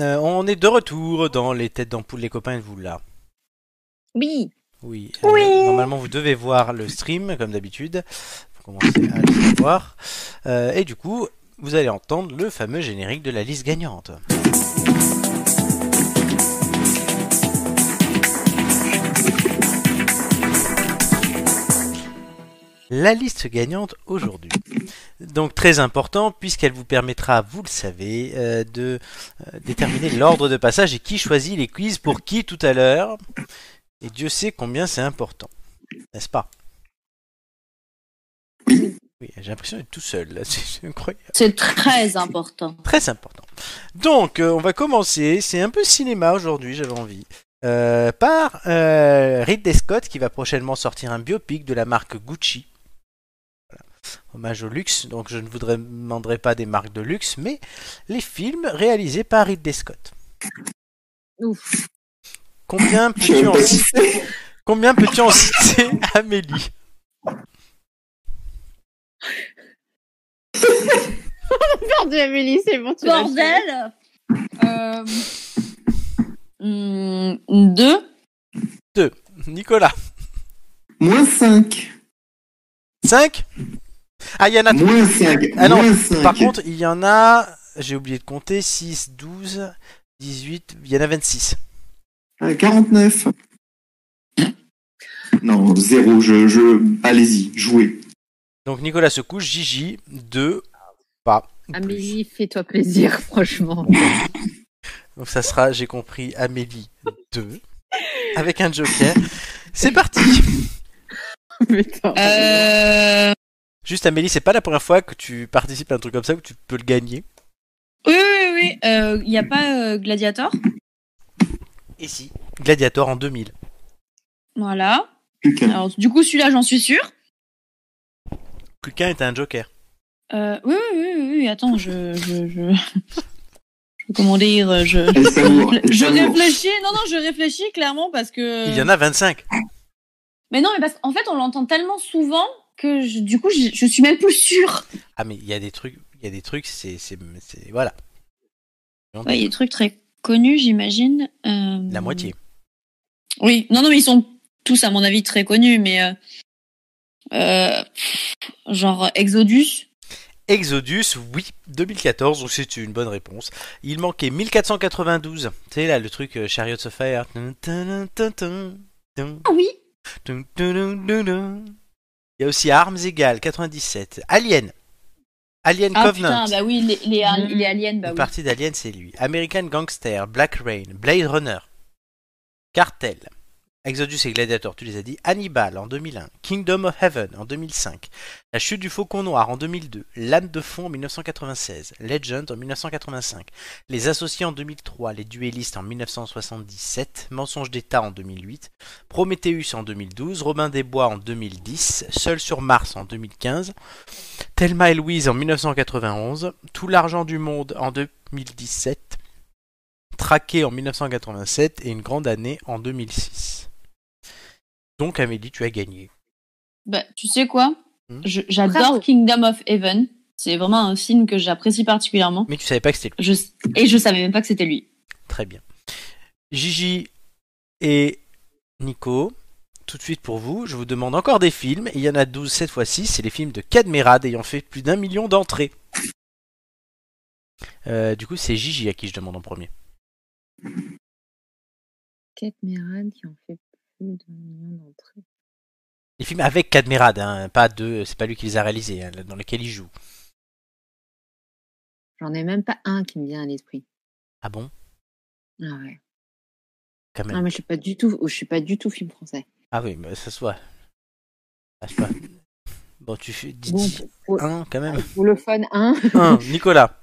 S1: euh, on est de retour dans les têtes d'ampoule, les copains, vous là.
S11: Oui.
S1: Oui. euh, normalement, vous devez voir le stream, comme d'habitude. Vous commencez à le voir. Euh, et du coup, vous allez entendre le fameux générique de la liste gagnante. La liste gagnante aujourd'hui. Donc très important puisqu'elle vous permettra, vous le savez, euh, de euh, déterminer l'ordre de passage et qui choisit les quiz pour qui tout à l'heure. Et Dieu sait combien c'est important, n'est-ce pas Oui, j'ai l'impression d'être tout seul, là, c'est c'est incroyable.
S3: C'est très important.
S1: Très important. Donc, euh, on va commencer. C'est un peu cinéma aujourd'hui, j'avais envie. Euh, par euh, Ridley Scott qui va prochainement sortir un biopic de la marque Gucci. Voilà. Hommage au luxe, donc je ne vous demanderai pas des marques de luxe, mais les films réalisés par Ridley Scott.
S11: Ouf.
S1: Combien
S2: Euh,
S1: peux-tu en, Combien peux-tu en citer, Amélie
S4: Perdu Amélie, c'est bon, tu l'as fait.
S3: Bordel euh... hmm, Deux
S1: Nicolas
S2: Moins 5.
S1: 5 Ah, il y en a
S2: Moins 5.
S1: Ah non,
S2: moins 5.
S1: Par contre, il y en a, j'ai oublié de compter, 6, 12, 18, il y en a 26.
S2: Ah, 49. Non, zéro, je, je, allez-y, jouez.
S1: Donc Nicolas se couche, Gigi, 2, pas. plus.
S11: Amélie, fais-toi plaisir, franchement.
S1: Donc ça sera, j'ai compris, Amélie, 2, avec un joker. C'est parti
S11: Putain.
S3: euh...
S1: Juste Amélie, c'est pas la première fois que tu participes à un truc comme ça où tu peux le gagner.
S3: Oui, oui, oui. Il n'y a pas euh, Gladiator.
S1: Et si Gladiator en 2000.
S3: Voilà.
S2: Plus
S1: Ah.
S2: qu'un.
S3: Alors, du coup, celui-là, j'en suis sûre.
S1: Quelqu'un était un joker.
S3: Euh, oui, oui, oui, oui, oui, attends, je. je, je... je- Comment dire euh, Je,
S2: Et ça ouvre, et
S3: je
S2: ça ouvre.
S3: réfléchis. Non, non, je réfléchis clairement parce que.
S1: Il y en a 25.
S3: Mais non, mais parce qu'en fait, on l'entend tellement souvent que je- du coup, je, je suis même plus sûre.
S1: Ah mais il y a des trucs, il y a des trucs, c'est, c'est, c'est- voilà.
S3: Ouais, il y a des trucs très connus, j'imagine. Euh,
S1: La moitié.
S3: Oui, non, non, mais ils sont tous, à mon avis, très connus, mais. euh, euh, pff, genre Exodus.
S1: Exodus, oui, 2014, donc c'est une bonne réponse. Il manquait 1492. Tu sais là, le truc euh, Chariot of Fire.
S3: Ah oui
S1: Il y a aussi Armes Égales, 97. Alien. Alien
S3: Ah
S1: Covenant.
S3: putain, bah oui, les, les,
S11: Mm.
S3: les aliens, bah
S1: Une
S3: oui.
S1: partie d'Alien, c'est lui. American Gangster, Black Rain, Blade Runner, Cartel, Exodus et Gladiator, tu les as dit. Hannibal en 2001, Kingdom of Heaven en 2005, La Chute du Faucon Noir en 2002, L'âme de fond en 1996, Legend en 1985, Les Associés en 2003, Les Duellistes en 1977, Mensonge d'État en 2008, Prometheus en 2012, Robin des Bois en 2010, Seul sur Mars en 2015, Thelma et Louise en 1991, Tout l'argent du monde en 2017, Traqué en 1987 et Une grande année en 2006. Donc Amélie, tu as gagné.
S3: Bah, tu sais quoi
S1: Hmm.
S3: Je- J'adore
S4: Bravo.
S3: Kingdom of Heaven. C'est vraiment un film que j'apprécie particulièrement.
S1: Mais tu savais pas que c'était
S3: Je... Et je savais même pas que c'était lui.
S1: très bien. Gigi et Nico, tout de suite pour vous, je vous demande encore des films. Il y en a 12 cette fois-ci, c'est les films de Cadmerade ayant fait plus d'un million d'entrées. Euh, du coup, c'est Gigi à qui je demande en premier.
S11: Kate Merad qui en fait plus d'un million d'entrées.
S1: Les films avec Cadmerade, hein, pas de, c'est pas lui qui les a réalisés, hein, dans lesquels il joue.
S11: J'en ai même pas un qui me vient à l'esprit.
S1: Ah bon
S11: Ah ouais.
S1: Quand même.
S11: Non, mais je suis pas du tout, je suis pas du tout film français.
S1: Ah oui, mais ça se voit. Ah, je sais pas. Bon, tu fais dis,
S11: Bon,
S1: dis
S11: pour,
S1: un quand même.
S11: pour le fun hein. 1,
S1: Un, Nicolas.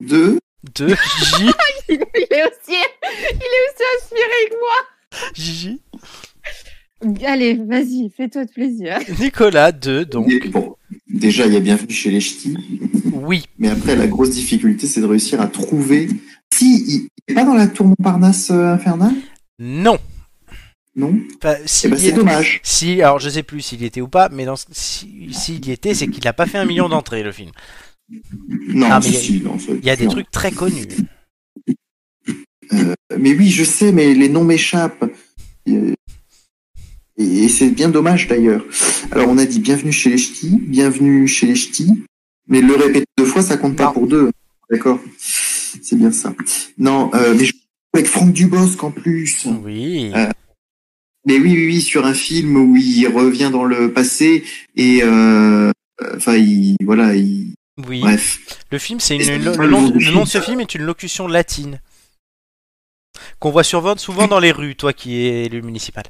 S2: 2.
S1: Deux, Gigi.
S4: Il est aussi, il est aussi inspiré que
S1: Gigi.
S11: allez, vas-y, fais-toi de plaisir.
S1: Nicolas, deux, donc.
S2: Bon, déjà, il y a bienvenue chez les ch'tis.
S1: Oui.
S2: Mais après, la grosse difficulté, c'est de réussir à trouver. Si, il n'est pas dans la tour Montparnasse euh, infernale
S1: Non.
S2: Non
S1: Enfin, si,
S2: Eh ben, c'est dommage.
S1: si, alors je sais plus s'il y était ou pas, mais dans, ce- si, s'il y était, c'est qu'il n'a pas fait un million d'entrées le film.
S2: Non,
S1: Ah, mais
S2: si,
S1: il y a-
S2: si, non, ça-
S1: Il y a des
S2: non.
S1: trucs très connus.
S2: Euh, mais oui, je sais, mais les noms m'échappent. Euh, Et, et c'est bien dommage d'ailleurs. Alors on a dit bienvenue chez les ch'tis, bienvenue chez les ch'tis, mais le répéter deux fois, ça compte pas pour deux. D'accord C'est bien ça. Non, euh, mais je avec Franck Dubosc en plus.
S1: Oui.
S2: Mais oui, oui, oui, sur un film où il revient dans le passé et euh, enfin, il, voilà, il,
S1: Oui.
S2: bref.
S1: Le film, c'est
S2: Et
S1: une,
S2: c'est
S1: le,
S2: pas
S1: le nom,
S2: le nom du
S1: le nom de ce film est une locution latine qu'on voit souvent, souvent dans les rues, toi qui es élu municipal.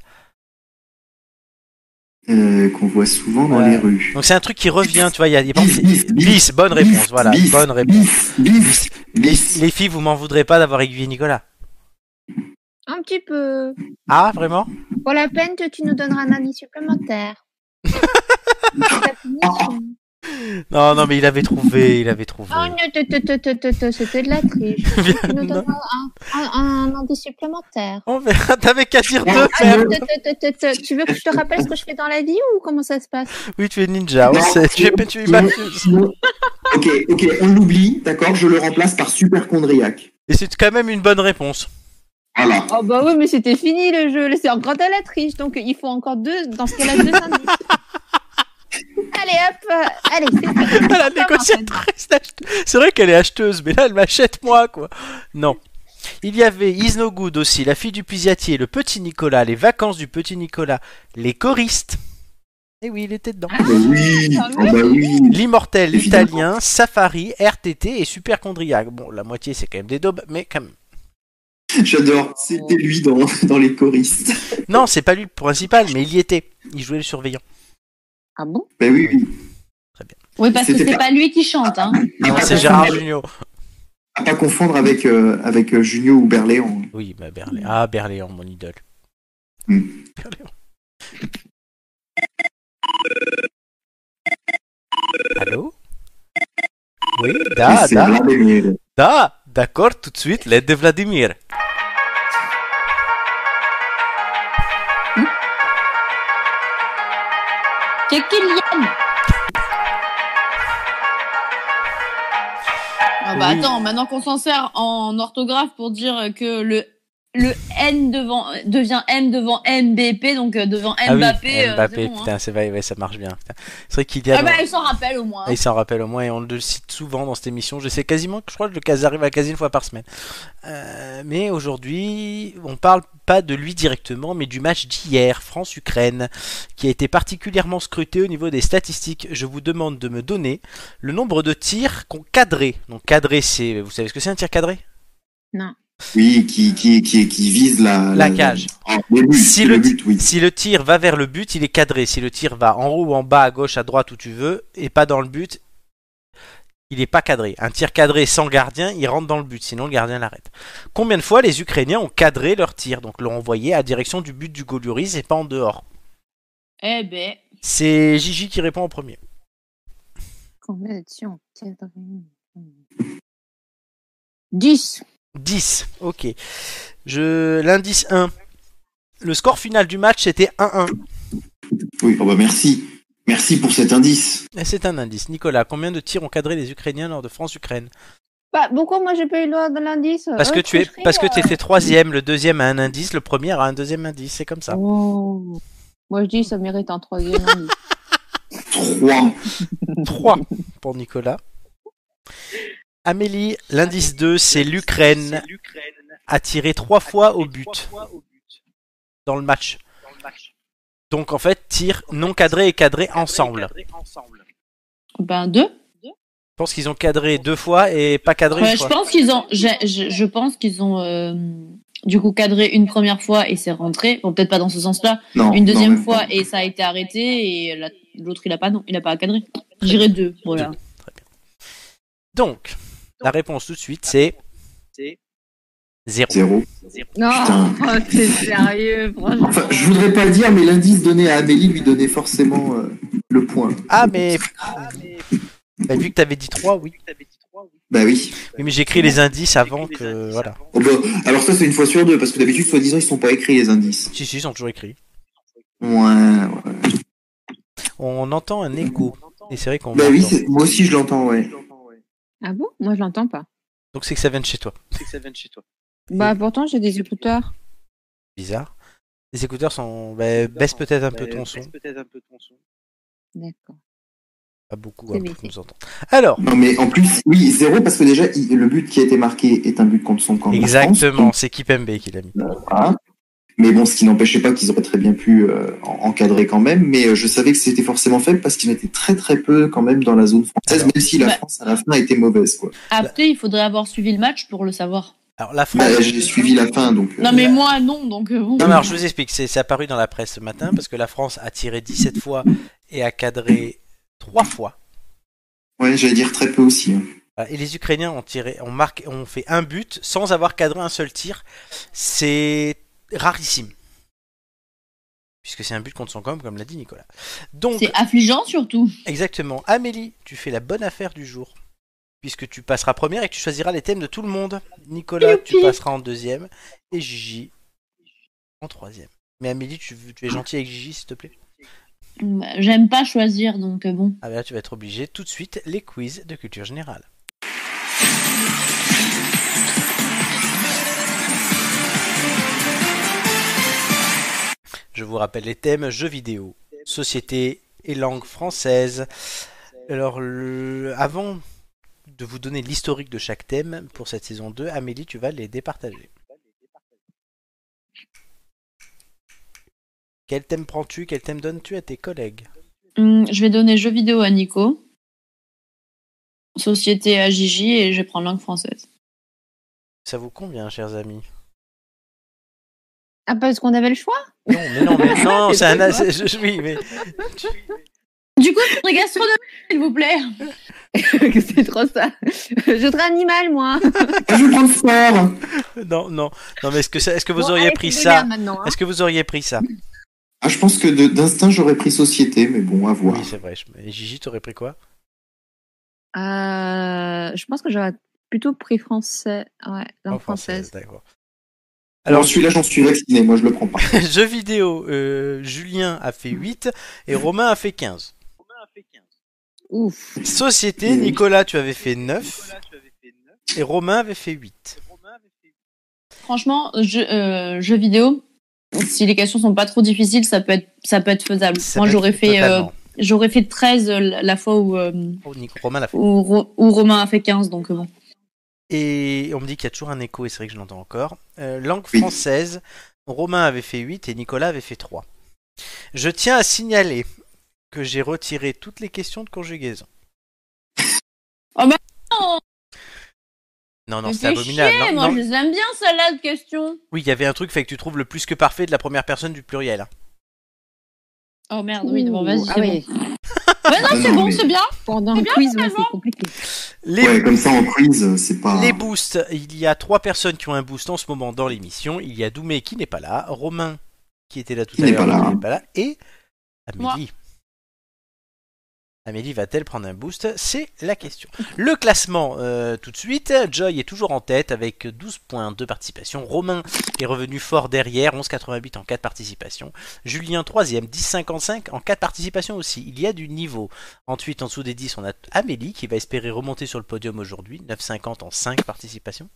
S2: euh, qu'on voit souvent dans
S1: Ouais.
S2: les rues.
S1: Donc c'est un truc qui revient, tu vois. Il y a, il y a-
S2: Bis, bis, bis,
S1: bis, bonne
S2: bis,
S1: réponse, voilà,
S2: bis,
S1: bonne réponse.
S2: Bis, bis, bis.
S1: Les filles, vous m'en voudrez pas d'avoir aiguillé Nicolas.
S4: Un petit peu.
S1: Ah vraiment
S4: Pour la peine, tu tu nous donneras un avis supplémentaire. Oh, T'as fini, tu-
S1: Non, non, mais il avait trouvé, il avait trouvé.
S4: Oh, non, te, te, te, te, te, te, c'était de la triche. Tu nous
S1: Non.
S4: donneras un, un, un indice supplémentaire.
S1: On verra, t'avais qu'à dire
S2: Ah,
S1: deux,
S4: Ah,
S1: merde.
S4: te, te, te, te, te, Tu veux que je te rappelle ce que je fais dans la vie ou comment ça se passe
S1: Oui, tu es ninja, on
S2: Non,
S1: sait, tu es
S2: non,
S1: Bah, tu es
S2: non,
S1: m'accuses.
S2: non. Ok, ok, on l'oublie, d'accord, je le remplace par superchondriaque.
S1: Et c'est quand même une bonne réponse.
S2: Voilà.
S4: Ah,
S11: Oh bah oui, mais c'était fini le jeu. Là, c'est encore de la triche. Donc il faut encore deux. Dans ce cas-là, deux indices.
S4: Allez, hop euh, Allez, c'est parti.
S1: Ah, la négociatrice d'achete- C'est vrai qu'elle est acheteuse, mais là, elle m'achète moi, quoi. Non. Il y avait Is No Good aussi, La fille du puisatier, Le petit Nicolas, Les vacances du petit Nicolas, Les choristes. Eh oui, il était dedans.
S2: Ah bah oui, ah bah oui.
S1: L'immortel,
S2: Évidemment.
S1: l'italien, Safari, RTT et Superchondriaque. Bon, la moitié, c'est quand même des daubes, mais quand même.
S2: J'adore, c'était lui dans, dans les choristes.
S1: Non, c'est pas lui le principal, mais il y était. Il jouait le surveillant.
S11: Ah bon
S2: Bah oui, oui.
S3: Oui, parce que
S2: C'était
S3: c'est
S2: pas-
S3: pas lui qui chante, hein.
S1: Non, Ah,
S2: pas
S1: c'est
S2: confondre
S1: Gérard
S2: avec-
S1: Junior.
S2: À pas confondre avec, euh, avec euh, Junio ou Berléon.
S1: Oui, bah, Berlé-
S3: Mm.
S1: Ah, Berléand, mon idole.
S2: Hmm.
S1: Berléand. Allô Oui, da,
S2: c'est
S1: da,
S2: Vladimir.
S1: da, d'accord, tout de suite, l'aide de Vladimir.
S3: C'est Kylian. Ah bah
S1: Oui.
S3: attends, maintenant qu'on s'en sert en orthographe pour dire que le le N devant devient M devant MBP, donc euh, devant
S1: Ah oui,
S3: Mbappé. euh,
S1: Mbappé,
S3: c'est bon, hein.
S1: putain, c'est vrai, ouais, ça marche bien. putain. C'est vrai qu'il y a.
S3: Ah bah il s'en rappelle au moins.
S1: Ah, Il s'en rappelle au moins et on le cite souvent dans cette émission. Je sais quasiment que je crois que le cas arrive à quasi une fois par semaine. Euh, mais aujourd'hui, on parle pas de lui directement, mais du match d'hier, France-Ukraine, qui a été particulièrement scruté au niveau des statistiques. Je vous demande de me donner le nombre de tirs qu'on cadré. Donc cadré, c'est, vous savez ce que c'est un tir cadré
S2: Oui, qui, qui, qui, qui vise la,
S1: La cage.
S2: Ah, le but,
S1: Si
S2: le
S1: le-
S2: but, oui.
S1: Si le tir va vers le but, il est cadré. Si le tir va en haut, en bas, à gauche, à droite, où tu veux, et pas dans le but, il n'est pas cadré. Un tir cadré sans gardien, il rentre dans le but, sinon le gardien l'arrête. Combien de fois les Ukrainiens ont cadré leur tir, donc l'ont envoyé à direction du but du Goluris et pas en dehors
S3: Eh ben.
S1: C'est Gigi qui répond en premier.
S11: Combien de tirs ont cadré 10.
S1: 10, ok. Je... L'indice 1. Le score final du match, c'était 1-1.
S2: Oui, oh bah merci. Merci pour cet indice.
S1: Et C'est un indice. Nicolas, combien de tirs ont cadré les Ukrainiens lors de France-Ukraine
S4: Bah, pourquoi moi j'ai pas eu le droit de l'indice
S1: Parce que
S4: Ouais,
S1: tu es,
S4: tricherie,
S1: parce que
S4: euh.
S1: t'étais troisième, le deuxième a un indice, le premier a un deuxième indice, c'est comme ça.
S11: Oh. Moi, je dis, ça mérite un troisième indice.
S2: Trois.
S1: 3 pour Nicolas. Amélie, l'indice 2, c'est l'Ukraine a tiré trois fois au but dans le match. Donc en fait, tir non cadré et cadré ensemble. Je
S3: Ben deux.
S1: pense qu'ils ont cadré deux fois et pas cadré
S3: Ouais,
S1: une
S3: je
S1: fois.
S3: pense qu'ils ont, je, je, je pense qu'ils ont euh, du coup cadré une première fois et c'est rentré. Bon peut-être pas dans ce sens-là.
S2: Non,
S3: Une deuxième
S2: non, mais-
S3: fois et ça a été arrêté et la- l'autre il a pas non, il a pas cadré. J'irai deux, voilà.
S1: Donc, la réponse tout de suite, c'est 0.
S2: Zéro.
S11: non,
S3: Ah.
S2: Putain.
S11: oh, t'es sérieux, franchement.
S2: Enfin, je voudrais pas le dire, mais l'indice donné à Amélie lui donnait forcément euh, le point.
S1: Ah mais... Bah, vu que t'avais dit 3, oui.
S2: Bah oui.
S1: Oui, mais j'écris les indices avant que... Voilà.
S2: Oh bah, alors ça, c'est une fois sur deux, parce que d'habitude, soi-disant, ils sont pas écrits, les indices.
S1: Si, si, ils sont toujours écrits.
S2: Ouais, ouais.
S1: On entend un écho. Et c'est vrai qu'on
S2: Bah oui,
S1: l'entend.
S2: c'est- moi aussi, je l'entends, ouais.
S11: Ah bon Moi, je l'entends pas.
S1: Donc c'est que ça vient de chez toi.
S11: Bah pourtant j'ai des écouteurs.
S1: Bizarre. Les écouteurs sont. bah, baisse peut-être un peu ton son.
S11: D'accord.
S1: Pas beaucoup
S11: C'est
S1: hein, pour
S11: baissé.
S1: qu'on nous entende. Alors,
S2: Non, mais en plus, oui, zéro, parce que déjà, il- le but qui a été marqué est un but contre son camp. de la
S1: exactement,
S2: France.
S1: c'est Kipembe qui l'a mis.
S2: Donc, voilà. Mais bon, ce qui n'empêchait pas qu'ils auraient très bien pu euh, en- encadrer quand même. Mais euh, je savais que c'était forcément faible parce qu'ils étaient très très peu quand même dans la zone française,
S1: Alors.
S2: même si la
S3: Bah.
S2: France à la fin a été mauvaise. Quoi.
S3: Après, Ah, il faudrait avoir suivi le match pour le savoir.
S1: Alors, la France.
S2: Bah, j'ai suivi la fin, donc. euh,
S3: Non, mais moi, non, donc euh, bon.
S1: Non, mais alors, je vous explique, c'est c'est apparu dans la presse ce matin parce que la France a tiré 17 fois et a cadré 3 fois.
S2: Ouais, j'allais dire très peu aussi. hein.
S1: Voilà, Et les Ukrainiens ont tiré, ont marqué, ont fait un but sans avoir cadré un seul tir. C'est rarissime. Puisque c'est un but contre son camp, comme l'a dit Nicolas. Donc,
S3: C'est affligeant surtout.
S1: exactement. Amélie, tu fais la bonne affaire du jour. Puisque tu passeras première et que tu choisiras les thèmes de tout le monde. Nicolas, tu passeras en deuxième. Et Gigi en troisième. Mais Amélie, tu, tu es gentil avec Gigi, s'il te plaît.
S3: Bah, J'aime pas choisir, donc euh, bon.
S1: Ah ben là, tu vas être obligé tout de suite les quiz de culture générale. Je vous rappelle les thèmes jeux vidéo, société et langue française. Alors, le- avant de vous donner l'historique de chaque thème pour cette saison 2, Amélie, tu vas les départager. Quel thème prends-tu Quel thème donnes-tu à tes collègues
S3: Hum, je vais donner jeux vidéo à Nico, société à Gigi et je vais prendre langue française.
S1: Ça vous convient, chers amis
S11: Ah parce qu'on avait le choix
S1: Non, mais non, mais non, c'est un.
S11: Excuse-moi.
S1: c'est- je- je- oui, mais.
S3: Du coup, je voudrais gastronomie, s'il vous plaît.
S11: que c'est trop ça. Je serais animal moi.
S2: Ah, je vais prendre fort
S1: Non, non. Non, mais est-ce que, ça- est-ce que vous
S4: Bon,
S1: auriez
S4: allez,
S1: pris
S4: c'est
S1: ça
S4: vénère maintenant, hein.
S1: Est-ce que vous auriez pris ça
S2: ah, Je pense que de- d'instinct, j'aurais pris société, mais bon, à voir.
S1: Oui, c'est vrai. je- Et Gigi, t'aurais pris quoi
S11: Euh, je pense que j'aurais plutôt pris français. Ouais, langue
S1: En
S11: française.
S1: D'accord.
S2: Alors,
S1: Alors,
S2: celui-là, j'en suis vacciné, moi, je le prends pas.
S1: jeux vidéo, euh, Julien a fait 8 et Romain a fait 15.
S11: Ouf.
S1: Société, Nicolas, tu avais fait 9 et Romain avait fait 8.
S3: Franchement, je, euh, jeux vidéo, si les questions sont pas trop difficiles, ça peut être, ça peut être faisable.
S1: Ça
S3: Moi,
S1: peut
S3: j'aurais
S1: être hein.
S3: fait, euh,
S1: totalement.
S3: j'aurais fait 13 la la fois où, euh,
S1: Oh, Nico- Romain l'a fait.
S3: où, Ro- où Romain a fait 15, donc euh, bon.
S1: Et on me dit qu'il y a toujours un écho, et c'est vrai que je l'entends encore. Euh, langue
S2: Oui.
S1: française, Romain avait fait 8 et Nicolas avait fait 3. Je tiens à signaler que j'ai retiré toutes les questions de conjugaison.
S3: Oh bah non
S1: Non, non,
S3: Mais
S1: c'était
S3: fais
S1: abominable.
S3: chier,
S1: non,
S3: Eh, moi,
S1: non.
S3: je les aime bien, celle-là, de question.
S1: Oui, il y avait un truc, fait que tu trouves le plus que parfait de la première personne du pluriel. hein.
S3: Oh merde, oui, bon,
S11: Ouh,
S3: vas-y, c'est
S11: ah
S3: bon.
S11: ouais.
S3: Ouais, non,
S2: Ah
S3: c'est
S2: non,
S3: bon,
S2: mais-
S3: c'est bien.
S11: Pendant
S3: C'est
S11: le
S3: bien,
S11: quiz, ouais,
S3: finalement.
S11: c'est compliqué.
S1: Les,
S2: Ouais, comme ça, en prise, c'est pas...
S1: les boosts, il y a trois personnes qui ont un boost en ce moment dans l'émission. Il y a Doumé qui n'est pas là, Romain qui était là tout
S2: Qui
S1: à
S2: n'est
S1: l'heure
S2: pas là,
S1: qui
S2: hein.
S1: n'est pas là, et
S3: Moi.
S1: Amélie. Amélie va-t-elle prendre un boost C'est la question. Le classement, euh, tout de suite, Joy est toujours en tête avec 12 points de participation. Romain est revenu fort derrière, 11,88 en 4 participations. Julien, 3ème, 10,55 en 4 participations aussi. Il y a du niveau. Ensuite, en dessous des 10, on a Amélie qui va espérer remonter sur le podium aujourd'hui, 9,50 en 5 participations.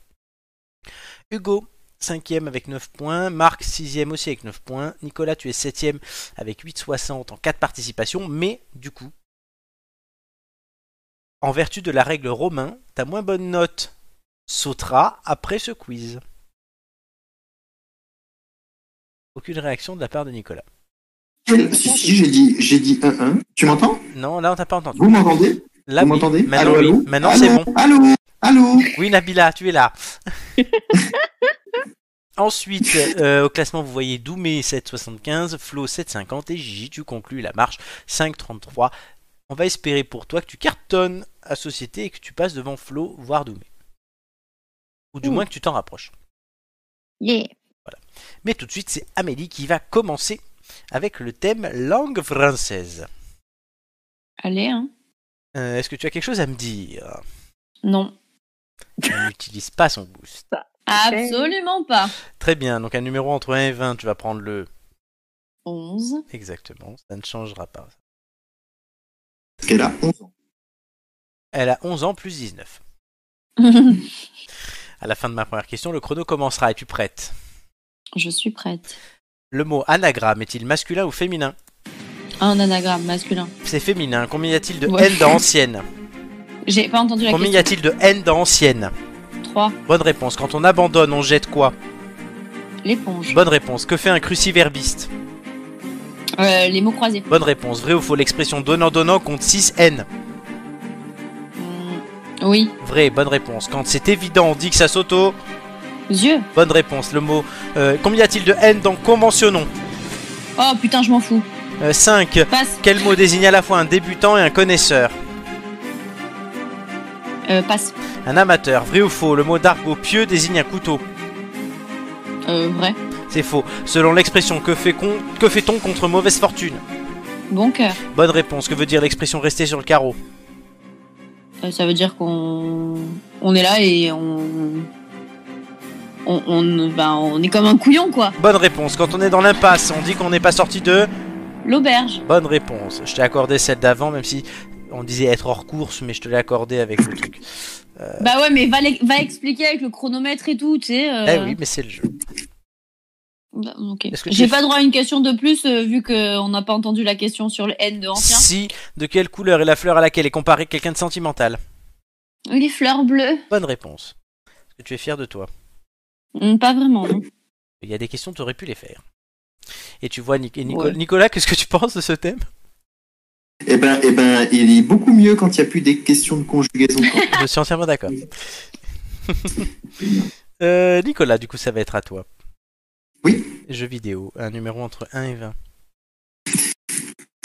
S1: Hugo, 5ème avec 9 points. Marc, 6ème aussi avec 9 points. Nicolas, tu es 7ème avec 8,60 en 4 participations. Mais du coup, en vertu de la règle romain, ta moins bonne note sautera après ce quiz. Aucune réaction de la part de Nicolas.
S2: Quel- Si, si, j'ai dit, j'ai dit 1-1. Tu m'entends
S1: Non, là on t'a pas entendu.
S2: Vous m'entendez
S1: Là,
S2: Vous
S1: oui.
S2: m'entendez
S1: Maintenant,
S2: Allô,
S1: oui.
S2: allô
S1: Maintenant,
S2: Allô
S1: c'est bon.
S2: Allô Allô
S1: Oui, Nabila, tu es là. Ensuite, euh, au classement, vous voyez Doumé 7,75, Flo 7,50 et Gigi, tu conclus la marche 5,33. On va espérer pour toi que tu cartonnes à Société et que tu passes devant Flo, voire Doumé. Ou du
S3: Mmh.
S11: Mm.
S1: moins que tu t'en rapproches.
S11: Yeah.
S1: Mais tout de suite, c'est Amélie qui va commencer avec le thème langue française.
S3: Allez, hein.
S1: Euh, Est-ce que tu as quelque chose à me dire
S3: Non.
S1: Elle n'utilise pas son boost.
S3: Absolument pas.
S1: Très bien, donc un numéro entre 1 et 20, tu vas prendre le
S3: 11.
S1: Exactement, ça ne changera pas.
S2: Parce qu'elle a 11 ans.
S1: Elle a 11 ans plus 19. À la fin de ma première question, le chrono commencera. Es-tu prête
S5: Je suis prête.
S1: Le mot anagramme est-il masculin ou féminin
S5: Ah, Un anagramme masculin.
S1: C'est féminin. Combien y a-t-il de
S5: Ouais.
S1: N dans ancienne
S5: J'ai pas entendu la
S1: Combien y
S5: question.
S1: a-t-il de N dans ancienne
S5: 3.
S1: Bonne réponse. Quand on abandonne, on jette quoi
S5: L'éponge.
S1: Bonne réponse. Que fait un cruciverbiste
S2: Bah.
S5: Euh, les mots croisés.
S1: Bonne réponse. Vrai ou faux L'expression donnant-donnant compte 6 N.
S5: Hmm, Oui.
S1: Vrai, bonne réponse. Quand c'est évident, on dit que ça s'auto.
S5: Yeux.
S1: Bonne réponse. Le mot. euh, combien y a-t-il de N dans conventionnons
S5: Oh putain, je m'en fous.
S1: 5. Quel mot désigne à la fois un débutant et un connaisseur
S5: Euh, passe.
S1: Un amateur. Vrai ou faux Le mot d'argot pieux désigne un couteau.
S5: Euh, vrai.
S1: C'est faux. Selon l'expression que fait con- que fait-on contre mauvaise fortune
S5: Bon cœur.
S1: Bonne réponse. Que veut dire l'expression rester sur le carreau
S5: Euh, ça veut dire qu'on on est là et on on, on, ben, on est comme un couillon quoi.
S1: Bonne réponse. Quand on est dans l'impasse, on dit qu'on n'est pas sorti de.
S5: L'auberge.
S1: Bonne réponse. Je t'ai accordé celle d'avant, même si on disait être hors course, mais je te l'ai accordé avec le truc. Euh,
S5: Bah ouais, mais va, l'ex- va expliquer avec le chronomètre et tout, tu sais. euh,
S1: Eh oui, mais c'est le jeu.
S5: bah, ok.
S1: Est-ce que tu
S5: J'ai
S1: es-
S5: pas droit à une question de plus euh, vu qu'on n'a pas entendu la question sur le N de ancien.
S1: Si, de quelle couleur est la fleur à laquelle est comparé quelqu'un de sentimental
S5: Les fleurs bleues.
S1: Bonne réponse. Est-ce que tu es fier de toi
S5: Hum, Pas vraiment. non.
S1: Il y a des questions, tu aurais pu les faire. Et tu vois, Nic- et Nico-
S2: Ouais.
S1: Nicolas, qu'est-ce que tu penses de ce thème
S2: Eh ben, eh ben, il est beaucoup mieux quand il n'y a plus des questions de conjugaison.
S1: Je suis entièrement d'accord. Euh, Nicolas, du coup, ça va être à toi.
S2: Oui.
S1: Jeux vidéo, un numéro entre 1 et 20.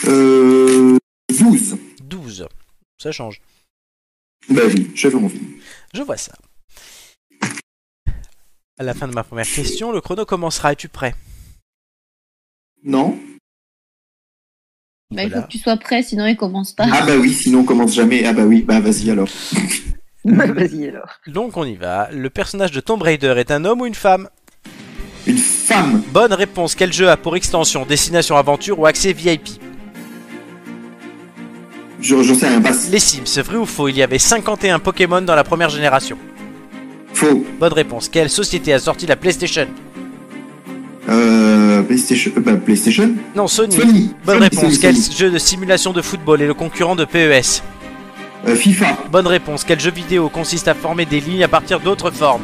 S2: Euh, 12.
S1: 12. Ça change.
S2: Bah oui, j'avais envie.
S1: Je vois ça. À la fin de ma première question, le chrono commencera. Es-tu prêt
S2: Non
S5: Bah, il faut
S1: Voilà.
S5: que tu sois prêt, sinon il commence pas.
S2: Ah bah oui, sinon on commence jamais. Ah bah oui, bah vas-y alors.
S4: Vas-y alors.
S1: Donc on y va. Le personnage de Tomb Raider est un homme ou une femme
S2: Une femme
S1: Bonne réponse. Quel jeu a pour extension Destination Aventure ou accès VIP
S2: Je, j'en sais rien, passe.
S1: Les Sims, c'est vrai ou faux Il y avait 51 Pokémon dans la première génération.
S2: Faux.
S1: Bonne réponse. Quelle société a sorti la PlayStation
S2: Euh, PlayStation, euh, bah, PlayStation
S1: Non, Sony.
S2: Sony.
S1: Bonne
S2: Sony,
S1: réponse.
S2: Sony,
S1: Quel
S2: Sony.
S1: jeu de simulation de football est le concurrent de PES
S2: Euh, FIFA.
S1: Bonne réponse. Quel jeu vidéo consiste à former des lignes à partir d'autres formes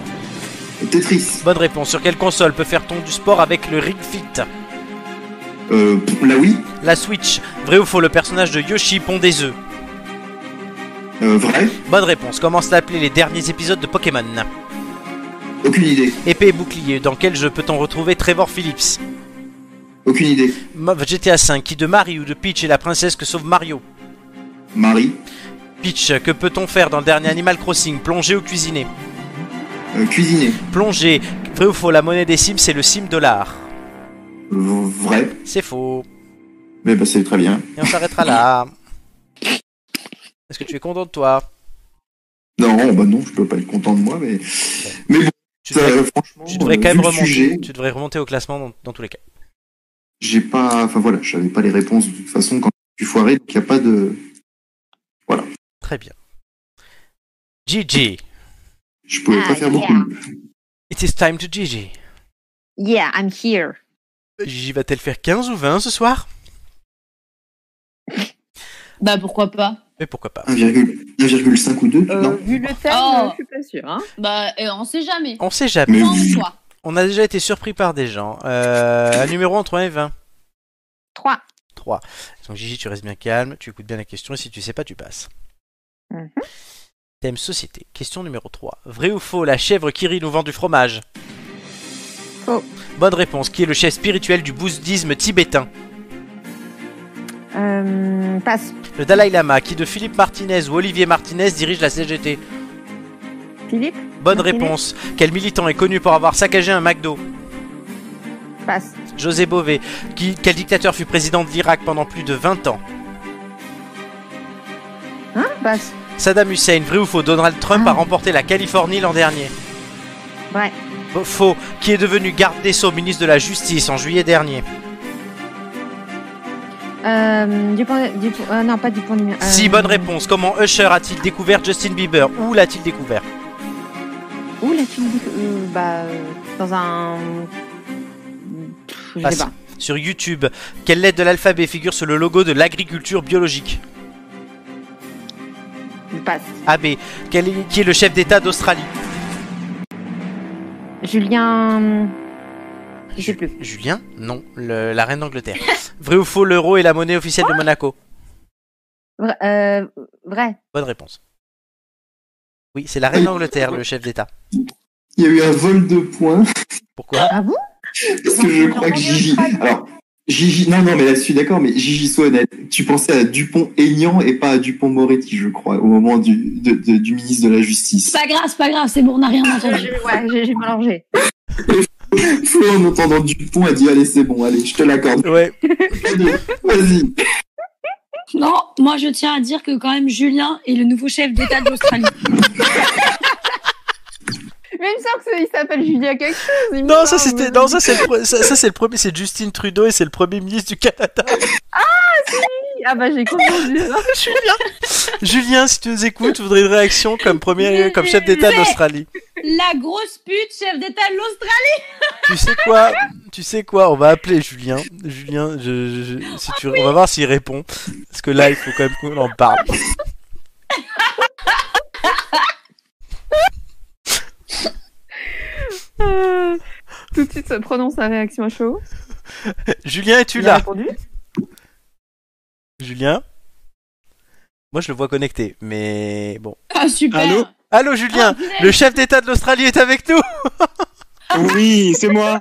S2: Tetris.
S1: Bonne réponse. Sur quelle console peut faire-t-on du sport avec le Ring Fit
S2: Euh, la Wii.
S1: La Switch. Vrai ou faux Le personnage de Yoshi pond des œufs.
S2: Euh, vrai.
S1: Bonne réponse. Comment s'appelaient les derniers épisodes de Pokémon
S2: Aucune idée.
S1: Épée et bouclier. Dans quel jeu peut-on retrouver Trevor Phillips
S2: Aucune idée.
S1: Ma- GTA V. Qui de Marie ou de Peach est la princesse que sauve Mario
S2: Marie.
S1: Peach, que peut-on faire dans le dernier Animal Crossing Plonger ou cuisiner
S2: Euh, cuisiner.
S1: Plonger, vrai ou faux, la monnaie des Sims c'est le Sim dollar.
S2: V- vrai.
S1: C'est faux.
S2: Mais bah c'est très bien.
S1: Et on s'arrêtera là. Est-ce que tu es content de toi
S2: Non, bah non, je peux pas être content de moi, mais. Mais bon,
S1: Tu
S2: ça,
S1: devrais,
S2: franchement,
S1: tu devrais
S2: euh,
S1: quand
S2: vu
S1: même
S2: le
S1: remonter.
S2: sujet,
S1: Tu devrais remonter au classement dans, dans tous les cas.
S2: j'ai pas. Enfin voilà, j'avais pas les réponses de toute façon quand je suis foiré, donc y a pas de.
S1: Très bien. GG.
S2: Je pouvais pas
S10: Ah,
S2: faire
S10: yeah.
S2: beaucoup.
S1: It is time to GG.
S10: Yeah, I'm here.
S1: Gigi va-t-elle faire 15 ou 20 ce soir
S5: Bah pourquoi pas.
S1: Mais pourquoi pas
S2: 1,5 1,5 ou 2
S4: Euh,
S2: Non.
S4: vu le thème,
S5: Oh.
S4: je suis pas sûre. Hein.
S5: Bah euh, on sait jamais.
S1: On sait jamais.
S2: Mais-
S5: Prends le choix.
S1: On a déjà été surpris par des gens. Euh, un numéro entre 1 et 20.
S10: 3.
S1: 3. Donc Gigi, tu restes bien calme, tu écoutes bien la question et si tu sais pas, tu passes.
S4: Mhm.
S1: Thème société. Question numéro 3. Vrai ou faux, la chèvre Kiri nous vend du fromage
S4: Faux.
S1: Bonne réponse. Qui est le chef spirituel du bouddhisme tibétain
S10: Euh, passe.
S1: Le Dalai Lama, qui de Philippe Martinez ou Olivier Martinez dirige la CGT
S4: Philippe,
S1: Bonne
S4: Martinez.
S1: réponse. Quel militant est connu pour avoir saccagé un McDo
S4: passe.
S1: José Bové. Qui, quel dictateur fut président de l'Irak pendant plus de 20 ans
S4: Hein Passe.
S1: Saddam Hussein, vrai ou faux, Donald Trump a remporté la Californie l'an dernier
S4: Ouais.
S1: Faux- Faux, qui est devenu garde des Sceaux, ministre de la Justice en juillet dernier.
S10: Euh, du point, du point- euh, non, pas du point numéro. euh,
S1: Si, bonne réponse. Comment Usher a-t-il découvert Justin Bieber Où l'a-t-il découvert
S10: Où
S4: la fille euh, bah, euh, dans un.
S11: Hmm.
S4: Pff, je sais
S1: Passe.
S4: pas.
S1: Sur YouTube, quelle lettre de l'alphabet figure sur le logo de l'agriculture biologique
S4: Je passe.
S1: AB. Quel est- qui est le chef d'État d'Australie
S4: Julien. Je sais plus.
S1: Julien Non, le- la reine d'Angleterre. Vrai ou faux, l'euro est la monnaie officielle de Monaco
S4: Vra- euh, vrai.
S1: Bonne réponse. Oui, c'est la reine d'Angleterre, le chef d'État.
S2: Il y a eu un vol de points.
S1: Pourquoi
S4: Ah bon
S2: Parce que je crois que Gigi. Alors, Gigi. Non, non, mais là, je suis d'accord, mais Gigi, sois honnête. Tu pensais à Dupont-Aignan et pas à Dupont-Moretti, je crois, au moment du, de- de- du ministre de la Justice.
S5: Pas grave, c'est pas grave, c'est bon, on n'a rien entendu.
S4: Ouais, j'ai- j'ai mélangé.
S2: Flo, en entendant Dupont, a dit Allez, c'est bon, allez, je te l'accorde.
S1: Ouais.
S2: Vas-y.
S5: Non, moi je tiens à dire que quand même Julien est le nouveau chef d'État d'Australie.
S4: Mais il me semble qu'il s'appelle Julien quelque chose. il me
S1: Non, ça
S4: semble.
S1: c'était non, ça c'est le, pre- ça, ça, c'est le premier, c'est Justin Trudeau et c'est le premier ministre du Canada.
S4: Ah bah j'ai confondu.
S1: Julien. Julien, si tu nous écoutes, je voudrais une réaction comme premier, comme chef d'État
S5: Mais-
S1: d'Australie.
S5: La grosse pute, chef d'État de l'Australie
S1: Tu sais quoi Tu sais quoi On va appeler Julien. Julien, je, je- je- si tu, on va voir s'il répond. Parce que là, il faut quand même qu'on en parle.
S4: Euh, Tout de suite, ça prononce la réaction à chaud.
S1: Julien, es-tu
S4: Il a
S1: là
S4: répondu
S1: Julien Moi, je le vois connecté, mais bon.
S3: Ah, super.
S1: Allô Allô, Julien
S5: Ah,
S1: Le chef d'État de l'Australie est avec nous
S11: Oui, c'est moi.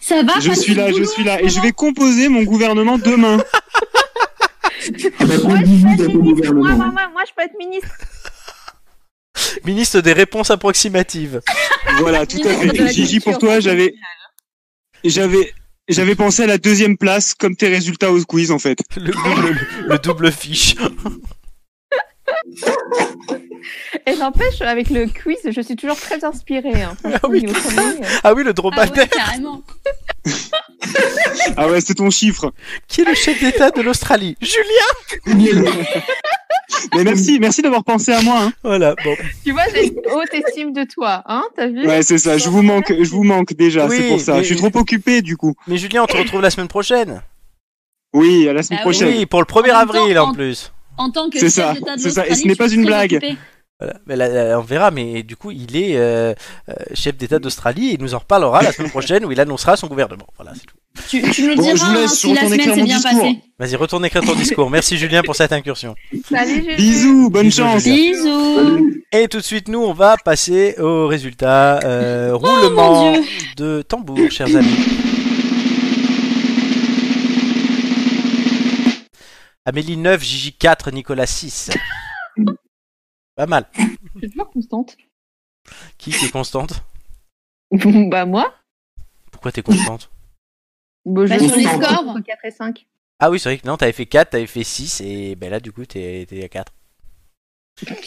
S5: Ça va
S11: Je suis là, je suis là. Et je vais composer mon gouvernement demain.
S4: Moi, moi, moi, moi, je peux être ministre.
S1: Ministre des réponses approximatives.
S11: Voilà, tout
S5: Ah,
S11: à
S1: Ministre de
S11: fait.
S1: la
S11: Gigi, pour toi, j'avais, j'avais, j'avais pensé à la deuxième place comme tes résultats au quiz, en fait.
S1: Le double, le double fiche.
S4: Et n'empêche, avec le quiz, je suis toujours très inspirée. hein. Franchement, niveau premier, euh,
S1: Ah oui, le dromadaire.
S5: carrément.
S11: Ah ouais, c'est ton chiffre.
S1: Qui est le chef d'État de l'Australie
S11: Julien Mais merci, merci d'avoir pensé à moi. hein.
S1: Voilà, bon.
S4: Tu vois, j'ai une haute estime de toi, hein, t'as vu
S11: Ouais, c'est ça. Je vous manque, je vous manque déjà.
S1: Oui,
S11: Ah, c'est pour ça.
S1: mais-
S11: Je suis trop occupé, du coup.
S1: Mais Julien, on te retrouve la semaine prochaine.
S11: Oui, à la semaine
S5: Bah oui.
S11: prochaine.
S1: Oui, pour le 1er avril Ah en plus.
S5: En tant que
S11: C'est
S5: chef
S11: ça,
S5: d'État de
S11: c'est ça. Et ce
S5: l'Australie,
S11: n'est
S5: tu
S11: pas
S5: es
S11: une
S5: très
S11: blague.
S5: occupé.
S1: Voilà. Mais là, là, on verra, mais du coup, il est euh, euh, chef d'État d'Australie et il nous en reparlera la semaine prochaine où il annoncera son gouvernement. Voilà, c'est tout.
S5: Tu, tu nous
S11: Bon, je
S5: diras
S11: vous
S5: hein,
S11: laisse, je
S5: si la
S11: retourne
S5: semaine
S11: écrire
S5: s'est
S11: mon
S5: bien
S11: discours.
S5: passée.
S1: Vas-y, retourne écrire ton discours. Merci Julien pour cette incursion.
S4: Salut, Gigi.
S11: Bisous, bonne chance.
S5: Bisous.
S1: Et tout de suite, nous, on va passer au résultat
S3: Oh,
S1: euh, roulement
S5: Dieu.
S1: de tambour, chers amis. Amélie 9, Gigi 4, Nicolas 6. Pas mal.
S4: Je suis toujours constante.
S1: Qui qui est constante
S4: bah, moi
S1: Pourquoi t'es constante
S4: bah,
S3: Bah,
S4: je-
S3: sur les scores.
S4: Entre 4 et 5.
S1: Ah oui, c'est vrai que non, t'avais fait 4, t'avais fait 6, et ben là, du coup, t'es t'es à 4.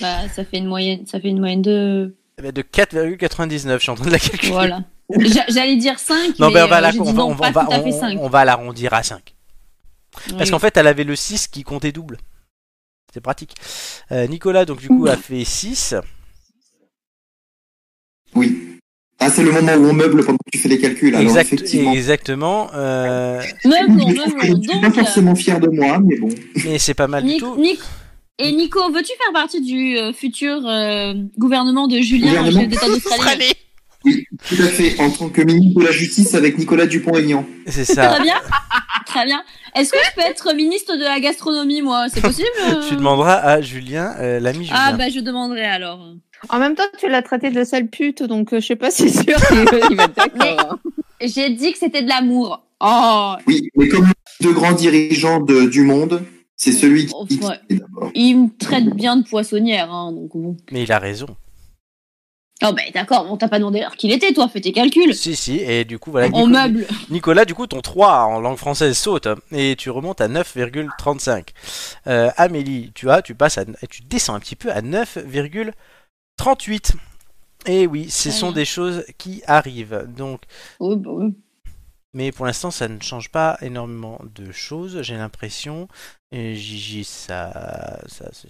S3: Bah, ça fait une moyenne, ça fait une moyenne de.
S1: Eh ben, De 4,99, je suis en train de la calculer.
S3: Voilà. J'a- J'allais dire 5.
S1: Non,
S3: mais,
S1: mais on va,
S3: euh,
S1: la-
S3: j'ai
S1: on
S3: dit
S1: va-
S3: non,
S1: on va-
S3: pas tout à fait
S1: on-
S3: 5.
S1: on va l'arrondir à 5. Parce
S3: Oui.
S1: qu'en fait, elle avait le 6 qui comptait double. C'est pratique. Euh, Nicolas, donc, du coup, a fait 6.
S2: Oui. Ah, c'est le moment où on meuble pendant que tu fais les calculs. Alors,
S1: Exact-
S2: Ah effectivement.
S1: exactement. euh,
S5: Meublons,
S2: Je
S5: meublons.
S2: ne suis pas
S5: Donc, euh,
S2: forcément fier de moi, mais bon.
S1: mais c'est pas mal du
S5: Nic-
S1: tout.
S5: Nic- et Nico, veux-tu faire partie du euh, futur euh, gouvernement de Julien,
S2: Gouvernement.
S5: chef d'État d'Australie
S2: Tout à fait, en tant que ministre de la Justice avec Nicolas Dupont-Aignan.
S1: C'est
S5: Très
S1: ça.
S5: bien. Très bien. Est-ce que je peux être ministre de la gastronomie, moi C'est possible euh
S1: Tu demanderas à Julien, euh, l'ami Julien.
S5: Ah, bah, je demanderai alors.
S4: En même temps, tu l'as traité de sale pute, donc euh, je sais pas si c'est sûr qu'il va il va être d'accord. hein.
S5: J'ai dit que c'était de l'amour. Oh,
S2: Oui, mais comme deux grands dirigeants de- du monde, c'est celui qui.
S5: oh,
S2: qui-
S5: ouais.
S2: est d'abord.
S5: il me traite bien de poissonnière, hein, donc bon.
S1: Mais il a raison.
S5: Oh, bah, d'accord, on t'a pas demandé l'heure qu'il était, toi, fais tes calculs.
S1: Si, si. Et du coup, voilà.
S5: En
S1: Nico-
S5: meuble.
S1: Nicolas, du coup, ton 3 en langue française saute. hein, Et tu remontes à 9,35. Euh, Amélie, tu as, tu passes à, tu descends un petit peu à 9,38. Et Eh oui, ce sont
S5: Voilà.
S1: des choses qui arrivent. Donc,
S5: Ah Oui, bah, oui.
S1: Mais pour l'instant, ça ne change pas énormément de choses, j'ai l'impression. Et Gigi, ça, ça, se-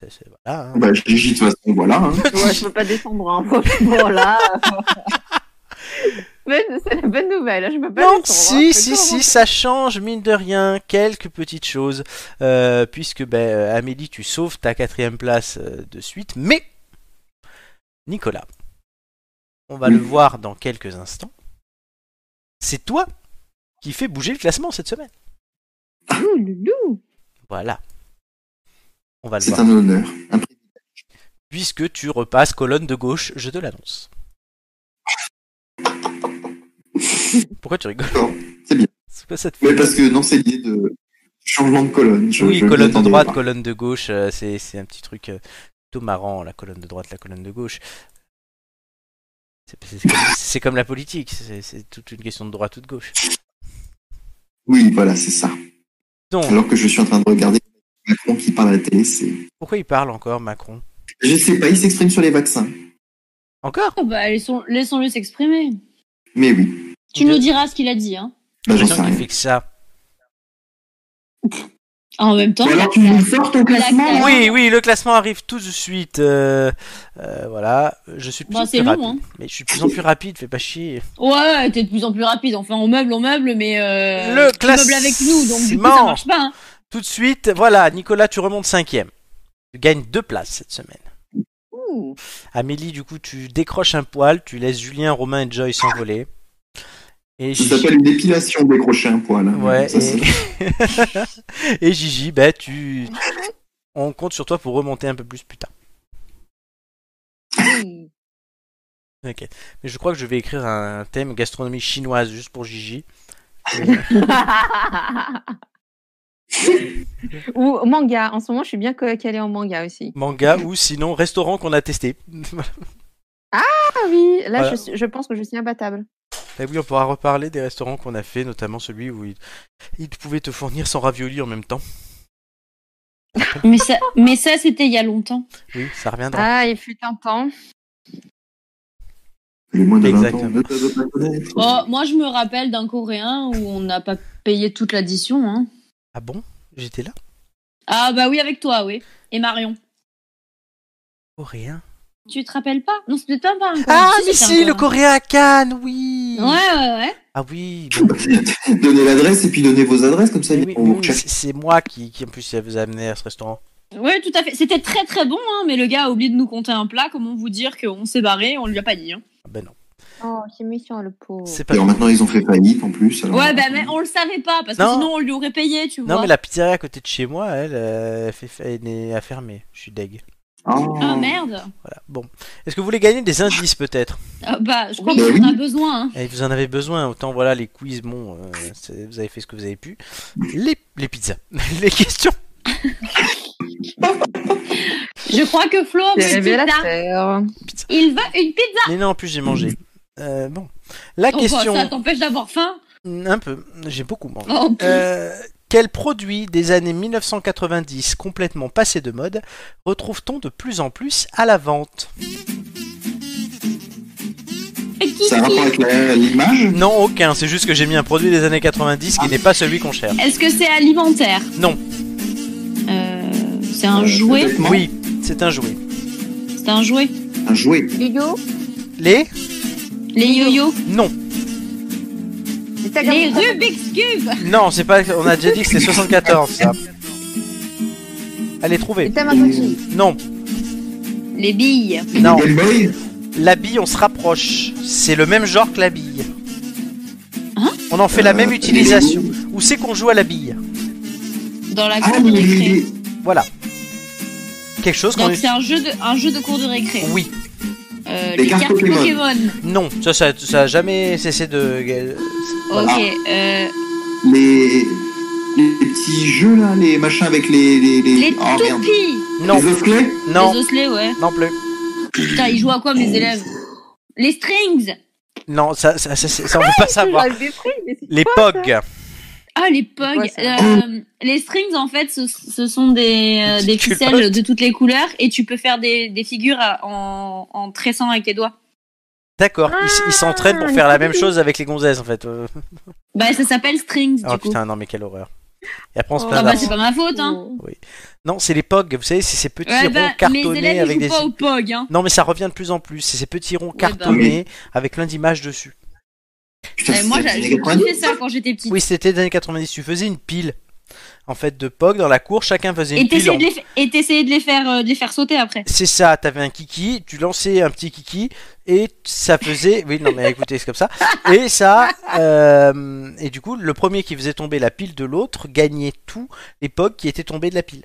S1: C'est- c'est- voilà, hein.
S2: Bah, Gigi, de toute façon, voilà. hein.
S11: Ouais, je peux pas descendre, hein, franchement, là. Mais c'est la bonne nouvelle, hein, je peux pas
S1: Non,
S11: descendre.
S1: si,
S11: hein, je peux
S1: si,
S11: pas
S1: si, ça change, mine de rien, quelques petites choses, euh, puisque ben, euh, Amélie, tu sauves ta quatrième place euh, de suite, mais Nicolas, on va
S2: Oui.
S1: le voir dans quelques instants, c'est toi qui fais bouger le classement cette semaine.
S11: Ouh, loulou.
S1: Voilà. On va le
S2: C'est
S1: voir.
S2: un honneur. Un prix.
S1: Puisque tu repasses colonne de gauche, je te l'annonce. Pourquoi tu rigoles
S2: C'est bien.
S1: C'est quoi ça te fait
S2: Mais parce que non, c'est lié de changement de colonne. Je-
S1: Oui,
S2: je
S1: colonne de
S2: m'attendais
S1: droite,
S2: pas.
S1: colonne de gauche, euh, c'est c'est un petit truc euh, plutôt marrant, la colonne de droite, la colonne de gauche. C'est- c'est- C'est comme, c'est comme la politique, c'est c'est toute une question de droite ou de gauche.
S2: Oui, voilà, c'est ça.
S1: Donc.
S2: Alors que je suis en train de regarder Macron qui parle à la télé, c'est.
S1: Pourquoi il parle encore, Macron
S2: Je sais pas, il s'exprime sur les vaccins.
S1: Encore
S3: Oh, bah, laissons- laissons-le s'exprimer.
S2: Mais oui.
S3: Tu nous diras ce qu'il a dit, hein.
S2: Bah, j'en
S1: J'ai l'impression
S2: sais
S1: qu'il
S2: rien.
S1: fait que ça.
S3: Ah, En même temps.
S2: Alors, tu nous sors ton classement,
S1: Oui, oui, le classement arrive tout de suite. euh, euh, voilà, je suis de plus
S3: Bah,
S1: en
S3: c'est
S1: plus
S3: long,
S1: rapide.
S3: hein.
S1: Mais je suis de plus en plus rapide, fais pas chier.
S3: Ouais, t'es de plus en plus rapide. Enfin, on meuble, on meuble, mais euh,
S1: Le
S3: tu meubles avec nous, donc du coup, ça
S1: classement.
S3: marche pas. hein.
S1: Tout de suite, voilà, Nicolas, tu remontes cinquième. Tu gagnes deux places cette semaine.
S11: Ouh.
S1: Amélie, du coup, tu décroches un poil, tu laisses Julien, Romain et Joy s'envoler. Et
S2: Ça
S1: Gigi-
S2: s'appelle une épilation, décrocher un poil. hein.
S1: Ouais,
S2: Ça, c'est-
S1: et... et Gigi, bah, tu... on compte sur toi pour remonter un peu plus plus tard.
S11: Oui.
S1: Ok. Mais je crois que je vais écrire un thème gastronomie chinoise juste pour Gigi.
S4: Ou manga. En ce moment, je suis bien co- calée en manga aussi.
S1: Manga ou sinon restaurant qu'on a testé.
S4: Ah oui, là,
S1: Voilà.
S4: je, suis- je pense que je suis imbattable.
S1: Et oui, on pourra reparler des restaurants qu'on a fait, notamment celui où ils il pouvaient te fournir sans ravioli en même temps.
S3: Mais ça, mais ça c'était il y a longtemps.
S1: Oui, ça reviendra.
S4: Ah, il fut un temps.
S2: Les moins de 20 ans
S1: Exactement.
S2: ne peuvent pas connaître.
S3: Oh, moi, je me rappelle d'un Coréen où on n'a pas payé toute l'addition. Hein.
S1: Ah bon J'étais là
S3: Ah bah oui, avec toi, oui. Et Marion.
S1: Coréen
S3: Tu te rappelles pas Non, c'était peut-être pas un Coréen.
S1: Ah, mais
S3: c'était un
S1: si, le Coréen à Cannes, oui
S3: Ouais, ouais, ouais.
S1: Ah oui,
S2: Donnez l'adresse et puis donnez vos adresses, comme ça,
S1: mais oui,
S2: on vous
S1: oui,
S2: recherche.
S1: c'est c'est moi qui, qui en plus vous a amené à ce restaurant.
S3: Ouais, tout à fait. C'était très très bon, hein, mais le gars a oublié de nous compter un plat. Comment vous dire qu'on s'est barré On lui a pas dit. Hein.
S1: Ah ben non,
S4: Oh, c'est méchant, le pauvre.
S1: c'est pas
S2: Alors maintenant, ils ont fait faillite en plus. alors-
S3: Ouais, bah, mais on le savait pas parce que
S1: Non.
S3: sinon on lui aurait payé, tu
S1: Non,
S3: vois.
S1: mais la pizzeria à côté de chez moi, elle, euh, fait, elle est à fermer. Je suis deg.
S3: Ah merde.
S1: Voilà, bon. Est-ce que vous voulez gagner des indices peut-être
S3: Ah, bah,
S1: Oh,
S3: je crois
S2: Oui.
S3: qu'on en a besoin. hein.
S1: Eh, Vous en avez besoin, autant voilà, les quiz, bon, euh, c'est- vous avez fait ce que vous avez pu. Les, les pizzas, les questions.
S3: Je crois que Flo
S4: C'est
S3: me dit ça.
S4: révélateur.
S3: Il veut une pizza.
S1: Mais non, en plus j'ai mangé. Euh, bon, la
S3: Oh, bah,
S1: question.
S3: ça t'empêche d'avoir faim.
S1: Un peu, j'ai beaucoup mangé.
S3: Oh, pff.
S1: Euh, quel produit des années 1990 complètement passé de mode retrouve-t-on de plus en plus à la vente
S3: Kiki.
S2: Ça a un rapport avec la- l'image
S1: Non, aucun, c'est juste que j'ai mis un produit des années 90
S2: Ah.
S1: qui n'est pas celui qu'on cherche.
S3: Est-ce que c'est alimentaire
S1: Non,
S3: Euh, C'est un
S2: Euh,
S3: jouet.
S2: vêtement
S1: oui, c'est un jouet.
S3: C'est un jouet.
S2: Un jouet.
S11: Yo-yo,
S1: Les
S3: Les yo-yo.
S1: Non,
S11: c'est ta
S3: Les
S11: gamme-
S3: Rubik's Cube.
S1: non, c'est pas. On a déjà dit que c'était 74 ça. Allez,
S11: c'est
S1: trouvez.
S11: ta Tamagotchi.
S1: Non,
S3: Les billes.
S1: non.
S2: Game Boy
S1: La bille, on se rapproche. C'est le même genre que la bille.
S3: Hein
S1: on en fait la
S2: Euh,
S1: même
S2: les
S1: utilisation. Où c'est qu'on joue à la bille
S3: Dans la
S2: Ah,
S3: cour de
S2: mais
S3: récré.
S2: les-
S1: Voilà. Quelque chose qu'on
S3: Donc c'est un jeu de un jeu de cours de récré.
S1: Oui,
S3: Euh,
S2: Les
S3: les
S2: cartes
S3: cartes
S2: Pokémon.
S3: Pokémon.
S1: non, ça, ça, ça a jamais cessé de. Ah.
S3: Ok. euh,
S2: les... les petits jeux là, les machins avec les. Les, les...
S3: les
S2: oh merde.
S3: toupies.
S1: Non,
S2: Les œufs clés
S1: non,
S3: Les osselets, ouais.
S1: non plus.
S3: Putain, ils jouent à quoi mes élèves Les strings.
S1: Non, ça, ça, ça, ça, ça, on peut pas savoir.
S4: J'aurais bien pris, mais c'est
S1: Les
S4: quoi, ça
S1: POG.
S3: Ah les pogs.
S4: quoi, ça
S3: Euh, les strings en fait ce, ce sont des, euh,
S1: Des
S3: des
S1: petites
S3: ficelles
S1: culottes.
S3: de toutes les couleurs et tu peux faire des, des figures à- en, en tressant avec les doigts.
S1: D'accord, ils s- ils s'entraînent pour
S4: Ah,
S1: faire la
S4: les
S1: même
S4: toupies.
S1: chose avec les gonzesses en fait. Euh,
S3: Bah ça s'appelle strings
S1: Oh
S3: du coup.
S1: putain, non mais quelle horreur. Et après, on se
S3: Ah
S1: plaint
S3: bah,
S1: d'Ars.
S3: c'est pas ma faute, hein.
S1: Oui. Non, c'est les POG, vous savez, c'est ces petits
S3: Ouais,
S1: ronds
S3: bah, mes
S1: cartonnés
S3: élèves,
S1: avec
S3: ils
S1: des.
S3: jouent pas au POG, hein.
S1: Non, mais ça revient de plus en plus. C'est ces petits ronds
S3: bah.
S1: cartonnés avec plein d'images dessus.
S3: Eh, moi, j'ai j'ai kiffé ça quand j'étais petite.
S1: Oui, c'était des années 90. Tu faisais une pile en fait de POG dans la cour. Chacun faisait
S3: Et
S1: une pile.
S3: t'essayais
S1: en-
S3: de, les fa- et t'essayais de les faire, euh, de les faire sauter après.
S1: C'est ça, t'avais un kiki, tu lançais un petit kiki et ça faisait. Oui, non, mais écoutez, c'est comme ça. Et ça. euh, Et du coup, le premier qui faisait tomber la pile de l'autre gagnait tout les POG qui étaient tombés de la pile.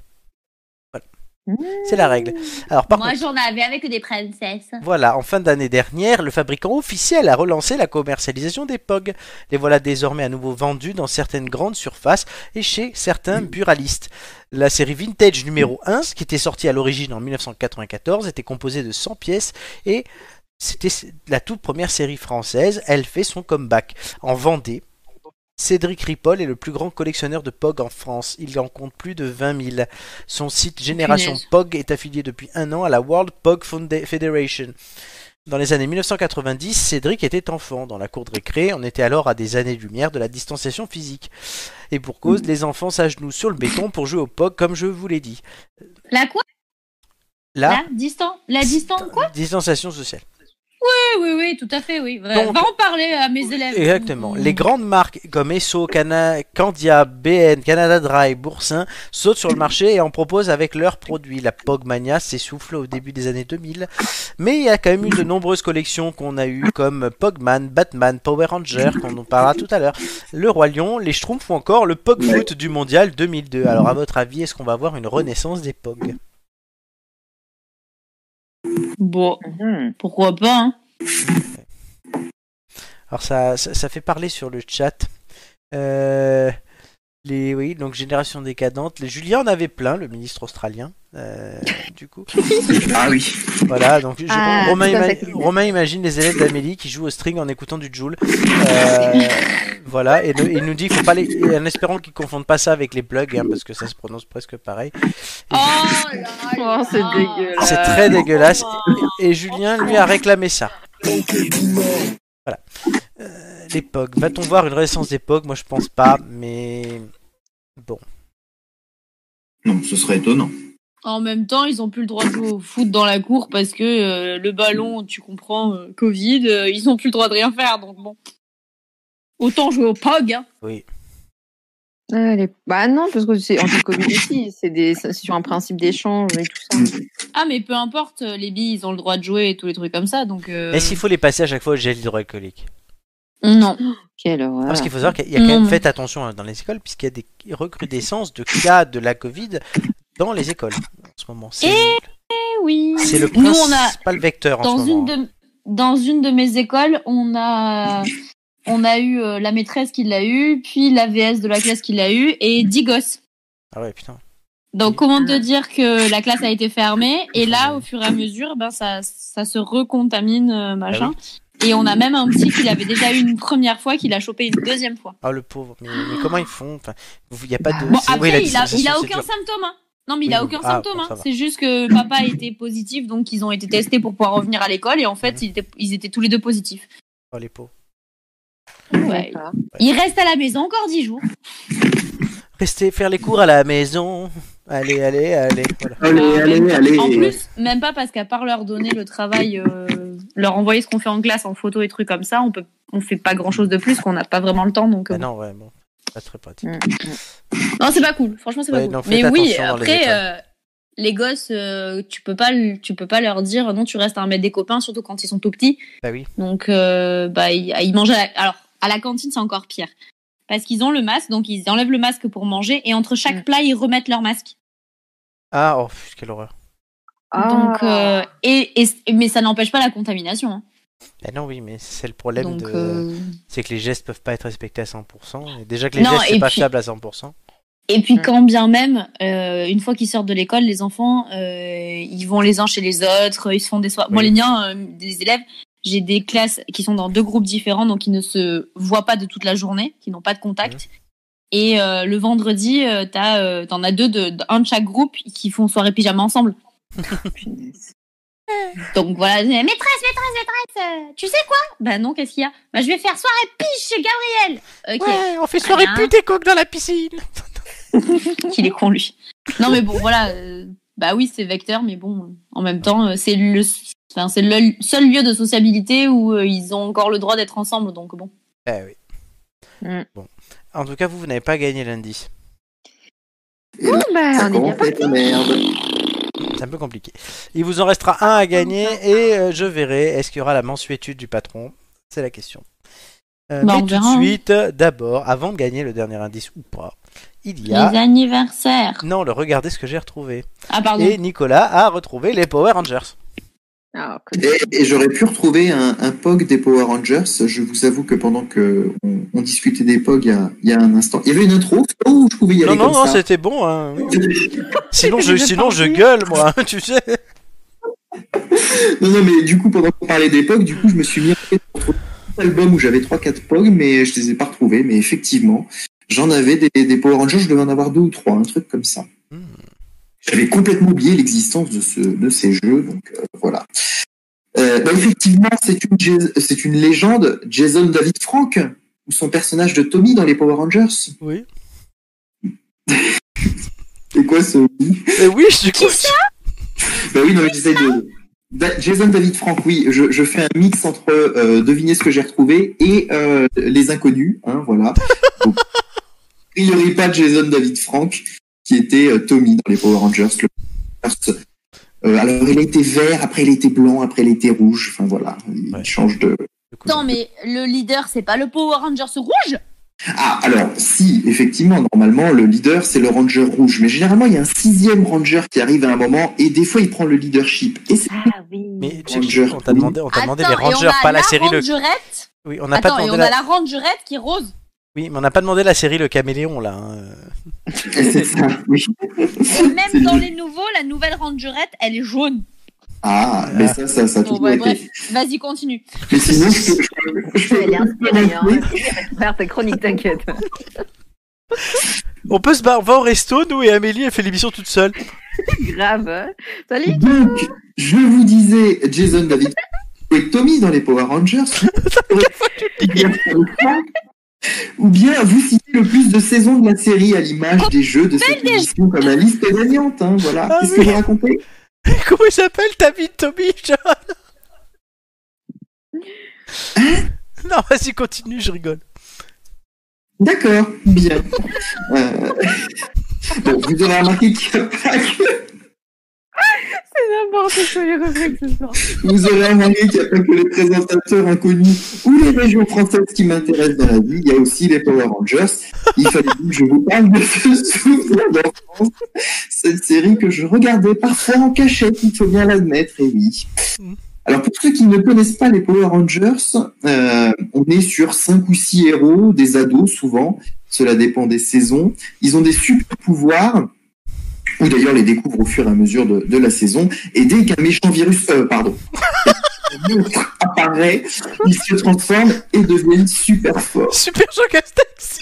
S1: Voilà. C'est la règle. Alors, par
S5: Moi,
S1: contre.
S5: j'en avais avec des princesses.
S1: Voilà, en fin d'année dernière, le fabricant officiel a relancé la commercialisation des POG. Les voilà désormais à nouveau vendus dans certaines grandes surfaces et chez certains buralistes. La série Vintage numéro 1, ce qui était sortie à l'origine en 1994, était composée de 100 pièces et c'était la toute première série française. Elle fait son comeback en Vendée. Cédric Ripoll est le plus grand collectionneur de POG en France. Il en compte plus de 20 000. Son site Génération
S12: punaise.
S1: POG est affilié depuis un an à la World POG Fonda- Federation. Dans les années 1990, Cédric était enfant. Dans la cour de récré, on était alors à des années-lumière de la distanciation physique. Et pour cause,
S3: Mm.
S1: les enfants s'agenouillent sur le béton pour jouer au POG, comme je vous l'ai dit.
S3: La quoi
S1: Là,
S3: La distance La distance quoi
S1: distanciation sociale.
S3: Oui, oui, oui, tout à fait, oui. Va-
S1: Donc-
S3: Va en parler à mes élèves.
S1: Exactement.
S3: Mmh.
S1: Les grandes marques comme Esso, Cana- Candia, BN, Canada Dry, Boursin sautent sur le marché et en proposent avec leurs produits. La Pogmania s'essouffle au début des années 2000. Mais il y a quand même eu de nombreuses collections qu'on a eues comme Pogman, Batman, Power Ranger, qu'on en parlera tout à l'heure, le Roi Lion, les Schtroumpfs ou encore le Pogfoot du Mondial 2002. Alors à votre avis, est-ce qu'on va avoir une renaissance des Pog
S3: Bon, pourquoi pas, hein.
S1: Alors ça, ça, ça fait parler sur le chat. Euh, les oui, donc génération décadente. Les Julien en avait plein, le ministre australien. euh, du coup.
S2: Ah oui.
S1: Voilà, donc je-
S2: Ah,
S1: Romain,
S2: tout à
S1: ima-
S2: fait.
S1: Romain imagine les élèves d'Amélie qui jouent au string en écoutant du Joule. Euh, voilà, et le- il nous dit qu'il faut pas les, et en espérant qu'ils confondent pas ça avec les plugs, hein, parce que ça se prononce presque pareil.
S8: Oh, c'est dégueulasse.
S1: Ah, C'est très dégueulasse. Et, et Julien lui a réclamé ça. Voilà. Euh, les POG. Va-t-on voir une renaissance des POG Moi, je pense pas, mais
S3: Euh.
S1: bon.
S2: Non, ce serait étonnant.
S3: En même temps, ils ont plus le droit de jouer au foot dans la cour parce que euh, le ballon, tu comprends, euh, Covid, euh, ils ont plus le droit de rien faire. Donc bon, autant jouer au POG. hein.
S1: Oui.
S11: Ah, les- Bah non, parce que c'est anti-community, c'est des... c'est sur un principe d'échange et tout ça.
S3: Ah mais peu importe, euh, les billes, ils ont le droit de jouer et tous les trucs comme ça. Donc euh,
S1: Est-ce qu'il faut les passer à chaque fois au gel hydroalcoolique
S3: non.
S11: Quelle
S1: Ah,
S11: horreur.
S1: Parce qu'il faut savoir qu'il y a quand
S3: Non,
S1: même
S3: mais-
S1: fait attention hein, dans les écoles, puisqu'il y a des recrudescences de cas de la Covid dans les écoles en ce moment. C'est
S3: Eh oui.
S1: c'est le
S3: Nous on a
S1: principal vecteur en
S3: dans
S1: ce moment.
S3: une de dans une de mes écoles, on a on a eu euh, la maîtresse qui l'a eu, puis la VS de la classe qui l'a eu et 10 gosses.
S1: Ah ouais, putain.
S3: Donc comment
S1: Ah.
S3: te dire que la classe a été fermée et là au fur et à mesure ben ça ça se recontamine
S1: Ah
S3: euh, machin et on a même un petit qui l'avait déjà eu une première fois qui l'a chopé une deuxième fois.
S1: Ah, le pauvre. Mais, mais comment ils font Enfin, Il n'y a pas de.
S3: Bon
S1: c'est- oui,
S3: après
S1: la
S3: il a il a
S1: distanciation, c'est
S3: aucun
S1: dur.
S3: symptôme hein. Non mais il
S1: Oui,
S3: a
S1: oui.
S3: aucun
S1: Ah,
S3: symptôme
S1: bon,
S3: hein.
S1: ça va.
S3: c'est juste que papa était positif donc ils ont été testés pour pouvoir revenir à l'école et en
S1: Mhm.
S3: fait ils étaient, ils étaient tous les deux positifs.
S1: Oh, les pauvres.
S3: Ouais. Il reste à la maison encore 10 jours.
S1: Rester faire les cours à la maison. Allez, allez, allez. voilà.
S2: Ah
S3: En plus, même pas parce qu'à part leur donner le travail, euh, leur envoyer ce qu'on fait en classe en photo et trucs comme ça, on peut, on fait pas grand chose de plus, qu'on n'a pas vraiment le temps. Donc euh,
S1: Ah non, ouais, bon. Pas très pratique.
S3: non, c'est pas cool. Franchement, c'est
S1: Ouais,
S3: pas cool.
S1: non, faites
S3: Mais oui,
S1: attention dans les
S3: après,
S1: écoles.
S3: euh, les, gosses, euh, tu peux pas, le- tu peux pas leur dire non, tu restes à un mètre des copains, surtout quand ils sont tout petits.
S1: Bah oui.
S3: Donc, euh, bah, ils, ils mangent. À la... Alors, à la cantine, c'est encore pire. Parce qu'ils ont le masque, donc ils enlèvent le masque pour manger, et entre chaque
S1: Mm.
S3: plat, ils remettent leur masque.
S1: Ah, oh, pff, quelle horreur.
S4: Ah.
S11: Ah.
S3: Donc, euh, et, et- mais ça n'empêche pas la contamination. hein.
S1: Bah non, oui, mais c'est le problème
S3: Donc,
S1: de.
S3: euh,
S1: C'est que les gestes peuvent pas être respectés à 100%. Et déjà que les
S3: Non,
S1: gestes,
S3: et
S1: c'est pas
S3: puis-
S1: fiable à 100%.
S3: Et puis quand bien même, euh, une fois qu'ils sortent de l'école, les enfants, euh, ils vont les uns chez les autres, ils se font des soirées. Moi,
S1: Oui.
S3: les miens, euh, des élèves, j'ai des classes qui sont dans deux groupes différents, donc ils ne se voient pas de toute la journée, qui n'ont pas de contact. Et euh, le vendredi, euh, t'as, euh, t'en as deux, de, de- un de chaque groupe qui font soirée pyjama ensemble. donc voilà, je dis, maîtresse, maîtresse, maîtresse, euh, tu sais quoi Bah non, qu'est-ce qu'il y a Bah je vais faire soirée piche chez Gabriel. Ok.
S1: Ouais, on fait soirée
S3: Voilà.
S1: pute et coke dans la piscine.
S13: Qu'il est con, lui. Non, mais bon, voilà. euh, bah oui, c'est vecteur, mais bon, en même temps, euh, c'est le, enfin, c'est le seul lieu de sociabilité où euh, ils ont encore le droit d'être ensemble, donc bon.
S1: Eh oui. Bon. En tout cas, vous, vous n'avez pas gagné l'indice.
S3: Bon, bah, on est bien
S2: complète
S3: parti.
S1: C'est un peu compliqué. Il vous en restera un à gagner et euh, je verrai est-ce qu'il y aura la mensuétude du patron. C'est la question. Euh,
S13: Bah,
S1: mais
S13: on
S1: tout
S13: verra, hein.
S1: de suite, d'abord, avant de gagner le dernier indice ou pas, il y
S13: Les
S1: a.
S13: anniversaires.
S1: Non, le regardez ce que j'ai retrouvé.
S13: Ah, pardon.
S1: Et Nicolas a retrouvé les Power Rangers.
S2: Et, et j'aurais pu retrouver un, un POG des Power Rangers. Je vous avoue que pendant que on, on discutait des POG il y, a, il y a un instant, il y avait une intro où je pouvais y
S1: Non,
S2: aller
S1: non,
S2: comme
S1: non,
S2: ça.
S1: c'était bon. hein. sinon,
S2: Mais
S1: je,
S2: je
S1: sinon je
S2: pensais.
S1: gueule, moi, hein, tu sais.
S2: Non, non, mais du coup, pendant qu'on parlait des POG, du coup, je me suis mis à retrouver un album où j'avais 3-4 POG, mais je les ai pas retrouvés. Mais effectivement, j'en avais des, des Power Rangers, je devais en avoir deux ou trois, un truc comme ça. J'avais complètement oublié l'existence de, ce, de ces jeux, donc euh, voilà. Euh, bah, effectivement, c'est une, Jas- c'est une légende, Jason David Frank, ou son personnage de Tommy dans les Power Rangers.
S1: Oui.
S2: c'est quoi ce
S1: Mais Eh oui, je suis
S2: Bah oui, non, mais j'essaie de. Da- Jason David Frank, oui, je, je fais un mix entre euh, deviner ce que j'ai retrouvé et euh, les inconnus, hein, voilà. Donc, a priori pas Jason David Frank, qui était euh, Tommy dans les Power Rangers. le- Euh, alors il a été vert, après il a été blanc, après il a été rouge, enfin voilà, il change de.
S13: Attends, mais le leader, c'est pas le Power Rangers rouge
S2: Ah, alors si, effectivement, normalement le leader c'est le Ranger rouge, mais généralement il y a un sixième Ranger qui arrive à un moment et des fois il prend le leadership. Et c'est
S1: Mais
S2: Ranger
S1: on t'a demandé, on t'a demandé les
S13: Attends, et on
S1: Rangers,
S13: a
S1: pas la, série le.
S13: Rangerette.
S1: Oui, on n'a pas
S13: Attends, et
S1: demandé
S13: on
S1: la...
S13: a la Rangerette qui est rose.
S1: Oui, mais on n'a pas demandé la série le caméléon là. hein.
S2: C'est ça, oui.
S13: Et même dans les nouveaux, la nouvelle Rangerette, elle est jaune.
S2: Ah, mais ça, ça, ça a
S13: Bon,
S2: toujours
S13: ouais,
S2: été.
S13: bref, vas-y, continue.
S2: Mais sinon, je peux- je peux-
S4: Elle est inspirée, hein. Faire ta chronique, t'inquiète.
S1: On peut se barrer, on va au resto, nous et Amélie, elle fait l'émission toute seule.
S4: Grave. Salut.
S2: Donc, je vous disais, Jason David et Tommy dans les Power Rangers. Ou bien vous citez le plus de saisons de la série à l'image des jeux de cette émission comme la liste gagnante. Hein, voilà.
S1: Ah
S2: Qu'est-ce
S1: oui.
S2: que vous racontez
S1: Comment il s'appelle ta vie, Tommy John Hein Non, vas-y, continue, je rigole.
S2: D'accord, bien. Euh, bon, vous aurez remarqué qu'il n'y a pas que
S4: C'est n'importe quoi les rubriques ce soir.
S2: Vous aurez remarqué qu'il n'y a pas que les présentateurs inconnus ou les régions françaises qui m'intéressent dans la vie, il y a aussi les Power Rangers. Il fallait donc que je vous parle de ce souvenir d'enfance, cette série que je regardais parfois en cachette, il faut bien l'admettre, et oui. Alors pour ceux qui ne connaissent pas les Power Rangers, euh, on est sur cinq ou six héros, des ados souvent, cela dépend des saisons. Ils ont des super pouvoirs ou d'ailleurs les découvre au fur et à mesure de, de la saison. Et dès qu'un méchant virus, euh, pardon, un monstre apparaît, ils se transforment et deviennent super forts.
S1: Super Jean Castex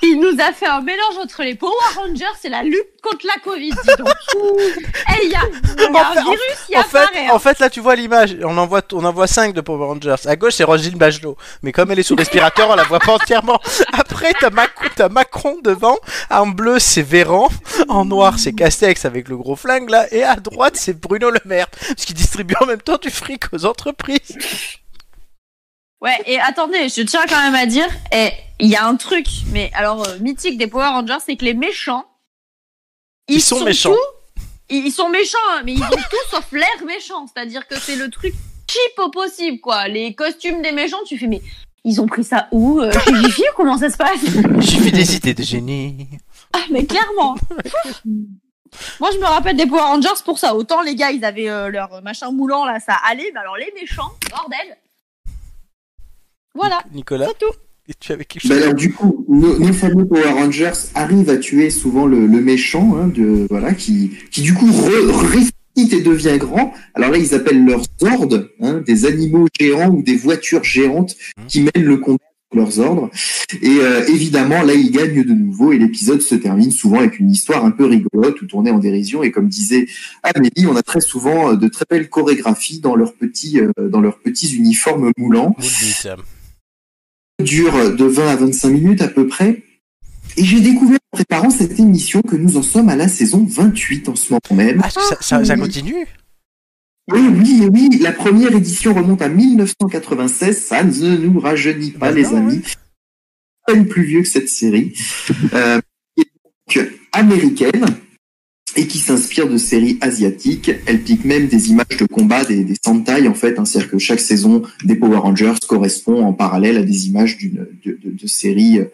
S13: Il nous a fait un mélange entre les Power Rangers et la lutte contre la Covid, dis donc. Eh, il y a, il y a
S1: En
S13: un
S1: fait-
S13: virus qui
S1: en,
S13: apparaît. hein.
S1: fait, en fait, là, tu vois l'image. On en voit, on en voit 5 de Power Rangers. À gauche, c'est Roselyne Bachelot. Mais comme elle est sous respirateur, on la voit pas entièrement. Après, t'as Macron, t'as Macron devant. En bleu, c'est Véran. En noir, c'est Castex avec le gros flingue, là. Et à droite, c'est Bruno Le Maire. Parce qu'il distribue en même temps du fric aux entreprises.
S13: Ouais, et attendez, je tiens quand même à dire, eh, il y a un truc, mais alors euh, mythique des Power Rangers, c'est que les méchants,
S1: Ils, sont, méchants.
S13: tous- ils, ils sont méchants, hein, mais ils ont tout sauf l'air méchant. C'est-à-dire que c'est le truc cheap au possible, quoi. Les costumes des méchants, tu fais, mais ils ont pris ça où euh, Chez Gifi ou comment ça se passe
S1: J'ai fait des idées de génie.
S13: Ah, mais clairement Pouf. Moi, je me rappelle des Power Rangers pour ça. Autant les gars, ils avaient euh, leur machin moulant, là, ça allait, mais alors les méchants, bordel Voilà
S1: Nicolas. Et tu avais quelque
S2: Bah
S1: chose
S2: alors du coup, nos, nos fameux Power Rangers arrivent à tuer souvent le, le méchant, hein, de, voilà, qui, qui du coup re- ressuscite et devient grand. Alors là, ils appellent leurs ordres, hein, des animaux géants ou des voitures géantes qui mènent le combat de leurs ordres. Et euh, évidemment, là, ils gagnent de nouveau et l'épisode se termine souvent avec une histoire un peu rigolote ou tournée en dérision. Et comme disait Amélie, on a très souvent euh, de très belles chorégraphies dans leurs petits, euh, dans leurs petits uniformes moulants
S1: Vous le dites.
S2: dure de 20 à 25 minutes à peu près. Et j'ai découvert en préparant cette émission que nous en sommes à la saison 28 en ce moment même.
S1: Ah, ça, ça- ça continue
S2: Oui, oui, oui, la première édition remonte à 1996, ça ne nous rajeunit pas, les amis. À peine plus vieux que cette série, euh, qui est donc américaine et qui s'inspire de séries asiatiques. Elle pique même des images de combat des, des Sentai, en fait, hein, c'est-à-dire que chaque saison des Power Rangers correspond en parallèle à des images d'une, de, de- de séries euh,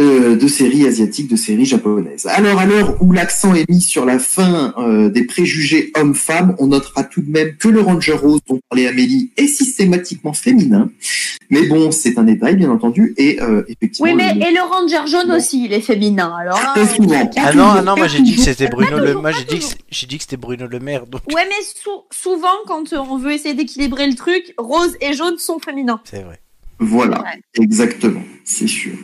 S2: euh, de séries asiatiques, de séries japonaises. Alors, à l'heure où l'accent est mis sur la fin euh, des préjugés hommes-femmes, on notera tout de même que le Ranger Rose dont parlait Amélie est systématiquement féminin. Mais bon, c'est un détail, bien entendu, et euh, effectivement...
S5: Oui, mais
S2: le-
S5: et le Ranger jaune aussi, il est féminin. Alors,
S13: hein.
S5: là,
S2: Très souvent.
S1: Ah non, ah non, moi j'ai dit que c'était Bruno Le Moi j'ai dit que c'est- j'ai dit que c'était Bruno Le Maire, donc
S5: Ouais, mais sou- souvent, quand euh, on veut essayer d'équilibrer le truc, rose et jaune sont féminins.
S1: c'est vrai.
S2: Voilà, exactement, c'est sûr.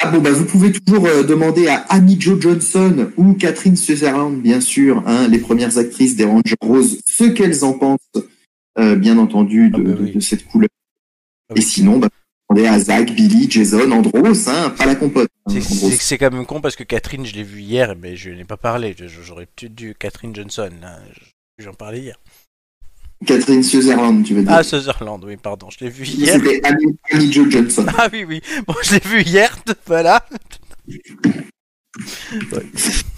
S2: Ah bon, bah vous pouvez toujours euh, demander à Annie Jo Johnson ou Catherine Sutherland, bien sûr, hein, les premières actrices des Rangers Roses, ce qu'elles en pensent, euh, bien entendu,
S1: Ah bah
S2: de, de- de cette couleur. Et sinon, bah, demandez à Zach, Billy, Jason, Andros, hein, pas la compote. hein,
S1: C'est-
S2: Andros.
S1: C'est c'est quand même con parce que Catherine, je l'ai vue hier, mais je n'ai pas parlé. Je- J'aurais peut-être dû Catherine Johnson, là, je- j'en parlais hier.
S2: Catherine Sutherland, tu veux dire.
S1: Ah, Sutherland, oui, pardon, je l'ai vue hier.
S2: C'était Annie, Annie Jo Johnson.
S1: Ah oui, oui, bon, je l'ai vue hier, voilà.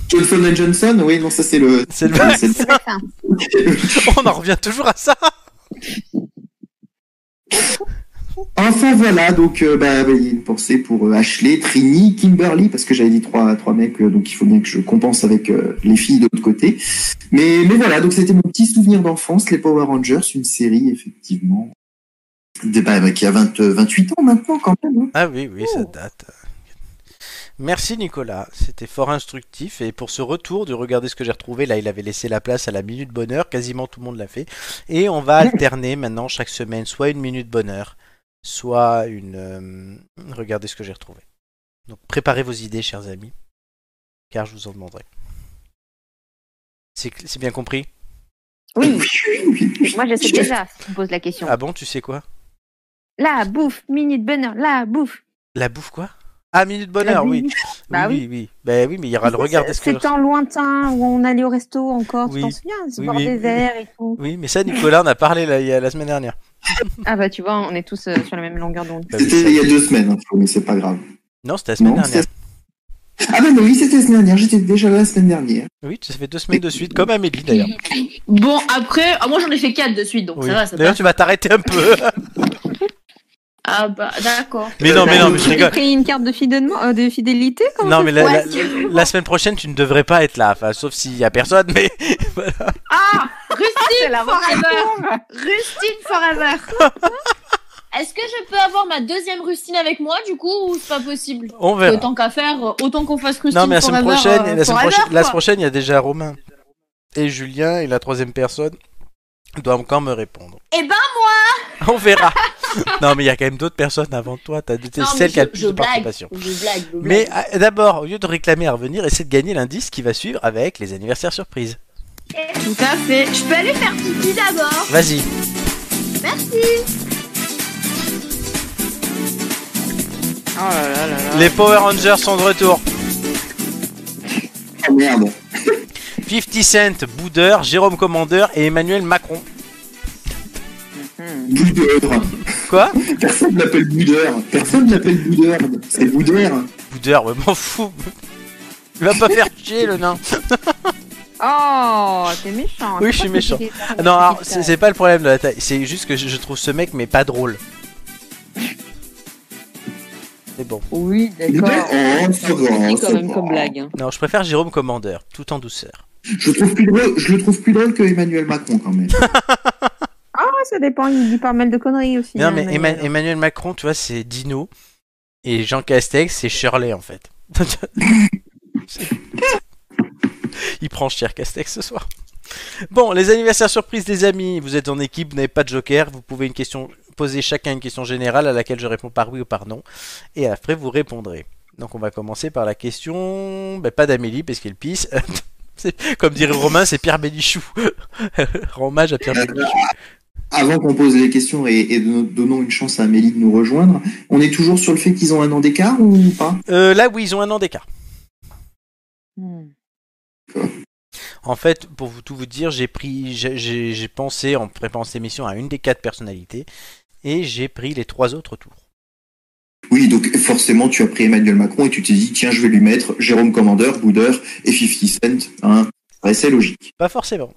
S2: Johnson and Johnson, oui, non, ça c'est le.
S1: C'est le
S2: c'est le-
S1: On en revient toujours à ça.
S2: Enfin voilà, donc euh, bah, bah, il y a une pensée pour euh, Ashley, Trini, Kimberly, parce que j'avais dit trois, trois mecs, euh, donc il faut bien que je compense avec euh, les filles de l'autre côté. Mais, mais voilà, donc c'était mon petit souvenir d'enfance, les Power Rangers, une série effectivement de, bah, bah, qui a 20, euh, 28 ans maintenant quand même. hein.
S1: Ah oui, oui, ça date. Merci Nicolas, c'était fort instructif et pour ce retour de regarder ce que j'ai retrouvé, là il avait laissé la place à la minute bonheur, quasiment tout le monde l'a fait. Et on va alterner maintenant chaque semaine soit une minute bonheur, soit une... euh, regardez ce que j'ai retrouvé. Donc préparez vos idées chers amis, car je vous en demanderai. C'est c'est bien compris
S4: Oui. Moi, je sais déjà si tu me poses la question.
S1: Ah bon, tu sais quoi
S4: La bouffe, minute bonheur, la bouffe.
S1: La bouffe quoi Ah, minute bonheur,
S4: La
S1: oui. Oui,
S4: minute. Bah
S1: oui, oui. Ben oui, mais il y aura le regarder ce que
S4: C'est en lointain où on allait au resto encore,
S1: Oui.
S4: tu t'en souviens Se
S1: Oui,
S4: boire
S1: oui.
S4: des verres et tout.
S1: Oui, mais ça, Nicolas, on a parlé la, il y a- la semaine dernière.
S4: Ah bah tu vois, on est tous euh, sur la même longueur d'onde.
S1: Bah,
S2: C'était il y a deux semaines, hein, mais c'est pas grave.
S1: Non, c'était la semaine
S2: Non,
S1: dernière.
S2: Ah bah non, oui, c'était la semaine dernière, j'étais déjà là la semaine dernière.
S1: Oui, ça fait deux semaines de suite, comme Amélie d'ailleurs.
S5: Bon, après, ah, moi j'en ai fait 4 de suite, donc
S1: Oui.
S5: ça va, ça va.
S1: D'ailleurs, tu vas t'arrêter un peu.
S5: Ah bah, d'accord.
S1: Mais non, mais non, mais je
S4: J'ai
S1: rigole.
S4: pris une carte de, fidèlement- euh, de fidélité comment
S1: Non,
S4: ça
S1: mais
S4: se
S1: la, la-
S4: passe
S1: la- la semaine prochaine, tu ne devrais pas être là, enfin, sauf s'il y a personne, mais
S5: Ah Rustine
S14: forever.
S5: Forever Rustine Forever
S13: Est-ce que je peux avoir ma deuxième rustine avec moi du coup ou c'est pas possible
S1: On verra.
S13: Autant qu'à faire, euh, autant qu'on fasse rustine
S1: non, mais la semaine
S13: forever,
S1: prochaine,
S13: euh,
S1: la semaine
S13: forever,
S1: prochaine, la
S13: quoi.
S1: semaine prochaine, il y a déjà Romain et Julien et la troisième personne doit encore me répondre.
S13: Eh ben moi
S1: On verra. non, mais il y a quand même d'autres personnes avant toi. T'as t'es
S13: Non, mais
S1: celle qui a
S13: je-
S1: le plus
S13: je
S1: de
S13: blague,
S1: participation.
S13: je blague, je blague.
S1: Mais ah, d'abord, au lieu de réclamer à revenir, essaie de gagner l'indice qui va suivre avec les anniversaires surprises.
S5: Tout à fait. Je peux aller faire pipi d'abord.
S1: Vas-y.
S5: Merci.
S1: Ah Les Power Rangers sont de retour.
S2: Ah merde.
S1: 50 Cent, Boudeur, Jérôme Commandeur et Emmanuel Macron.
S4: Hmm.
S2: Boudeur.
S1: Quoi
S2: Personne l'appelle Boudeur. Personne l'appelle Boudeur. C'est Boudeur.
S1: Boudeur, ouais, m'en fous. Il va pas faire chier le nain.
S4: Oh, t'es méchant.
S1: Oui, je suis méchant. Ah, Non, alors, c'est c'est pas le problème de la taille. C'est juste que je je trouve ce mec, mais pas drôle. C'est bon.
S4: Oui,
S2: Oh, ça va, ça va.
S1: Non, je préfère Jérôme Commandeur, tout en douceur.
S2: Je le trouve plus drôle, je le trouve plus drôle que Emmanuel Macron quand même.
S4: Ah,
S11: Oh,
S4: ça dépend, il dit pas mal de conneries aussi.
S1: non,
S4: hein,
S1: mais Emma-
S4: Emmanuel.
S1: Emmanuel Macron, tu vois, c'est Dino. Et Jean Castex, c'est Shirley, en fait. Il prend cher Castex ce soir. Bon, les anniversaires surprises, les amis. Vous êtes en équipe, vous n'avez pas de joker. Vous pouvez une question, poser chacun une question générale à laquelle je réponds par oui ou par non. Et après, vous répondrez. Donc, on va commencer par la question. ben, pas d'Amélie, parce qu'elle pisse. C'est- Comme dirait Romain, c'est Pierre Bénichou. Rends Hommage à Pierre Bénichou.
S2: avant qu'on pose les questions et, et don- donnons une chance à Amélie de nous rejoindre, on est toujours sur le fait qu'ils ont un an d'écart ou pas
S1: Euh, là, oui, ils ont un an d'écart. En fait, pour vous, tout vous dire, j'ai pris, j'ai- j'ai j'ai pensé en préparant cette émission à une des quatre personnalités et j'ai pris les trois autres autour.
S2: Oui, donc forcément, tu as pris Emmanuel Macron et tu t'es dit, tiens, je vais lui mettre Jérôme Commander, Bouder et 50 Cent. Hein. Ouais, c'est logique.
S1: Pas forcément.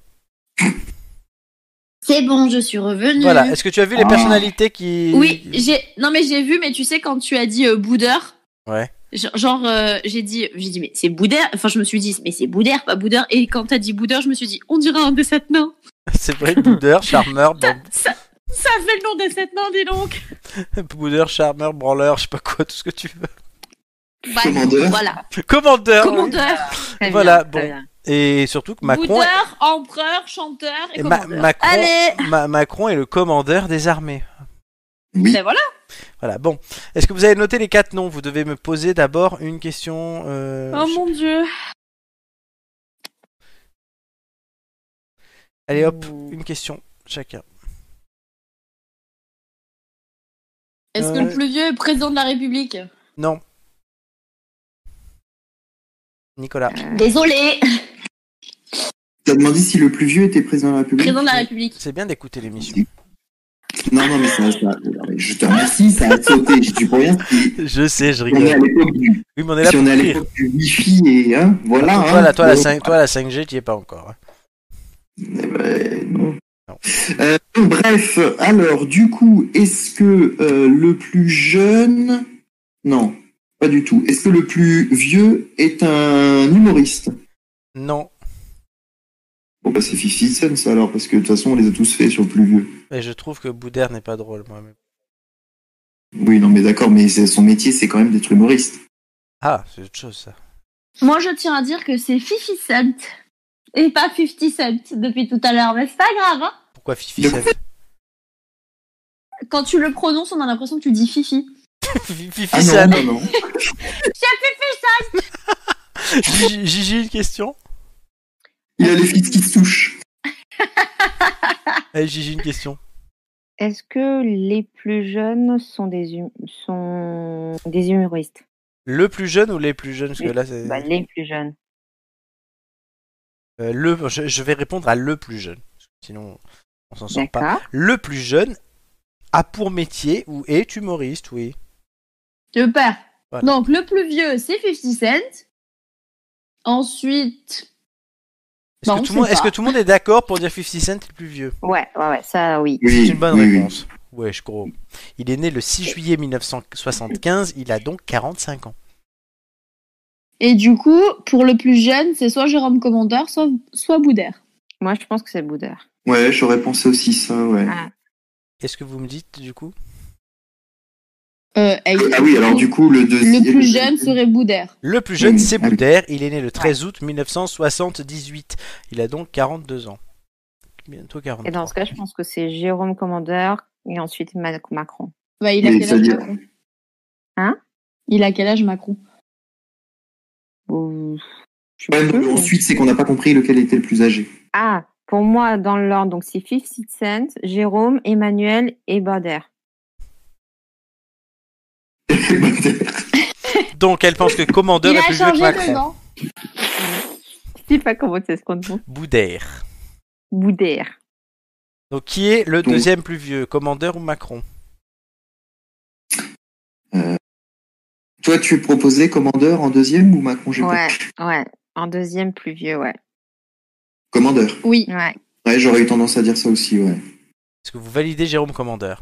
S3: C'est bon, je suis revenue.
S1: Voilà. Est-ce que tu as vu les personnalités qui
S3: Mmh. Oh. Oui, j'ai. Non, mais j'ai vu, mais tu sais, quand tu as dit euh, Boudeur,
S1: Ouais.
S3: Genre, genre, euh, j'ai dit, j'ai dit, mais c'est Boudère. Enfin, je me suis dit, mais c'est Boudère, pas Boudeur. Et quand t'as dit Boudeur, je me suis dit, on dirait un des sept nains.
S1: C'est vrai, Boudeur, Charmeur, bran-
S3: Ça, ça fait le nom des sept nains, dis donc.
S1: Boudeur, Charmeur, Branleur, je sais pas quoi, tout ce que tu veux.
S3: Bah,
S1: Commandeur.
S3: Voilà.
S1: Commandeur. oui.
S3: Commandeur. Très
S1: Voilà.
S3: bien,
S1: bon.
S3: très bien.
S1: Et surtout que Macron. est-
S3: Boudeur, empereur, chanteur et
S1: et Ma-
S3: commandeur.
S1: Macron,
S3: Allez.
S1: Ma- Macron est le commandeur des armées.
S3: Ben voilà.
S1: Voilà. Bon. Est-ce que vous avez noté les quatre noms Vous devez me poser d'abord une question. euh,
S3: Oh mon dieu.
S1: Allez hop, une question chacun.
S3: Est-ce que
S1: Euh,
S3: le plus vieux est président de la République
S1: Non. Nicolas.
S2: Euh.
S3: Désolé.
S2: T'as demandé si le plus vieux était président de la République
S3: Président de la République.
S1: C'est bien d'écouter l'émission.
S2: Non, non, mais ça, ça- je te remercie, ça a sauté. Je dis pour rien.
S1: Je sais, je
S2: On est à
S1: rigole.
S2: l'époque du,
S1: Oui, mais on est là
S2: si
S1: pour
S2: on est à
S1: rire.
S2: l'époque du Wi-Fi et hein, voilà.
S1: toi,
S2: hein.
S1: la, toi, la
S2: Donc,
S1: 5, toi, la 5G, tu y es pas encore. hein.
S2: Euh, bref, alors du coup, est-ce que euh, le plus jeune... Non, pas du tout. Est-ce que le plus vieux est un humoriste
S1: Non.
S2: Bon bah c'est 50 Cent ça, alors, parce que de toute façon on les a tous faits sur le plus vieux.
S1: Mais je trouve que Boudère n'est pas drôle, moi. mais-
S2: Oui, non mais d'accord, mais c'est- son métier c'est quand même d'être humoriste.
S1: Ah, c'est autre chose, ça.
S3: Moi, je tiens à dire que c'est 50 Cent et pas 50 Cent depuis tout à l'heure, mais c'est pas grave. Hein
S1: Pourquoi Fifi Cent
S3: Quand tu le prononces, on a l'impression que tu dis Fifi.
S1: Fifi
S2: Ah non,
S1: Cent.
S2: non, non.
S3: J'ai Fifi Cent.
S1: Gigi, Gigi, une question
S2: Il a les fils qui se touchent.
S1: Allez, Gigi, une question.
S11: Est-ce que les plus jeunes sont des, hum- sont des humoristes
S1: Le plus jeune ou les plus jeunes Parce que là, c'est.
S11: Bah, Les plus jeunes.
S1: Euh, le, je, je vais répondre à le plus jeune. Sinon, on s'en sort pas.
S11: D'accord.
S1: Le plus jeune a pour métier ou est humoriste, oui.
S3: Je perds.
S1: Voilà.
S3: Donc, le plus vieux, c'est 50 Cent. Ensuite.
S11: Bah,
S1: Est-ce que, tout le monde- est-ce que tout le monde est d'accord pour dire 50 Cent est le plus vieux
S11: Ouais, ouais, ouais, ça oui.
S1: C'est une bonne réponse. Ouais, je gros. Il est né le 6 juillet 1975, il a donc 45 ans.
S3: Et du coup, pour le plus jeune, c'est soit Jérôme Commandeur, soit, soit Boudère.
S11: Moi, je pense que c'est Boudère.
S2: Ouais, j'aurais pensé aussi ça, ouais.
S1: Est-ce que vous me dites du coup
S3: Euh,
S2: Ah oui, alors du coup le deuxième...
S3: Le plus jeune serait Boudère.
S1: Le plus jeune, c'est Boudère, il est né le 13 août 1978. Il a donc 42 ans. Bientôt 40.
S11: Et dans ce cas, je pense que c'est Jérôme Commandeur et ensuite Ma- Macron.
S3: Bah, il a quel âge Macron
S11: Hein
S3: Il a quel âge Macron
S2: Ouais, non, mais ensuite c'est qu'on n'a pas compris lequel était le plus âgé.
S11: Ah, pour moi, dans l'ordre, donc c'est 50 Cent, Jérôme, Emmanuel et Boudère.
S1: Donc elle pense que Commandeur est plus vieux que Macron.
S11: Je sais pas comment c'est ce qu'on dit.
S1: Boudère.
S11: Boudère.
S1: Donc qui est le
S2: Donc-
S1: deuxième plus vieux, Commandeur ou Macron
S2: Euh, Toi, tu proposais Commandeur en deuxième ou Macron j'ai
S11: Ouais,
S2: pas-
S11: ouais. En deuxième, plus vieux, ouais.
S2: Commandeur.
S3: Oui.
S11: Ouais.
S2: Ouais, j'aurais eu tendance à dire ça aussi, ouais.
S1: Est-ce que vous validez Jérôme Commandeur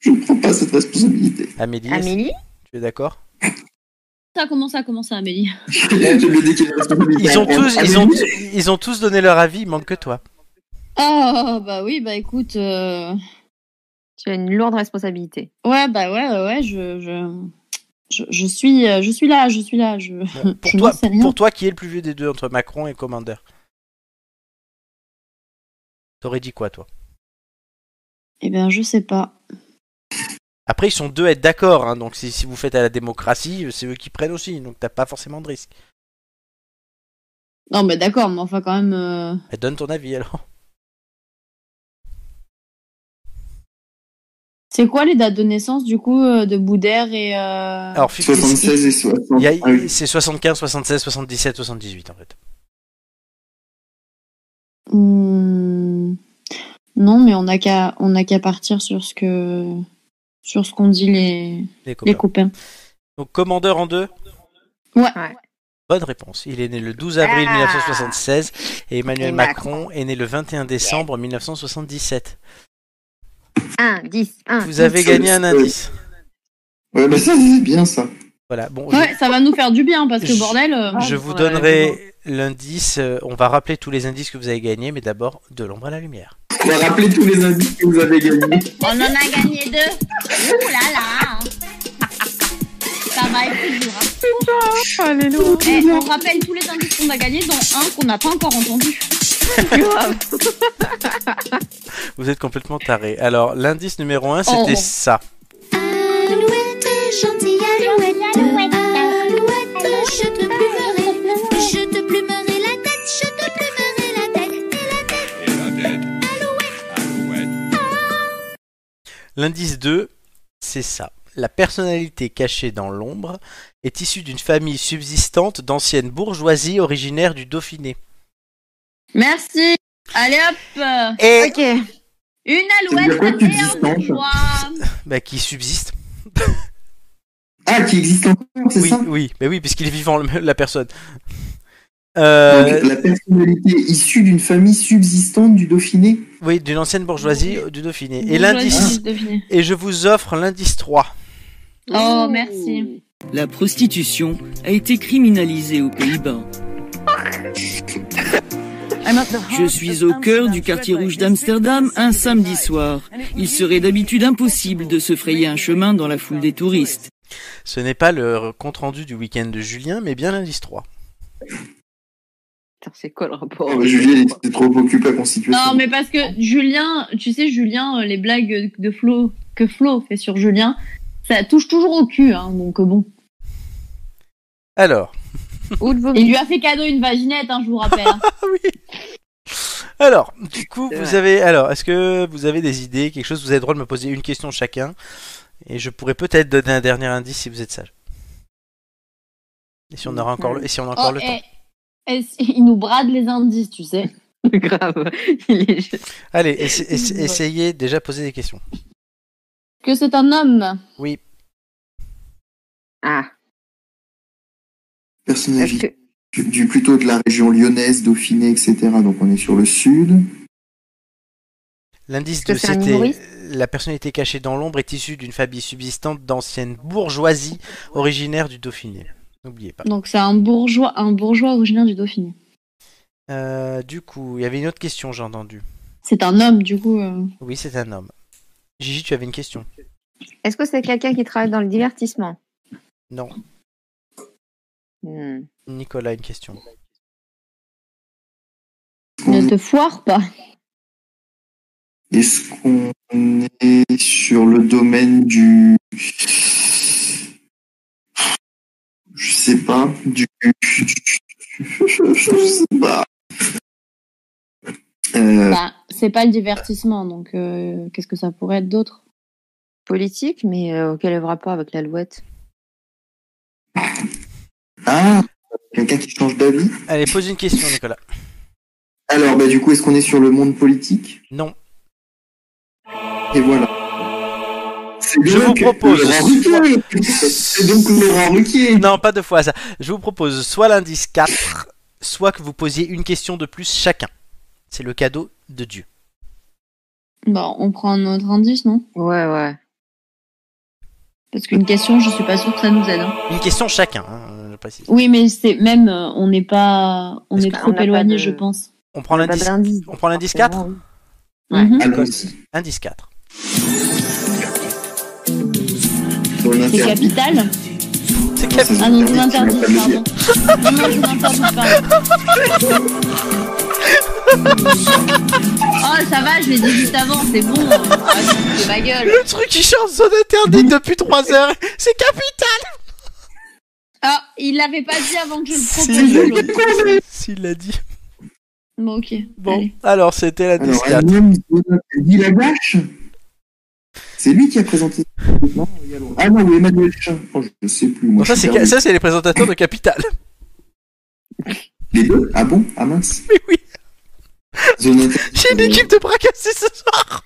S2: Je prends pas cette responsabilité.
S1: Amélie, est-ce-
S3: Amélie
S1: tu es d'accord
S3: Ça commence à commencer, Amélie.
S1: Ils ont tous, ils ont,
S2: Amélie.
S1: ils ont tous donné leur avis, il manque que toi.
S3: Ah, bah oui, bah écoute. euh,
S11: Tu as une lourde responsabilité.
S3: Ouais, bah ouais, ouais, ouais, je. je... Je, je suis, euh, je suis là, je suis là. Je...
S1: Pour toi, pour toi, qui est le plus vieux des deux entre Macron et Commander T'aurais dit quoi, toi
S3: Eh bien, je sais pas.
S1: Après, ils sont deux à être d'accord, hein, donc si, si euh, vous faites à la démocratie, c'est eux qui prennent aussi, donc t'as pas forcément de risque.
S3: Non, mais d'accord, mais enfin quand même. euh,
S1: Bah, Donne ton avis alors.
S3: C'est quoi les dates de naissance du coup euh, de Boudère et. euh,
S1: Alors, 50,
S2: 76 et 60.
S1: il y a-
S2: Ah oui.
S1: C'est 75, 76, 77, 78 en fait.
S3: Hmm. Non, mais on n'a qu'à on n'a qu'à partir sur ce que sur ce qu'on dit les
S1: Les copains.
S3: les copains.
S1: Donc, commandeur en deux
S3: Ouais.
S1: Bonne réponse. Il est né le 12 avril
S3: Ah.
S1: 1976 et Emmanuel
S3: Et
S1: Macron, est né le 21 décembre 1977.
S15: 1, 10, 1.
S1: Vous avez gagné un indice.
S2: Ouais, bah ça, c'est bien ça.
S1: Voilà, bon, je-
S3: Ouais, ça va nous faire du bien parce que
S1: Je-
S3: bordel.
S2: Ah,
S3: euh,
S1: je vous donnerai l'indice. euh, On va rappeler tous les indices que vous avez gagnés, mais d'abord de l'ombre à la lumière.
S2: On va rappeler tous les indices que vous avez gagnés.
S5: On en a gagné deux. Ouh là là. Ça va être plus dur. Hein. Eh, on rappelle tous les indices qu'on a gagnés, dont un qu'on n'a pas encore entendu.
S1: Vous êtes complètement taré. Alors, l'indice numéro 1, c'était
S4: Oh.
S1: ça.
S4: Alouette, gentille alouette, alouette, je te plumerai, je te plumerai la tête, je te plumerai la tête,
S16: Et la tête. Alouette.
S1: L'indice 2, c'est ça. La personnalité cachée dans l'ombre est issue d'une famille subsistante d'ancienne bourgeoisie originaire du Dauphiné.
S5: Merci. Allez hop.
S3: euh,
S1: Et-
S5: Ok.
S1: Ça veut
S5: Une
S1: dire quoi,
S5: alouette et un
S1: subsistante
S5: bois.
S1: Bah, qui subsiste.
S2: Ah, qui existe encore, c'est
S1: oui,
S2: ça
S1: Oui, mais oui, puisqu'il est vivant, le- la personne.
S2: Ah,
S1: Euh,
S2: Donc, la personnalité issue d'une famille subsistante du Dauphiné.
S1: Oui, d'une ancienne bourgeoisie euh, du Dauphiné. Et
S2: Bourgeoisie
S1: l'indice.
S3: du Dauphiné.
S1: Et je vous offre l'indice 3.
S5: Oh merci.
S8: La prostitution a été criminalisée aux Pays-Bas. Je suis au cœur du quartier rouge d'Amsterdam un samedi soir. Il serait d'habitude impossible de se frayer un chemin dans la foule des touristes.
S1: Ce n'est pas le compte-rendu du week-end de Julien, mais bien l'indice 3.
S11: C'est quoi le rapport
S2: Ah, bah, Julien, il était trop occupé à constituer.
S3: Oh, Non, mais parce que Julien, tu sais Julien, euh, les blagues de Flo que Flo fait sur Julien, ça touche toujours au cul, hein, donc euh, bon.
S1: Alors,
S5: Oh.
S3: Il lui a fait cadeau une vaginette, hein, je vous rappelle.
S1: alors, du coup,
S3: C'est
S1: vous
S3: vrai.
S1: avez, alors, est-ce que vous avez des idées, quelque chose Vous avez le droit de me poser une question chacun, et je pourrais peut-être donner un dernier indice si vous êtes sage. Et si on aura encore le, et si on a encore
S3: Oh,
S1: le temps.
S3: eh, eh, il nous brade les indices, tu sais.
S11: Grave. Il est
S1: Allez, essa- essa- essayez déjà poser des questions.
S3: Que c'est un homme.
S1: Oui.
S11: Ah.
S2: Personnalité du- du plutôt de la région lyonnaise, Dauphiné, etc. Donc on est sur le sud.
S1: L'indice
S2: que
S1: 2,
S2: c'est un
S1: c'était
S2: humoriste
S1: la personnalité cachée dans l'ombre est issue d'une famille subsistante d'ancienne bourgeoisie originaire du Dauphiné. N'oubliez pas.
S3: Donc c'est un bourgeois, un bourgeois originaire du Dauphiné.
S1: Euh, du coup, il y avait une autre question, j'ai entendu.
S3: C'est un homme, du coup. euh.
S1: Oui, c'est un homme. Gigi, tu avais une question
S11: Est-ce que c'est quelqu'un qui travaille dans le divertissement
S1: Non.
S11: Hmm.
S1: Nicolas, une question.
S3: Ne te foire pas.
S2: Est-ce qu'on est sur le domaine du. Je sais pas. Du. Je sais pas. Euh,
S3: Bah, c'est pas le divertissement, donc euh, qu'est-ce que ça pourrait être d'autre
S11: Politique, mais euh, quel est le rapport avec l'alouette
S2: Ah Quelqu'un qui change d'avis
S1: Allez, pose une question, Nicolas.
S2: Alors, bah, du coup, est-ce qu'on est sur le monde politique
S1: Non.
S2: Et voilà. C'est
S1: Je
S2: donc
S1: vous propose.
S2: Laurent Ruquier. C'est donc Laurent Ruquier.
S1: Non, pas deux fois ça. Je vous propose soit l'indice 4, soit que vous posiez une question de plus chacun. C'est le cadeau de Dieu.
S3: Bon, Bah, on prend un autre indice, non
S11: Ouais, ouais.
S3: Parce qu'une question, je suis pas sûre que ça nous aide. hein.
S1: Une question chacun, hein, je précise.
S3: Oui, mais c'est même, euh, on n'est pas, on est, trop éloigné, je pense.
S1: On
S11: Bah,
S1: prend l'indice On prend l'indice 4
S3: Mhm.
S1: Indice 4.
S3: C'est capital. Ah non, je m'interdis, pardon. Non, non, je m'interdis, pardon. Oh, ça va, je l'ai dit juste avant, c'est bon. Ah, c'est ma gueule.
S1: Le truc qui chante son interdit depuis 3 heures, c'est capital
S14: Ah, il l'avait pas dit avant que je
S1: S'il l'a
S14: le propose.
S1: dit. S'il l'a dit.
S14: Bon, ok.
S1: Bon, alors c'était la
S2: Alors,
S1: 4
S2: Allium dit la gâche C'est lui qui a présenté. Non, il y a l'autre. Ah non, ou Emmanuel Chin. Oh, je ne sais plus. Moi,
S1: Bon, ça,
S2: je suis
S1: c'est,
S2: perdu.
S1: ça, c'est les présentateurs de Capital.
S2: Les deux Ah bon Ah mince euh,
S1: Mais oui
S2: Zone inter-
S1: J'ai une équipe de bras cassés ce soir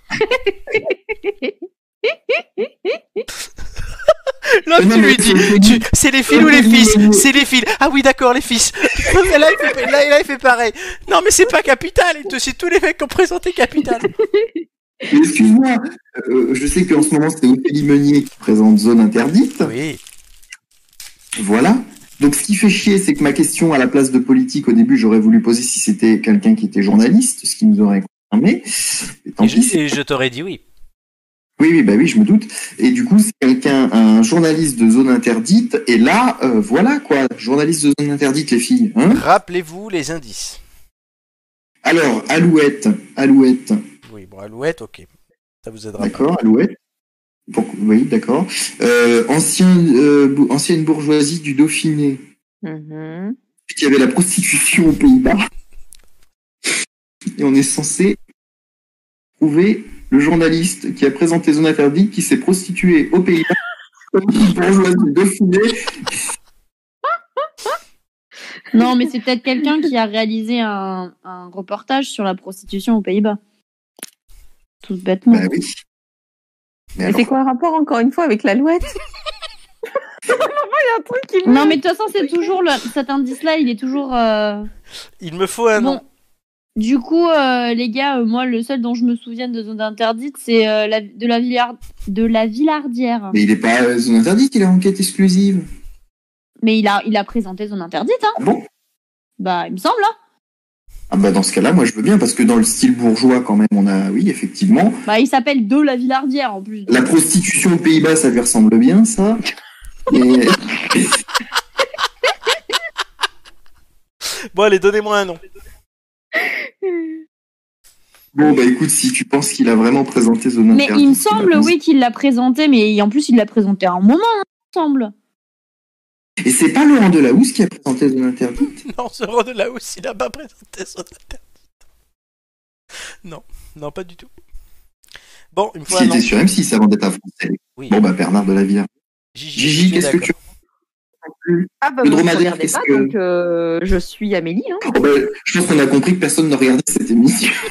S1: L'autre, tu lui
S2: euh,
S1: dis tu- C'est les fils ou les fils C'est les fils Ah oui, d'accord, les fils Et là, il fait, là, là, il fait pareil Non, mais c'est pas Capital et C'est tous les mecs qui ont présenté Capital
S2: Mais Excuse-moi, euh, je sais qu'en ce moment, c'est Ophélie Meunier qui présente Zone Interdite.
S1: Oui.
S2: Voilà. Donc, ce qui fait chier, c'est que ma question à la place de politique, au début, j'aurais voulu poser si c'était quelqu'un qui était journaliste, ce qui nous aurait confirmé. Et tant
S1: Et
S2: pis,
S1: je, et je t'aurais dit oui.
S2: Oui, oui, bah oui, je me doute. Et du coup, c'est quelqu'un, un journaliste de zone interdite. Et là, euh, voilà quoi, journaliste de zone interdite, les filles. hein.
S1: Rappelez-vous les indices.
S2: Alors, Alouette, Alouette,
S1: Oui, bon, Alouette, ok. Ça vous aidera pas.
S2: d'accord, Alouette. Pour- Oui, d'accord. Euh, ancien, euh, bou- ancienne bourgeoisie du Dauphiné,
S11: Mhm.
S2: qui avait la prostitution aux Pays-Bas. Et on est censé trouver le journaliste qui a présenté Zone Interdite, qui s'est prostitué aux Pays-Bas, comme une bourgeoisie du Dauphiné,
S5: Non, mais c'est peut-être quelqu'un qui a réalisé un, un reportage sur la prostitution aux Pays-Bas. Tout bêtement.
S2: Bah oui.
S4: Mais c'est quoi le rapport encore une fois avec l'alouette
S14: Il y a un truc qui Non, mais de toute façon, c'est toujours le... cet indice-là, il est toujours. euh,
S1: Il me faut un nom.
S5: Du coup, euh, les gars, euh, moi, le seul dont je me souviens de zone interdite, c'est euh, la- de, la Villard... de la Villardière.
S2: Mais il n'est pas euh, zone interdite, il est enquête exclusive.
S5: Mais il a, il a présenté zone interdite, hein
S2: bon
S5: Bah, il me semble, hein
S2: Ah bah dans ce cas-là, moi je veux bien, parce que dans le style bourgeois quand même, on a, oui, effectivement,
S5: Bah, il s'appelle de la Villardière, en plus.
S2: la prostitution aux Pays-Bas, ça lui ressemble bien, ça. Et-
S1: Bon, allez, donnez-moi un nom.
S2: Bon bah écoute, si tu penses qu'il a vraiment présenté zone
S5: Mais
S2: interdite...
S5: il me semble, oui, qu'il l'a présenté, mais en plus, il l'a présenté à un moment, hein, il me semble.
S2: Et c'est pas Laurent Delahousse qui a présenté zone interdite
S1: Non, ce roi de la hausse, il a pas présenté son interdite. Non, non, pas du tout. Bon, une fois
S2: S'il
S1: un
S2: était
S1: nom.
S2: sur M6 avant d'être à France Télé.
S1: Oui.
S2: Bon bah Bernard de la Villard.
S1: Gigi,
S2: Gigi,
S1: je
S2: qu'est-ce que
S1: suis
S2: tu...
S4: Ah bah
S2: Le
S4: vous ne
S2: dromadaire,
S4: regardez
S2: qu'est-ce
S4: pas,
S2: que-
S4: donc euh, je suis Amélie. Hein.
S2: Oh, bah, je pense qu'on a compris que personne ne regardait cette émission.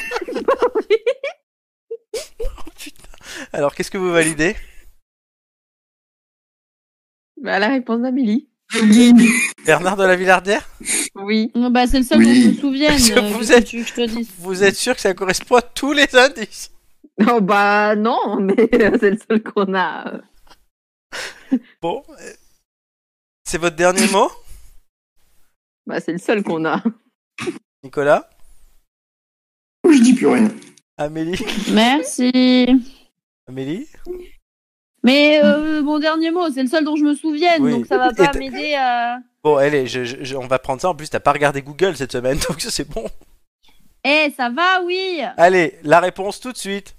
S1: d'accord. Alors, qu'est-ce que vous validez
S4: Bah, la réponse d'Amélie.
S1: Bernard de la Villardière
S4: Oui.
S5: Bah, c'est le seul
S1: Oui.
S5: dont je me souviens.
S1: Parce que
S5: euh,
S1: vous
S5: qu'est-ce
S1: êtes-
S5: que tu veux que je te dise
S1: Vous êtes sûr que ça correspond à tous les indices
S4: Oh bah non, mais c'est le seul qu'on a.
S1: Bon. euh, C'est votre dernier mot,
S4: Bah c'est le seul qu'on a.
S1: Nicolas
S2: Je dis plus rien.
S1: Amélie
S5: Merci.
S1: Amélie
S5: Mais euh, mon dernier mot, c'est le seul dont je me souviens,
S1: Oui.
S5: donc ça va
S1: Et
S5: pas
S1: t'as-
S5: m'aider à.
S1: Bon, allez, je- je- je- on va prendre ça. En plus, t'as pas regardé Google cette semaine, donc c'est bon.
S5: Eh, ça va, oui
S1: Allez, la réponse tout de suite.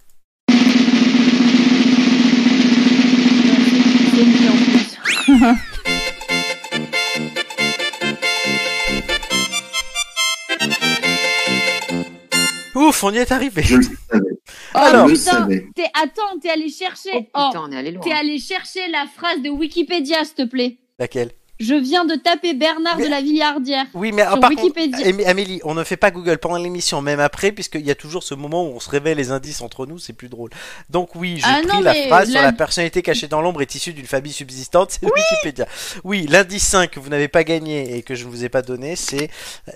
S1: Ouf, on y est arrivé.
S2: Je le savais.
S5: Oh
S1: Alors,
S5: putain t'es- Attends, t'es allé chercher. Oh,
S4: on est allé loin.
S5: T'es allé chercher la phrase de Wikipédia, s'il te plaît.
S1: laquelle
S5: Je viens de taper Bernard de la Villardière.
S1: Oui, mais ah,
S5: sur
S1: par
S5: Wikipédia.
S1: contre, Amé- Amélie, on ne fait pas Google pendant l'émission, même après, puisqu'il y a toujours ce moment où on se révèle les indices entre nous, c'est plus drôle. Donc oui, j'ai
S5: Ah
S1: pris
S5: non,
S1: la
S5: mais
S1: phrase sur
S5: là-
S1: la personnalité cachée dans l'ombre est issue d'une famille subsistante, c'est Wikipédia. Oui, l'indice 5 que vous n'avez pas gagné et que je ne vous ai pas donné, c'est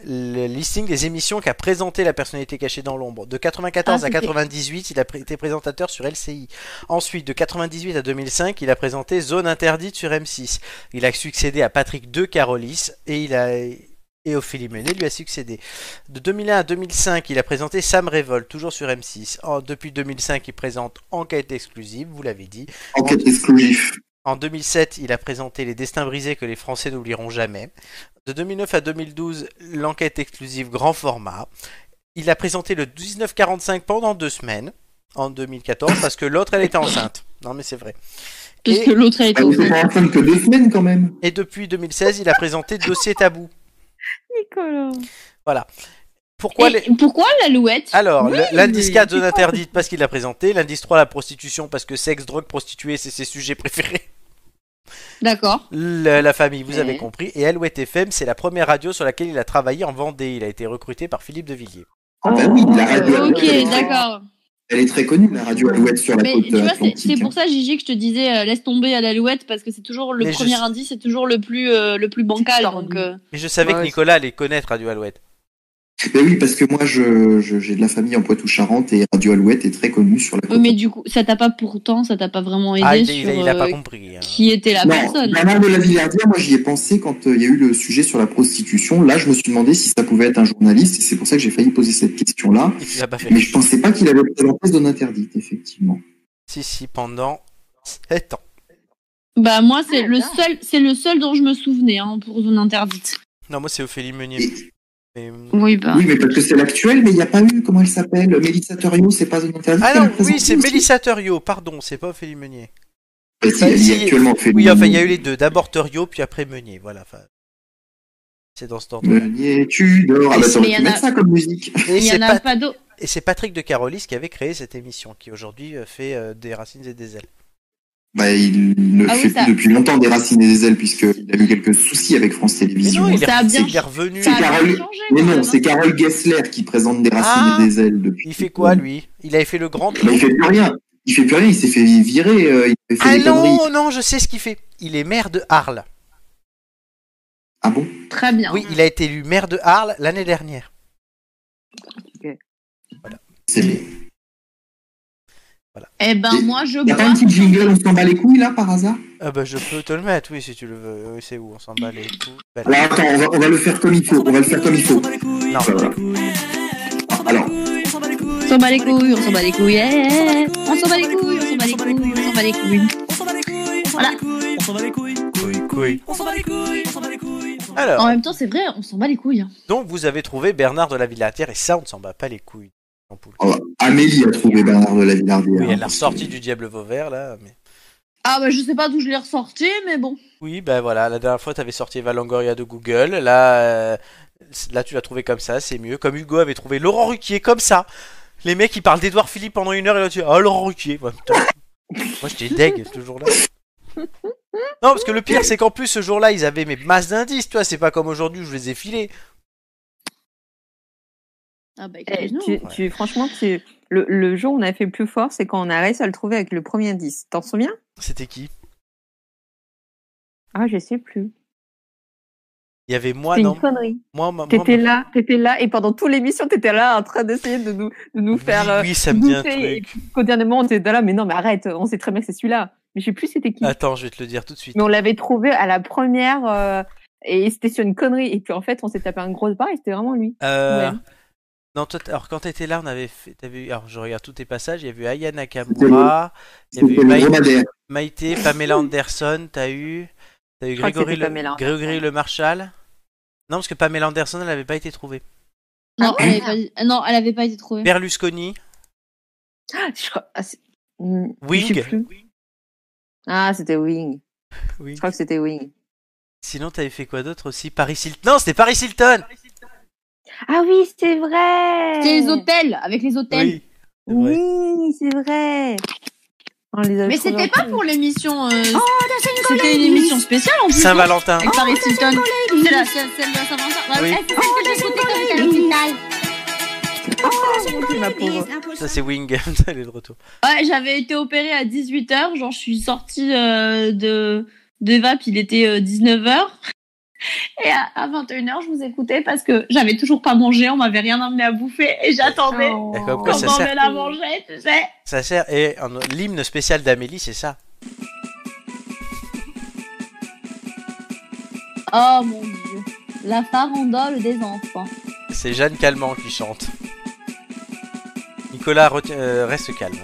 S1: le listing des émissions qu'a présenté la personnalité cachée dans l'ombre. De 94
S5: Ah,
S1: à
S5: c'était-
S1: 98, il a pr- été présentateur sur LCI. Ensuite, de 98 à 2005, il a présenté Zone interdite sur M6. Il a succédé à Patrick De Carolis et il a et Ophélie Meunier lui a succédé. De 2001 à 2005, il a présenté Sam Revolt, toujours sur M6. En- depuis 2005, il présente Enquête exclusive, vous l'avez dit.
S2: Enquête exclusive.
S1: En 2007, il a présenté Les Destins brisés que les Français n'oublieront jamais. De 2009 à 2012, l'enquête exclusive grand format. Il a présenté le 1945 pendant deux semaines, en 2014, parce que l'autre, elle était enceinte. Non, Ah, mais c'est vrai.
S5: Parce que l'autre a
S2: Ah,
S5: été au fait.
S2: semaines quand même.
S1: Et depuis 2016, il a présenté Dossier Tabou.
S5: Nicolas.
S1: Voilà. Pourquoi Ah.
S5: Et Pourquoi l'alouette
S1: Alors,
S5: Oui,
S1: le- l'indice
S5: mais
S1: 4, zone
S5: c'est quoi
S1: interdite parce qu'il l'a présenté. L'indice 3, la prostitution parce que sexe, drogue, prostituée, c'est ses sujets préférés.
S5: D'accord.
S1: Le- la famille, vous avez
S5: Ouais.
S1: compris. Et Alouette FM, c'est la première radio sur laquelle il a travaillé en Vendée. Il a été recruté par Philippe de Villiers.
S2: Ah bah oui, la radio
S5: Ok,
S2: Alouette,
S5: d'accord.
S2: elle est très connue, la radio Alouette sur la
S5: Mais
S2: côte
S5: tu vois, c'est-
S2: atlantique. hein.
S5: c'est pour ça, Gigi, que je te disais euh, laisse tomber à l'alouette parce que c'est toujours le
S1: Mais je
S5: premier
S1: sais-
S5: indice, c'est toujours le plus euh, le plus bancal. Donc, euh,
S1: Mais je savais que Nicolas allait connaître Radio Alouette.
S2: Mais oui, parce que moi, je, je- j'ai de la famille en Poitou-Charentes et Radio Alouette est très connue sur la
S5: oui, mais du coup, ça t'a pas pourtant, ça t'a pas vraiment aidé
S1: Ah, il, il
S5: sur
S1: a- il a pas
S5: euh,
S1: compris. hein.
S5: qui était la
S2: non,
S5: personne.
S2: la mère de la Villardière, moi j'y ai pensé quand euh, il y a eu le sujet sur la prostitution. Là, je me suis demandé si ça pouvait être un journaliste et c'est pour ça que j'ai failli poser cette question-là.
S1: Il l'a pas fait.
S2: Mais je pensais pas qu'il avait présenté zone interdite, effectivement.
S1: Si, si, pendant 7 ans.
S5: Bah moi,
S4: Ah,
S5: c'est le seul, c'est le seul dont je me souvenais hein, pour zone interdite.
S1: Non, moi, c'est Ophélie Meunier. Mais- euh,
S5: Oui,
S1: Ah.
S5: bah.
S2: Oui, mais parce que c'est l'actuel, mais il n'y a pas eu, comment elle s'appelle Mélissa Theriot, c'est pas zone interdite.
S1: Ah
S2: qu'elle a
S1: non, oui,
S2: présenté
S1: c'est
S2: aussi
S1: Mélissa Theriot, pardon, c'est pas Ophélie Meunier.
S2: Mais si, elle y est actuellement, Ophélie
S1: Oui, enfin, il y a
S2: Meunier.
S1: eu les deux. D'abord Theriot, puis après Meunier, voilà. enfin, C'est dans cet ordre.
S2: Meunier, tu dors. Ah bah, t'aurais
S5: Mais il y
S2: pu
S5: en a-
S2: mettre ça comme musique.
S1: Et
S5: Il y
S1: c'est
S5: en a
S1: Pat-
S5: pas d'autres.
S1: Et c'est Patrick de Carolis qui avait créé cette émission, qui aujourd'hui euh, fait euh, des racines et des ailes.
S2: Bah, il ne
S1: Ah oui,
S2: fait
S1: ça-
S2: plus depuis longtemps des racines et des ailes, puisqu'il a eu quelques soucis avec France Télévisions.
S1: il, est,
S2: C'est
S1: c'est- il est revenu.
S2: Carole- Mais non,
S5: hein.
S2: c'est Carole Gessler qui présente des
S5: Ah,
S2: racines et des ailes depuis.
S1: Il fait quoi, lui Il avait fait le grand
S2: Bah, Mm. il fait plus rien. Il fait plus rien, il s'est fait virer, euh, il a fait
S1: Ah
S2: des conneries.
S1: non, non, je sais ce qu'il fait. Il est maire de Arles.
S2: Ah bon
S5: Très bien.
S1: Oui, il a été élu maire de Arles l'année dernière.
S2: C'est bien.
S5: Eh ben moi, je
S2: Y'a pas un
S5: bois.
S2: petit jingle, on s'en bat les couilles là par hasard
S1: Ah bah je peux te le mettre, oui, si tu le veux. Euh, C'est où On s'en bat les couilles. Bah,
S2: Alors attends, on va, on va le faire comme il faut, on va le faire comme il faut.
S1: Non.
S2: Alors,
S5: On s'en bat les couilles, on s'en bat les couilles, eh, eh. on s'en bat les couilles, on s'en bat les couilles, on s'en bat les couilles. Voilà.
S1: Couilles, couilles.
S5: En
S1: Alors,
S5: même temps, c'est vrai, on s'en bat les couilles. hein.
S1: donc vous avez trouvé Bernard de la Villatière et ça, on ne s'en bat pas les couilles.
S2: oh, Amélie a trouvé Bernard de la Villardière.
S1: Oui, elle l'a ressorti du Diable Vauvert, là. Mais...
S5: Ah bah je sais pas d'où je l'ai ressorti, mais bon.
S1: Oui, ben voilà, la dernière fois, tu avais sorti Eva Longoria de Google. Là, euh, là tu l'as trouvé comme ça, c'est mieux. Comme Hugo avait trouvé Laurent Ruquier, comme ça. Les mecs, ils parlent d'Edouard Philippe pendant une heure et là, tu dis, oh, Laurent Ruquier. Ouais, putain. Moi, j'étais deg ce jour-là. Non, parce que le pire, c'est qu'en plus, ce jour-là, ils avaient mes masses d'indices, tu vois. C'est pas comme aujourd'hui où je les ai filés.
S5: Ah bah,
S4: Eh, tu, tu- franchement, tu, le, le jour où on a fait le plus fort, c'est quand on a réussi à le trouver avec le premier indice. T'en souviens
S1: C'était qui
S4: Ah, je sais plus.
S1: Il y avait moi,
S4: C'est
S1: non
S4: une connerie.
S1: Moi, moi, moi,
S4: T'étais
S1: moi.
S4: là, t'étais là, et pendant toute l'émission, t'étais là en train d'essayer de nous, de nous faire. euh,
S1: oui, ça me dit un
S4: douter,
S1: truc.
S4: et puis Qu'au dernier moment, on était là, mais non, mais arrête, on sait très bien que c'est celui-là. Mais je sais plus c'était qui.
S1: Attends, je vais te le dire tout de suite.
S4: Mais on l'avait trouvé à la première, euh, et c'était sur une connerie. Et puis en fait, on s'est tapé un gros bar, et c'était vraiment lui.
S1: Euh,
S4: Ouais.
S1: Non, toi, t- alors quand t'étais là, on avait fait, t'avais eu- alors je regarde tous tes passages, il y avait eu Aya Nakamura, il y avait
S2: c'était
S1: eu
S2: le
S1: Maï-
S2: dromadaire.
S1: Maïté, Pamela Anderson, t'as eu, t'as eu
S4: Je crois que
S1: Grégory
S4: c'était
S1: le,
S4: Pamela Anderson.
S1: Grégory le Marshal. Non, parce que Pamela Anderson, elle n'avait pas été trouvée.
S5: Non, elle avait pas, ah, non, elle avait pas été
S4: Mm.
S5: trouvée.
S1: Berlusconi,
S4: Je crois- ah, c'est- Hmm, je sais
S1: Wing.
S4: plus. Ah, c'était Wing.
S1: Wing.
S4: Je crois que c'était Wing.
S1: Sinon, t'avais fait quoi d'autre aussi Paris Hilton. Non, c'était Paris Hilton.
S4: Ah oui, c'est vrai.
S5: C'est les hôtels, avec les hôtels.
S1: Oui. c'est vrai.
S4: Oui, c'est vrai. On les avait
S5: Mais
S4: trouvés
S5: c'était
S4: en
S5: pas
S4: premier.
S5: pour l'émission. euh,
S4: Oh,
S5: c'était une émission spéciale en plus. non
S1: Saint-Valentin.
S5: Avec Paris
S4: Oh,
S5: Hilton. C'est la celle celle de la Saint-Valentin. Bah,
S1: Oui.
S5: eh, c'est celle que j'ai écoutée quand j'étais à l'hôpital.
S1: Ça c'est Wing. elle est de retour.
S5: Ouais, j'avais été opérée à 18h, genre je suis sortie euh, de d'EVAP, il était 19h. Et à, 21h, je vous écoutais parce que j'avais toujours pas mangé, on m'avait rien emmené à bouffer et j'attendais
S4: Oh.
S1: Et
S5: qu'on
S1: comme quoi, ça
S5: m'emmène
S1: sert,
S5: à manger, tu sais.
S1: ça sert. Et un- l'hymne spécial d'Amélie, c'est ça.
S5: Oh mon dieu. La farandole des enfants.
S1: C'est Jeanne Calment qui chante. Nicolas, retiens- euh, reste calme.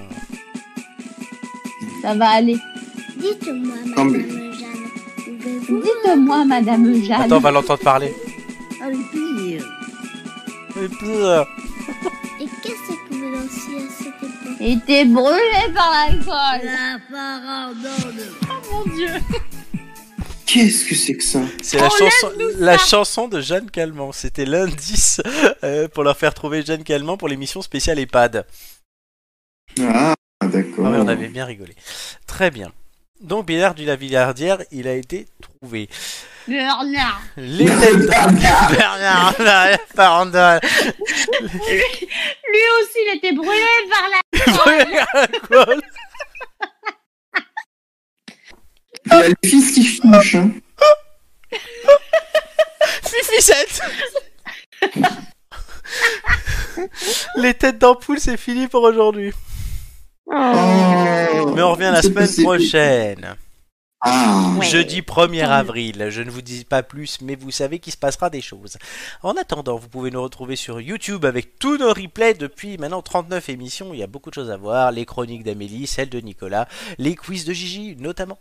S5: Ça va aller.
S6: Dites-moi,
S1: Non, mais-
S6: madame Jeanne, pouvez-vous
S5: Dites-moi, Madame Jeanne.
S1: Attends, on va l'entendre parler.
S6: un pire
S1: Et puis, euh,
S6: Et qu'est-ce que vous en Et
S14: t'es brûlé par la colle.
S6: Oh mon dieu.
S2: Qu'est-ce que c'est que ça
S1: C'est la chanson, la chanson de Jeanne Calment. C'était l'indice euh, pour leur faire trouver Jeanne Calment pour l'émission spéciale EHPAD.
S2: Ah,
S1: Ah
S2: d'accord.
S1: ouais, on avait bien rigolé. Très bien. Donc Bernard de la Villardière, il a été trouvé.
S14: Bernard.
S1: Les têtes Bernard la farandole.
S14: Lui aussi, il était brûlé par la
S1: colle.
S2: Il y a le fils qui chouche. Hein.
S1: Fifisette Les têtes d'ampoule, c'est fini pour aujourd'hui. Mais on revient la
S2: Oh. c'est
S1: semaine
S2: possible.
S1: prochaine.
S2: Ah. Ouais.
S1: Jeudi 1er avril. Je ne vous dis pas plus, mais vous savez qu'il se passera des choses. En attendant, vous pouvez nous retrouver sur YouTube avec tous nos replays depuis maintenant 39 émissions. Il y a beaucoup de choses à voir. Les chroniques d'Amélie, celles de Nicolas, les quiz de Gigi notamment.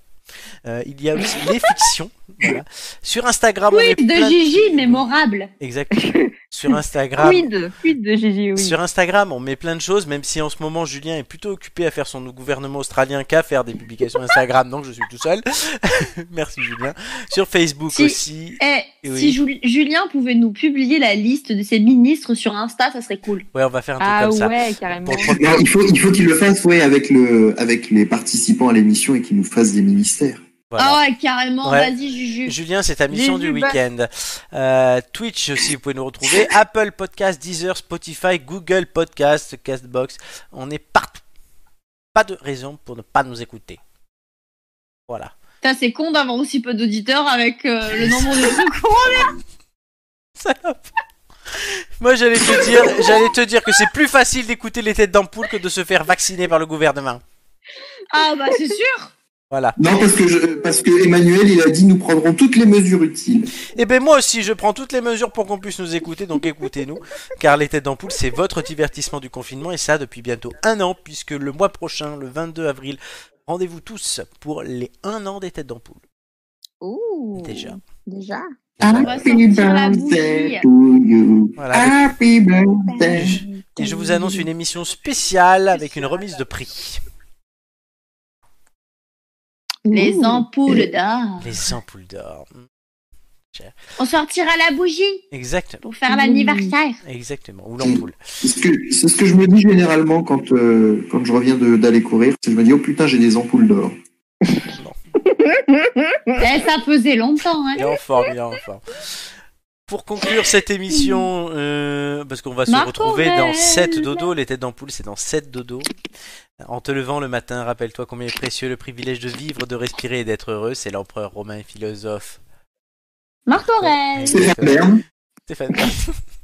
S1: Euh, il y a aussi les fictions. Voilà. Sur Instagram, on est
S14: Quid
S1: plein
S14: de Gigi, mémorable.
S1: Exactement. Sur Instagram.
S14: Quid, quid de Gigi, oui.
S1: Sur Instagram, on met plein de choses, même si en ce moment Julien est plutôt occupé à faire son gouvernement australien qu'à faire des publications Instagram, donc je suis tout seul. Merci Julien. Sur Facebook
S14: Si-
S1: aussi.
S14: Eh,
S1: Et
S14: si
S1: oui.
S14: Jul- Julien pouvait nous publier la liste de ses ministres sur Insta, ça serait cool.
S1: Ouais, on va faire un truc
S14: Ah
S1: comme ça.
S14: ouais, carrément.
S2: Non, il faut il faut qu'il le fasse ouais, avec, le, avec les participants à l'émission et qu'il nous fasse des ministères.
S1: Voilà.
S14: Ah ouais, carrément,
S1: Ouais.
S14: vas-y Juju.
S1: Julien, c'est ta mission
S14: Juju,
S1: du
S14: bah-
S1: week-end. Euh, Twitch aussi, vous pouvez nous retrouver. Apple Podcast, Deezer, Spotify, Google Podcast, Castbox. On est partout. Pas de raison pour ne pas nous écouter. Voilà.
S14: Putain, c'est con d'avoir aussi peu d'auditeurs avec euh, le nombre de trucs qu'on a.
S1: Moi, j'allais te dire, j'allais te dire que c'est plus facile d'écouter les têtes d'ampoule que de se faire vacciner par le gouvernement.
S14: Ah bah c'est sûr.
S1: Voilà.
S2: Non, parce que, je- parce que Emmanuel, il a dit nous prendrons toutes les mesures utiles.
S1: Et ben moi aussi, je prends toutes les mesures pour qu'on puisse nous écouter, donc écoutez-nous, car les têtes d'ampoule, c'est votre divertissement du confinement, et ça depuis bientôt un an, puisque le mois prochain, le 22 avril, rendez-vous tous pour les 1 an des têtes d'ampoule.
S4: Ouh.
S1: Déjà.
S4: Déjà.
S2: Happy birthday to you.
S1: Voilà.
S2: Happy birthday.
S4: Bah,
S1: Et je vous annonce une émission spéciale avec une remise de prix.
S14: Les ampoules d'or.
S1: Les ampoules d'or. Mm. Cher.
S14: On sortira la bougie
S1: Exactement.
S14: pour faire l'anniversaire.
S1: Exactement. Ou l'ampoule.
S2: C'est ce, que, c'est ce que je me dis généralement quand, euh, quand je reviens de- d'aller courir. c'est Je me dis, oh putain, j'ai des ampoules d'or.
S14: Eh, ça pesait longtemps, hein.
S1: Il est en forme, il est en forme. Pour conclure cette émission, euh, parce qu'on va se
S14: Marco
S1: retrouver dans
S14: Aurèle.
S1: 7 dodo, les têtes d'ampoule, c'est dans 7 dodo. En te levant le matin, rappelle-toi combien est précieux le privilège de vivre, de respirer et d'être heureux. C'est l'empereur romain et philosophe.
S14: Marc Aurèle.
S2: Stéphane Bern.
S1: Stéphane Bern.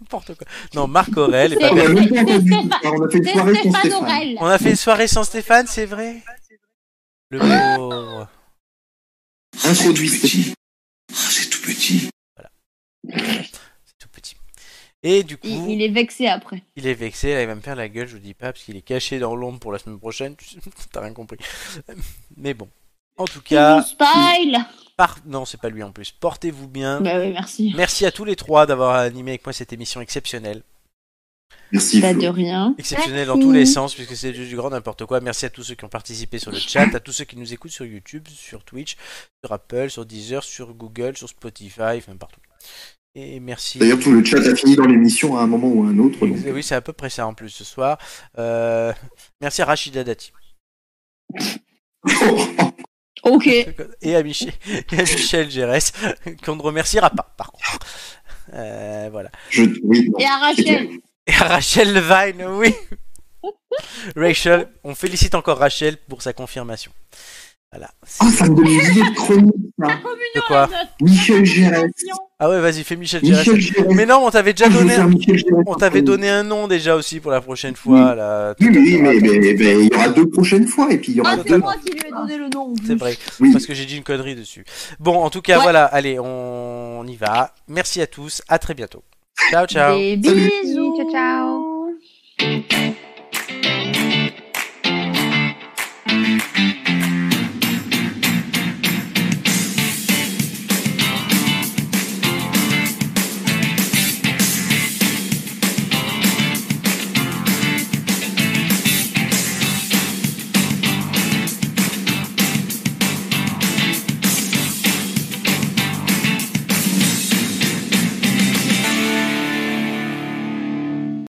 S1: N'importe quoi. Non, Marc Aurèle. et
S2: C'est-
S1: pas Bern.
S2: On a même pas entendu. On a fait une
S14: c'est
S2: soirée sans
S14: Stéphane
S2: Stéphane.
S14: Aurèle.
S1: On a fait une soirée sans Stéphane, c'est vrai Le pauvre.
S2: Introduit Stéphane. Ah,
S1: Et du coup,
S14: Il, il est vexé après.
S1: Il est vexé, là, il va me faire la gueule, je vous dis pas, parce qu'il est caché dans l'ombre pour la semaine prochaine. Tu- T'as rien compris. Mais bon. En tout cas.
S14: Style.
S1: par- Non, c'est pas lui en plus. Portez-vous bien.
S14: Bah oui, merci.
S1: Merci à tous les trois d'avoir animé avec moi cette émission exceptionnelle.
S2: Merci.
S14: Pas
S2: Flo.
S14: de rien.
S1: Exceptionnelle
S14: Merci.
S1: dans tous les sens, puisque c'est juste du grand n'importe quoi. Merci à tous ceux qui ont participé sur le chat, à tous ceux qui nous écoutent sur YouTube, sur Twitch, sur Apple, sur Deezer, sur Google, sur Spotify, enfin partout. Et merci.
S2: D'ailleurs, tout le chat a fini dans l'émission à un moment ou à un autre. donc.
S1: Oui, c'est à peu près ça en plus ce soir. Euh, Merci à Rachida Dati.
S14: Ok.
S1: et à Michel, et à Michel Gérès, qu'on ne remerciera pas, par contre. Euh, voilà.
S14: Et à Rachel.
S1: Et à Rachel Levine, oui. Rachel, on félicite encore Rachel pour sa confirmation. Voilà.
S2: Oh, ça me donne une idée de chronique, ça.
S1: De
S14: Ah,
S1: quoi
S2: Michel Gérès.
S1: Ah ouais, vas-y, fais Michel Gérès.
S2: Michel Gérès.
S1: Mais non, on t'avait déjà
S2: Ah, je vais
S1: donné,
S2: faire Michel Gérès
S1: on t'avait
S2: en
S1: donné un nom déjà aussi pour la prochaine fois. Là.
S2: Oui, oui, mais mais- mais- mais il y aura deux prochaines fois et puis il y aura
S14: Ah,
S2: deux.
S14: c'est moi qui lui ai donné le nom. en plus.
S1: C'est vrai, parce que j'ai dit une connerie dessus. Bon, en tout cas, voilà, allez, on on y va. Merci à tous, à très bientôt. Ciao, ciao.
S14: Des bisous. Ciao, ciao.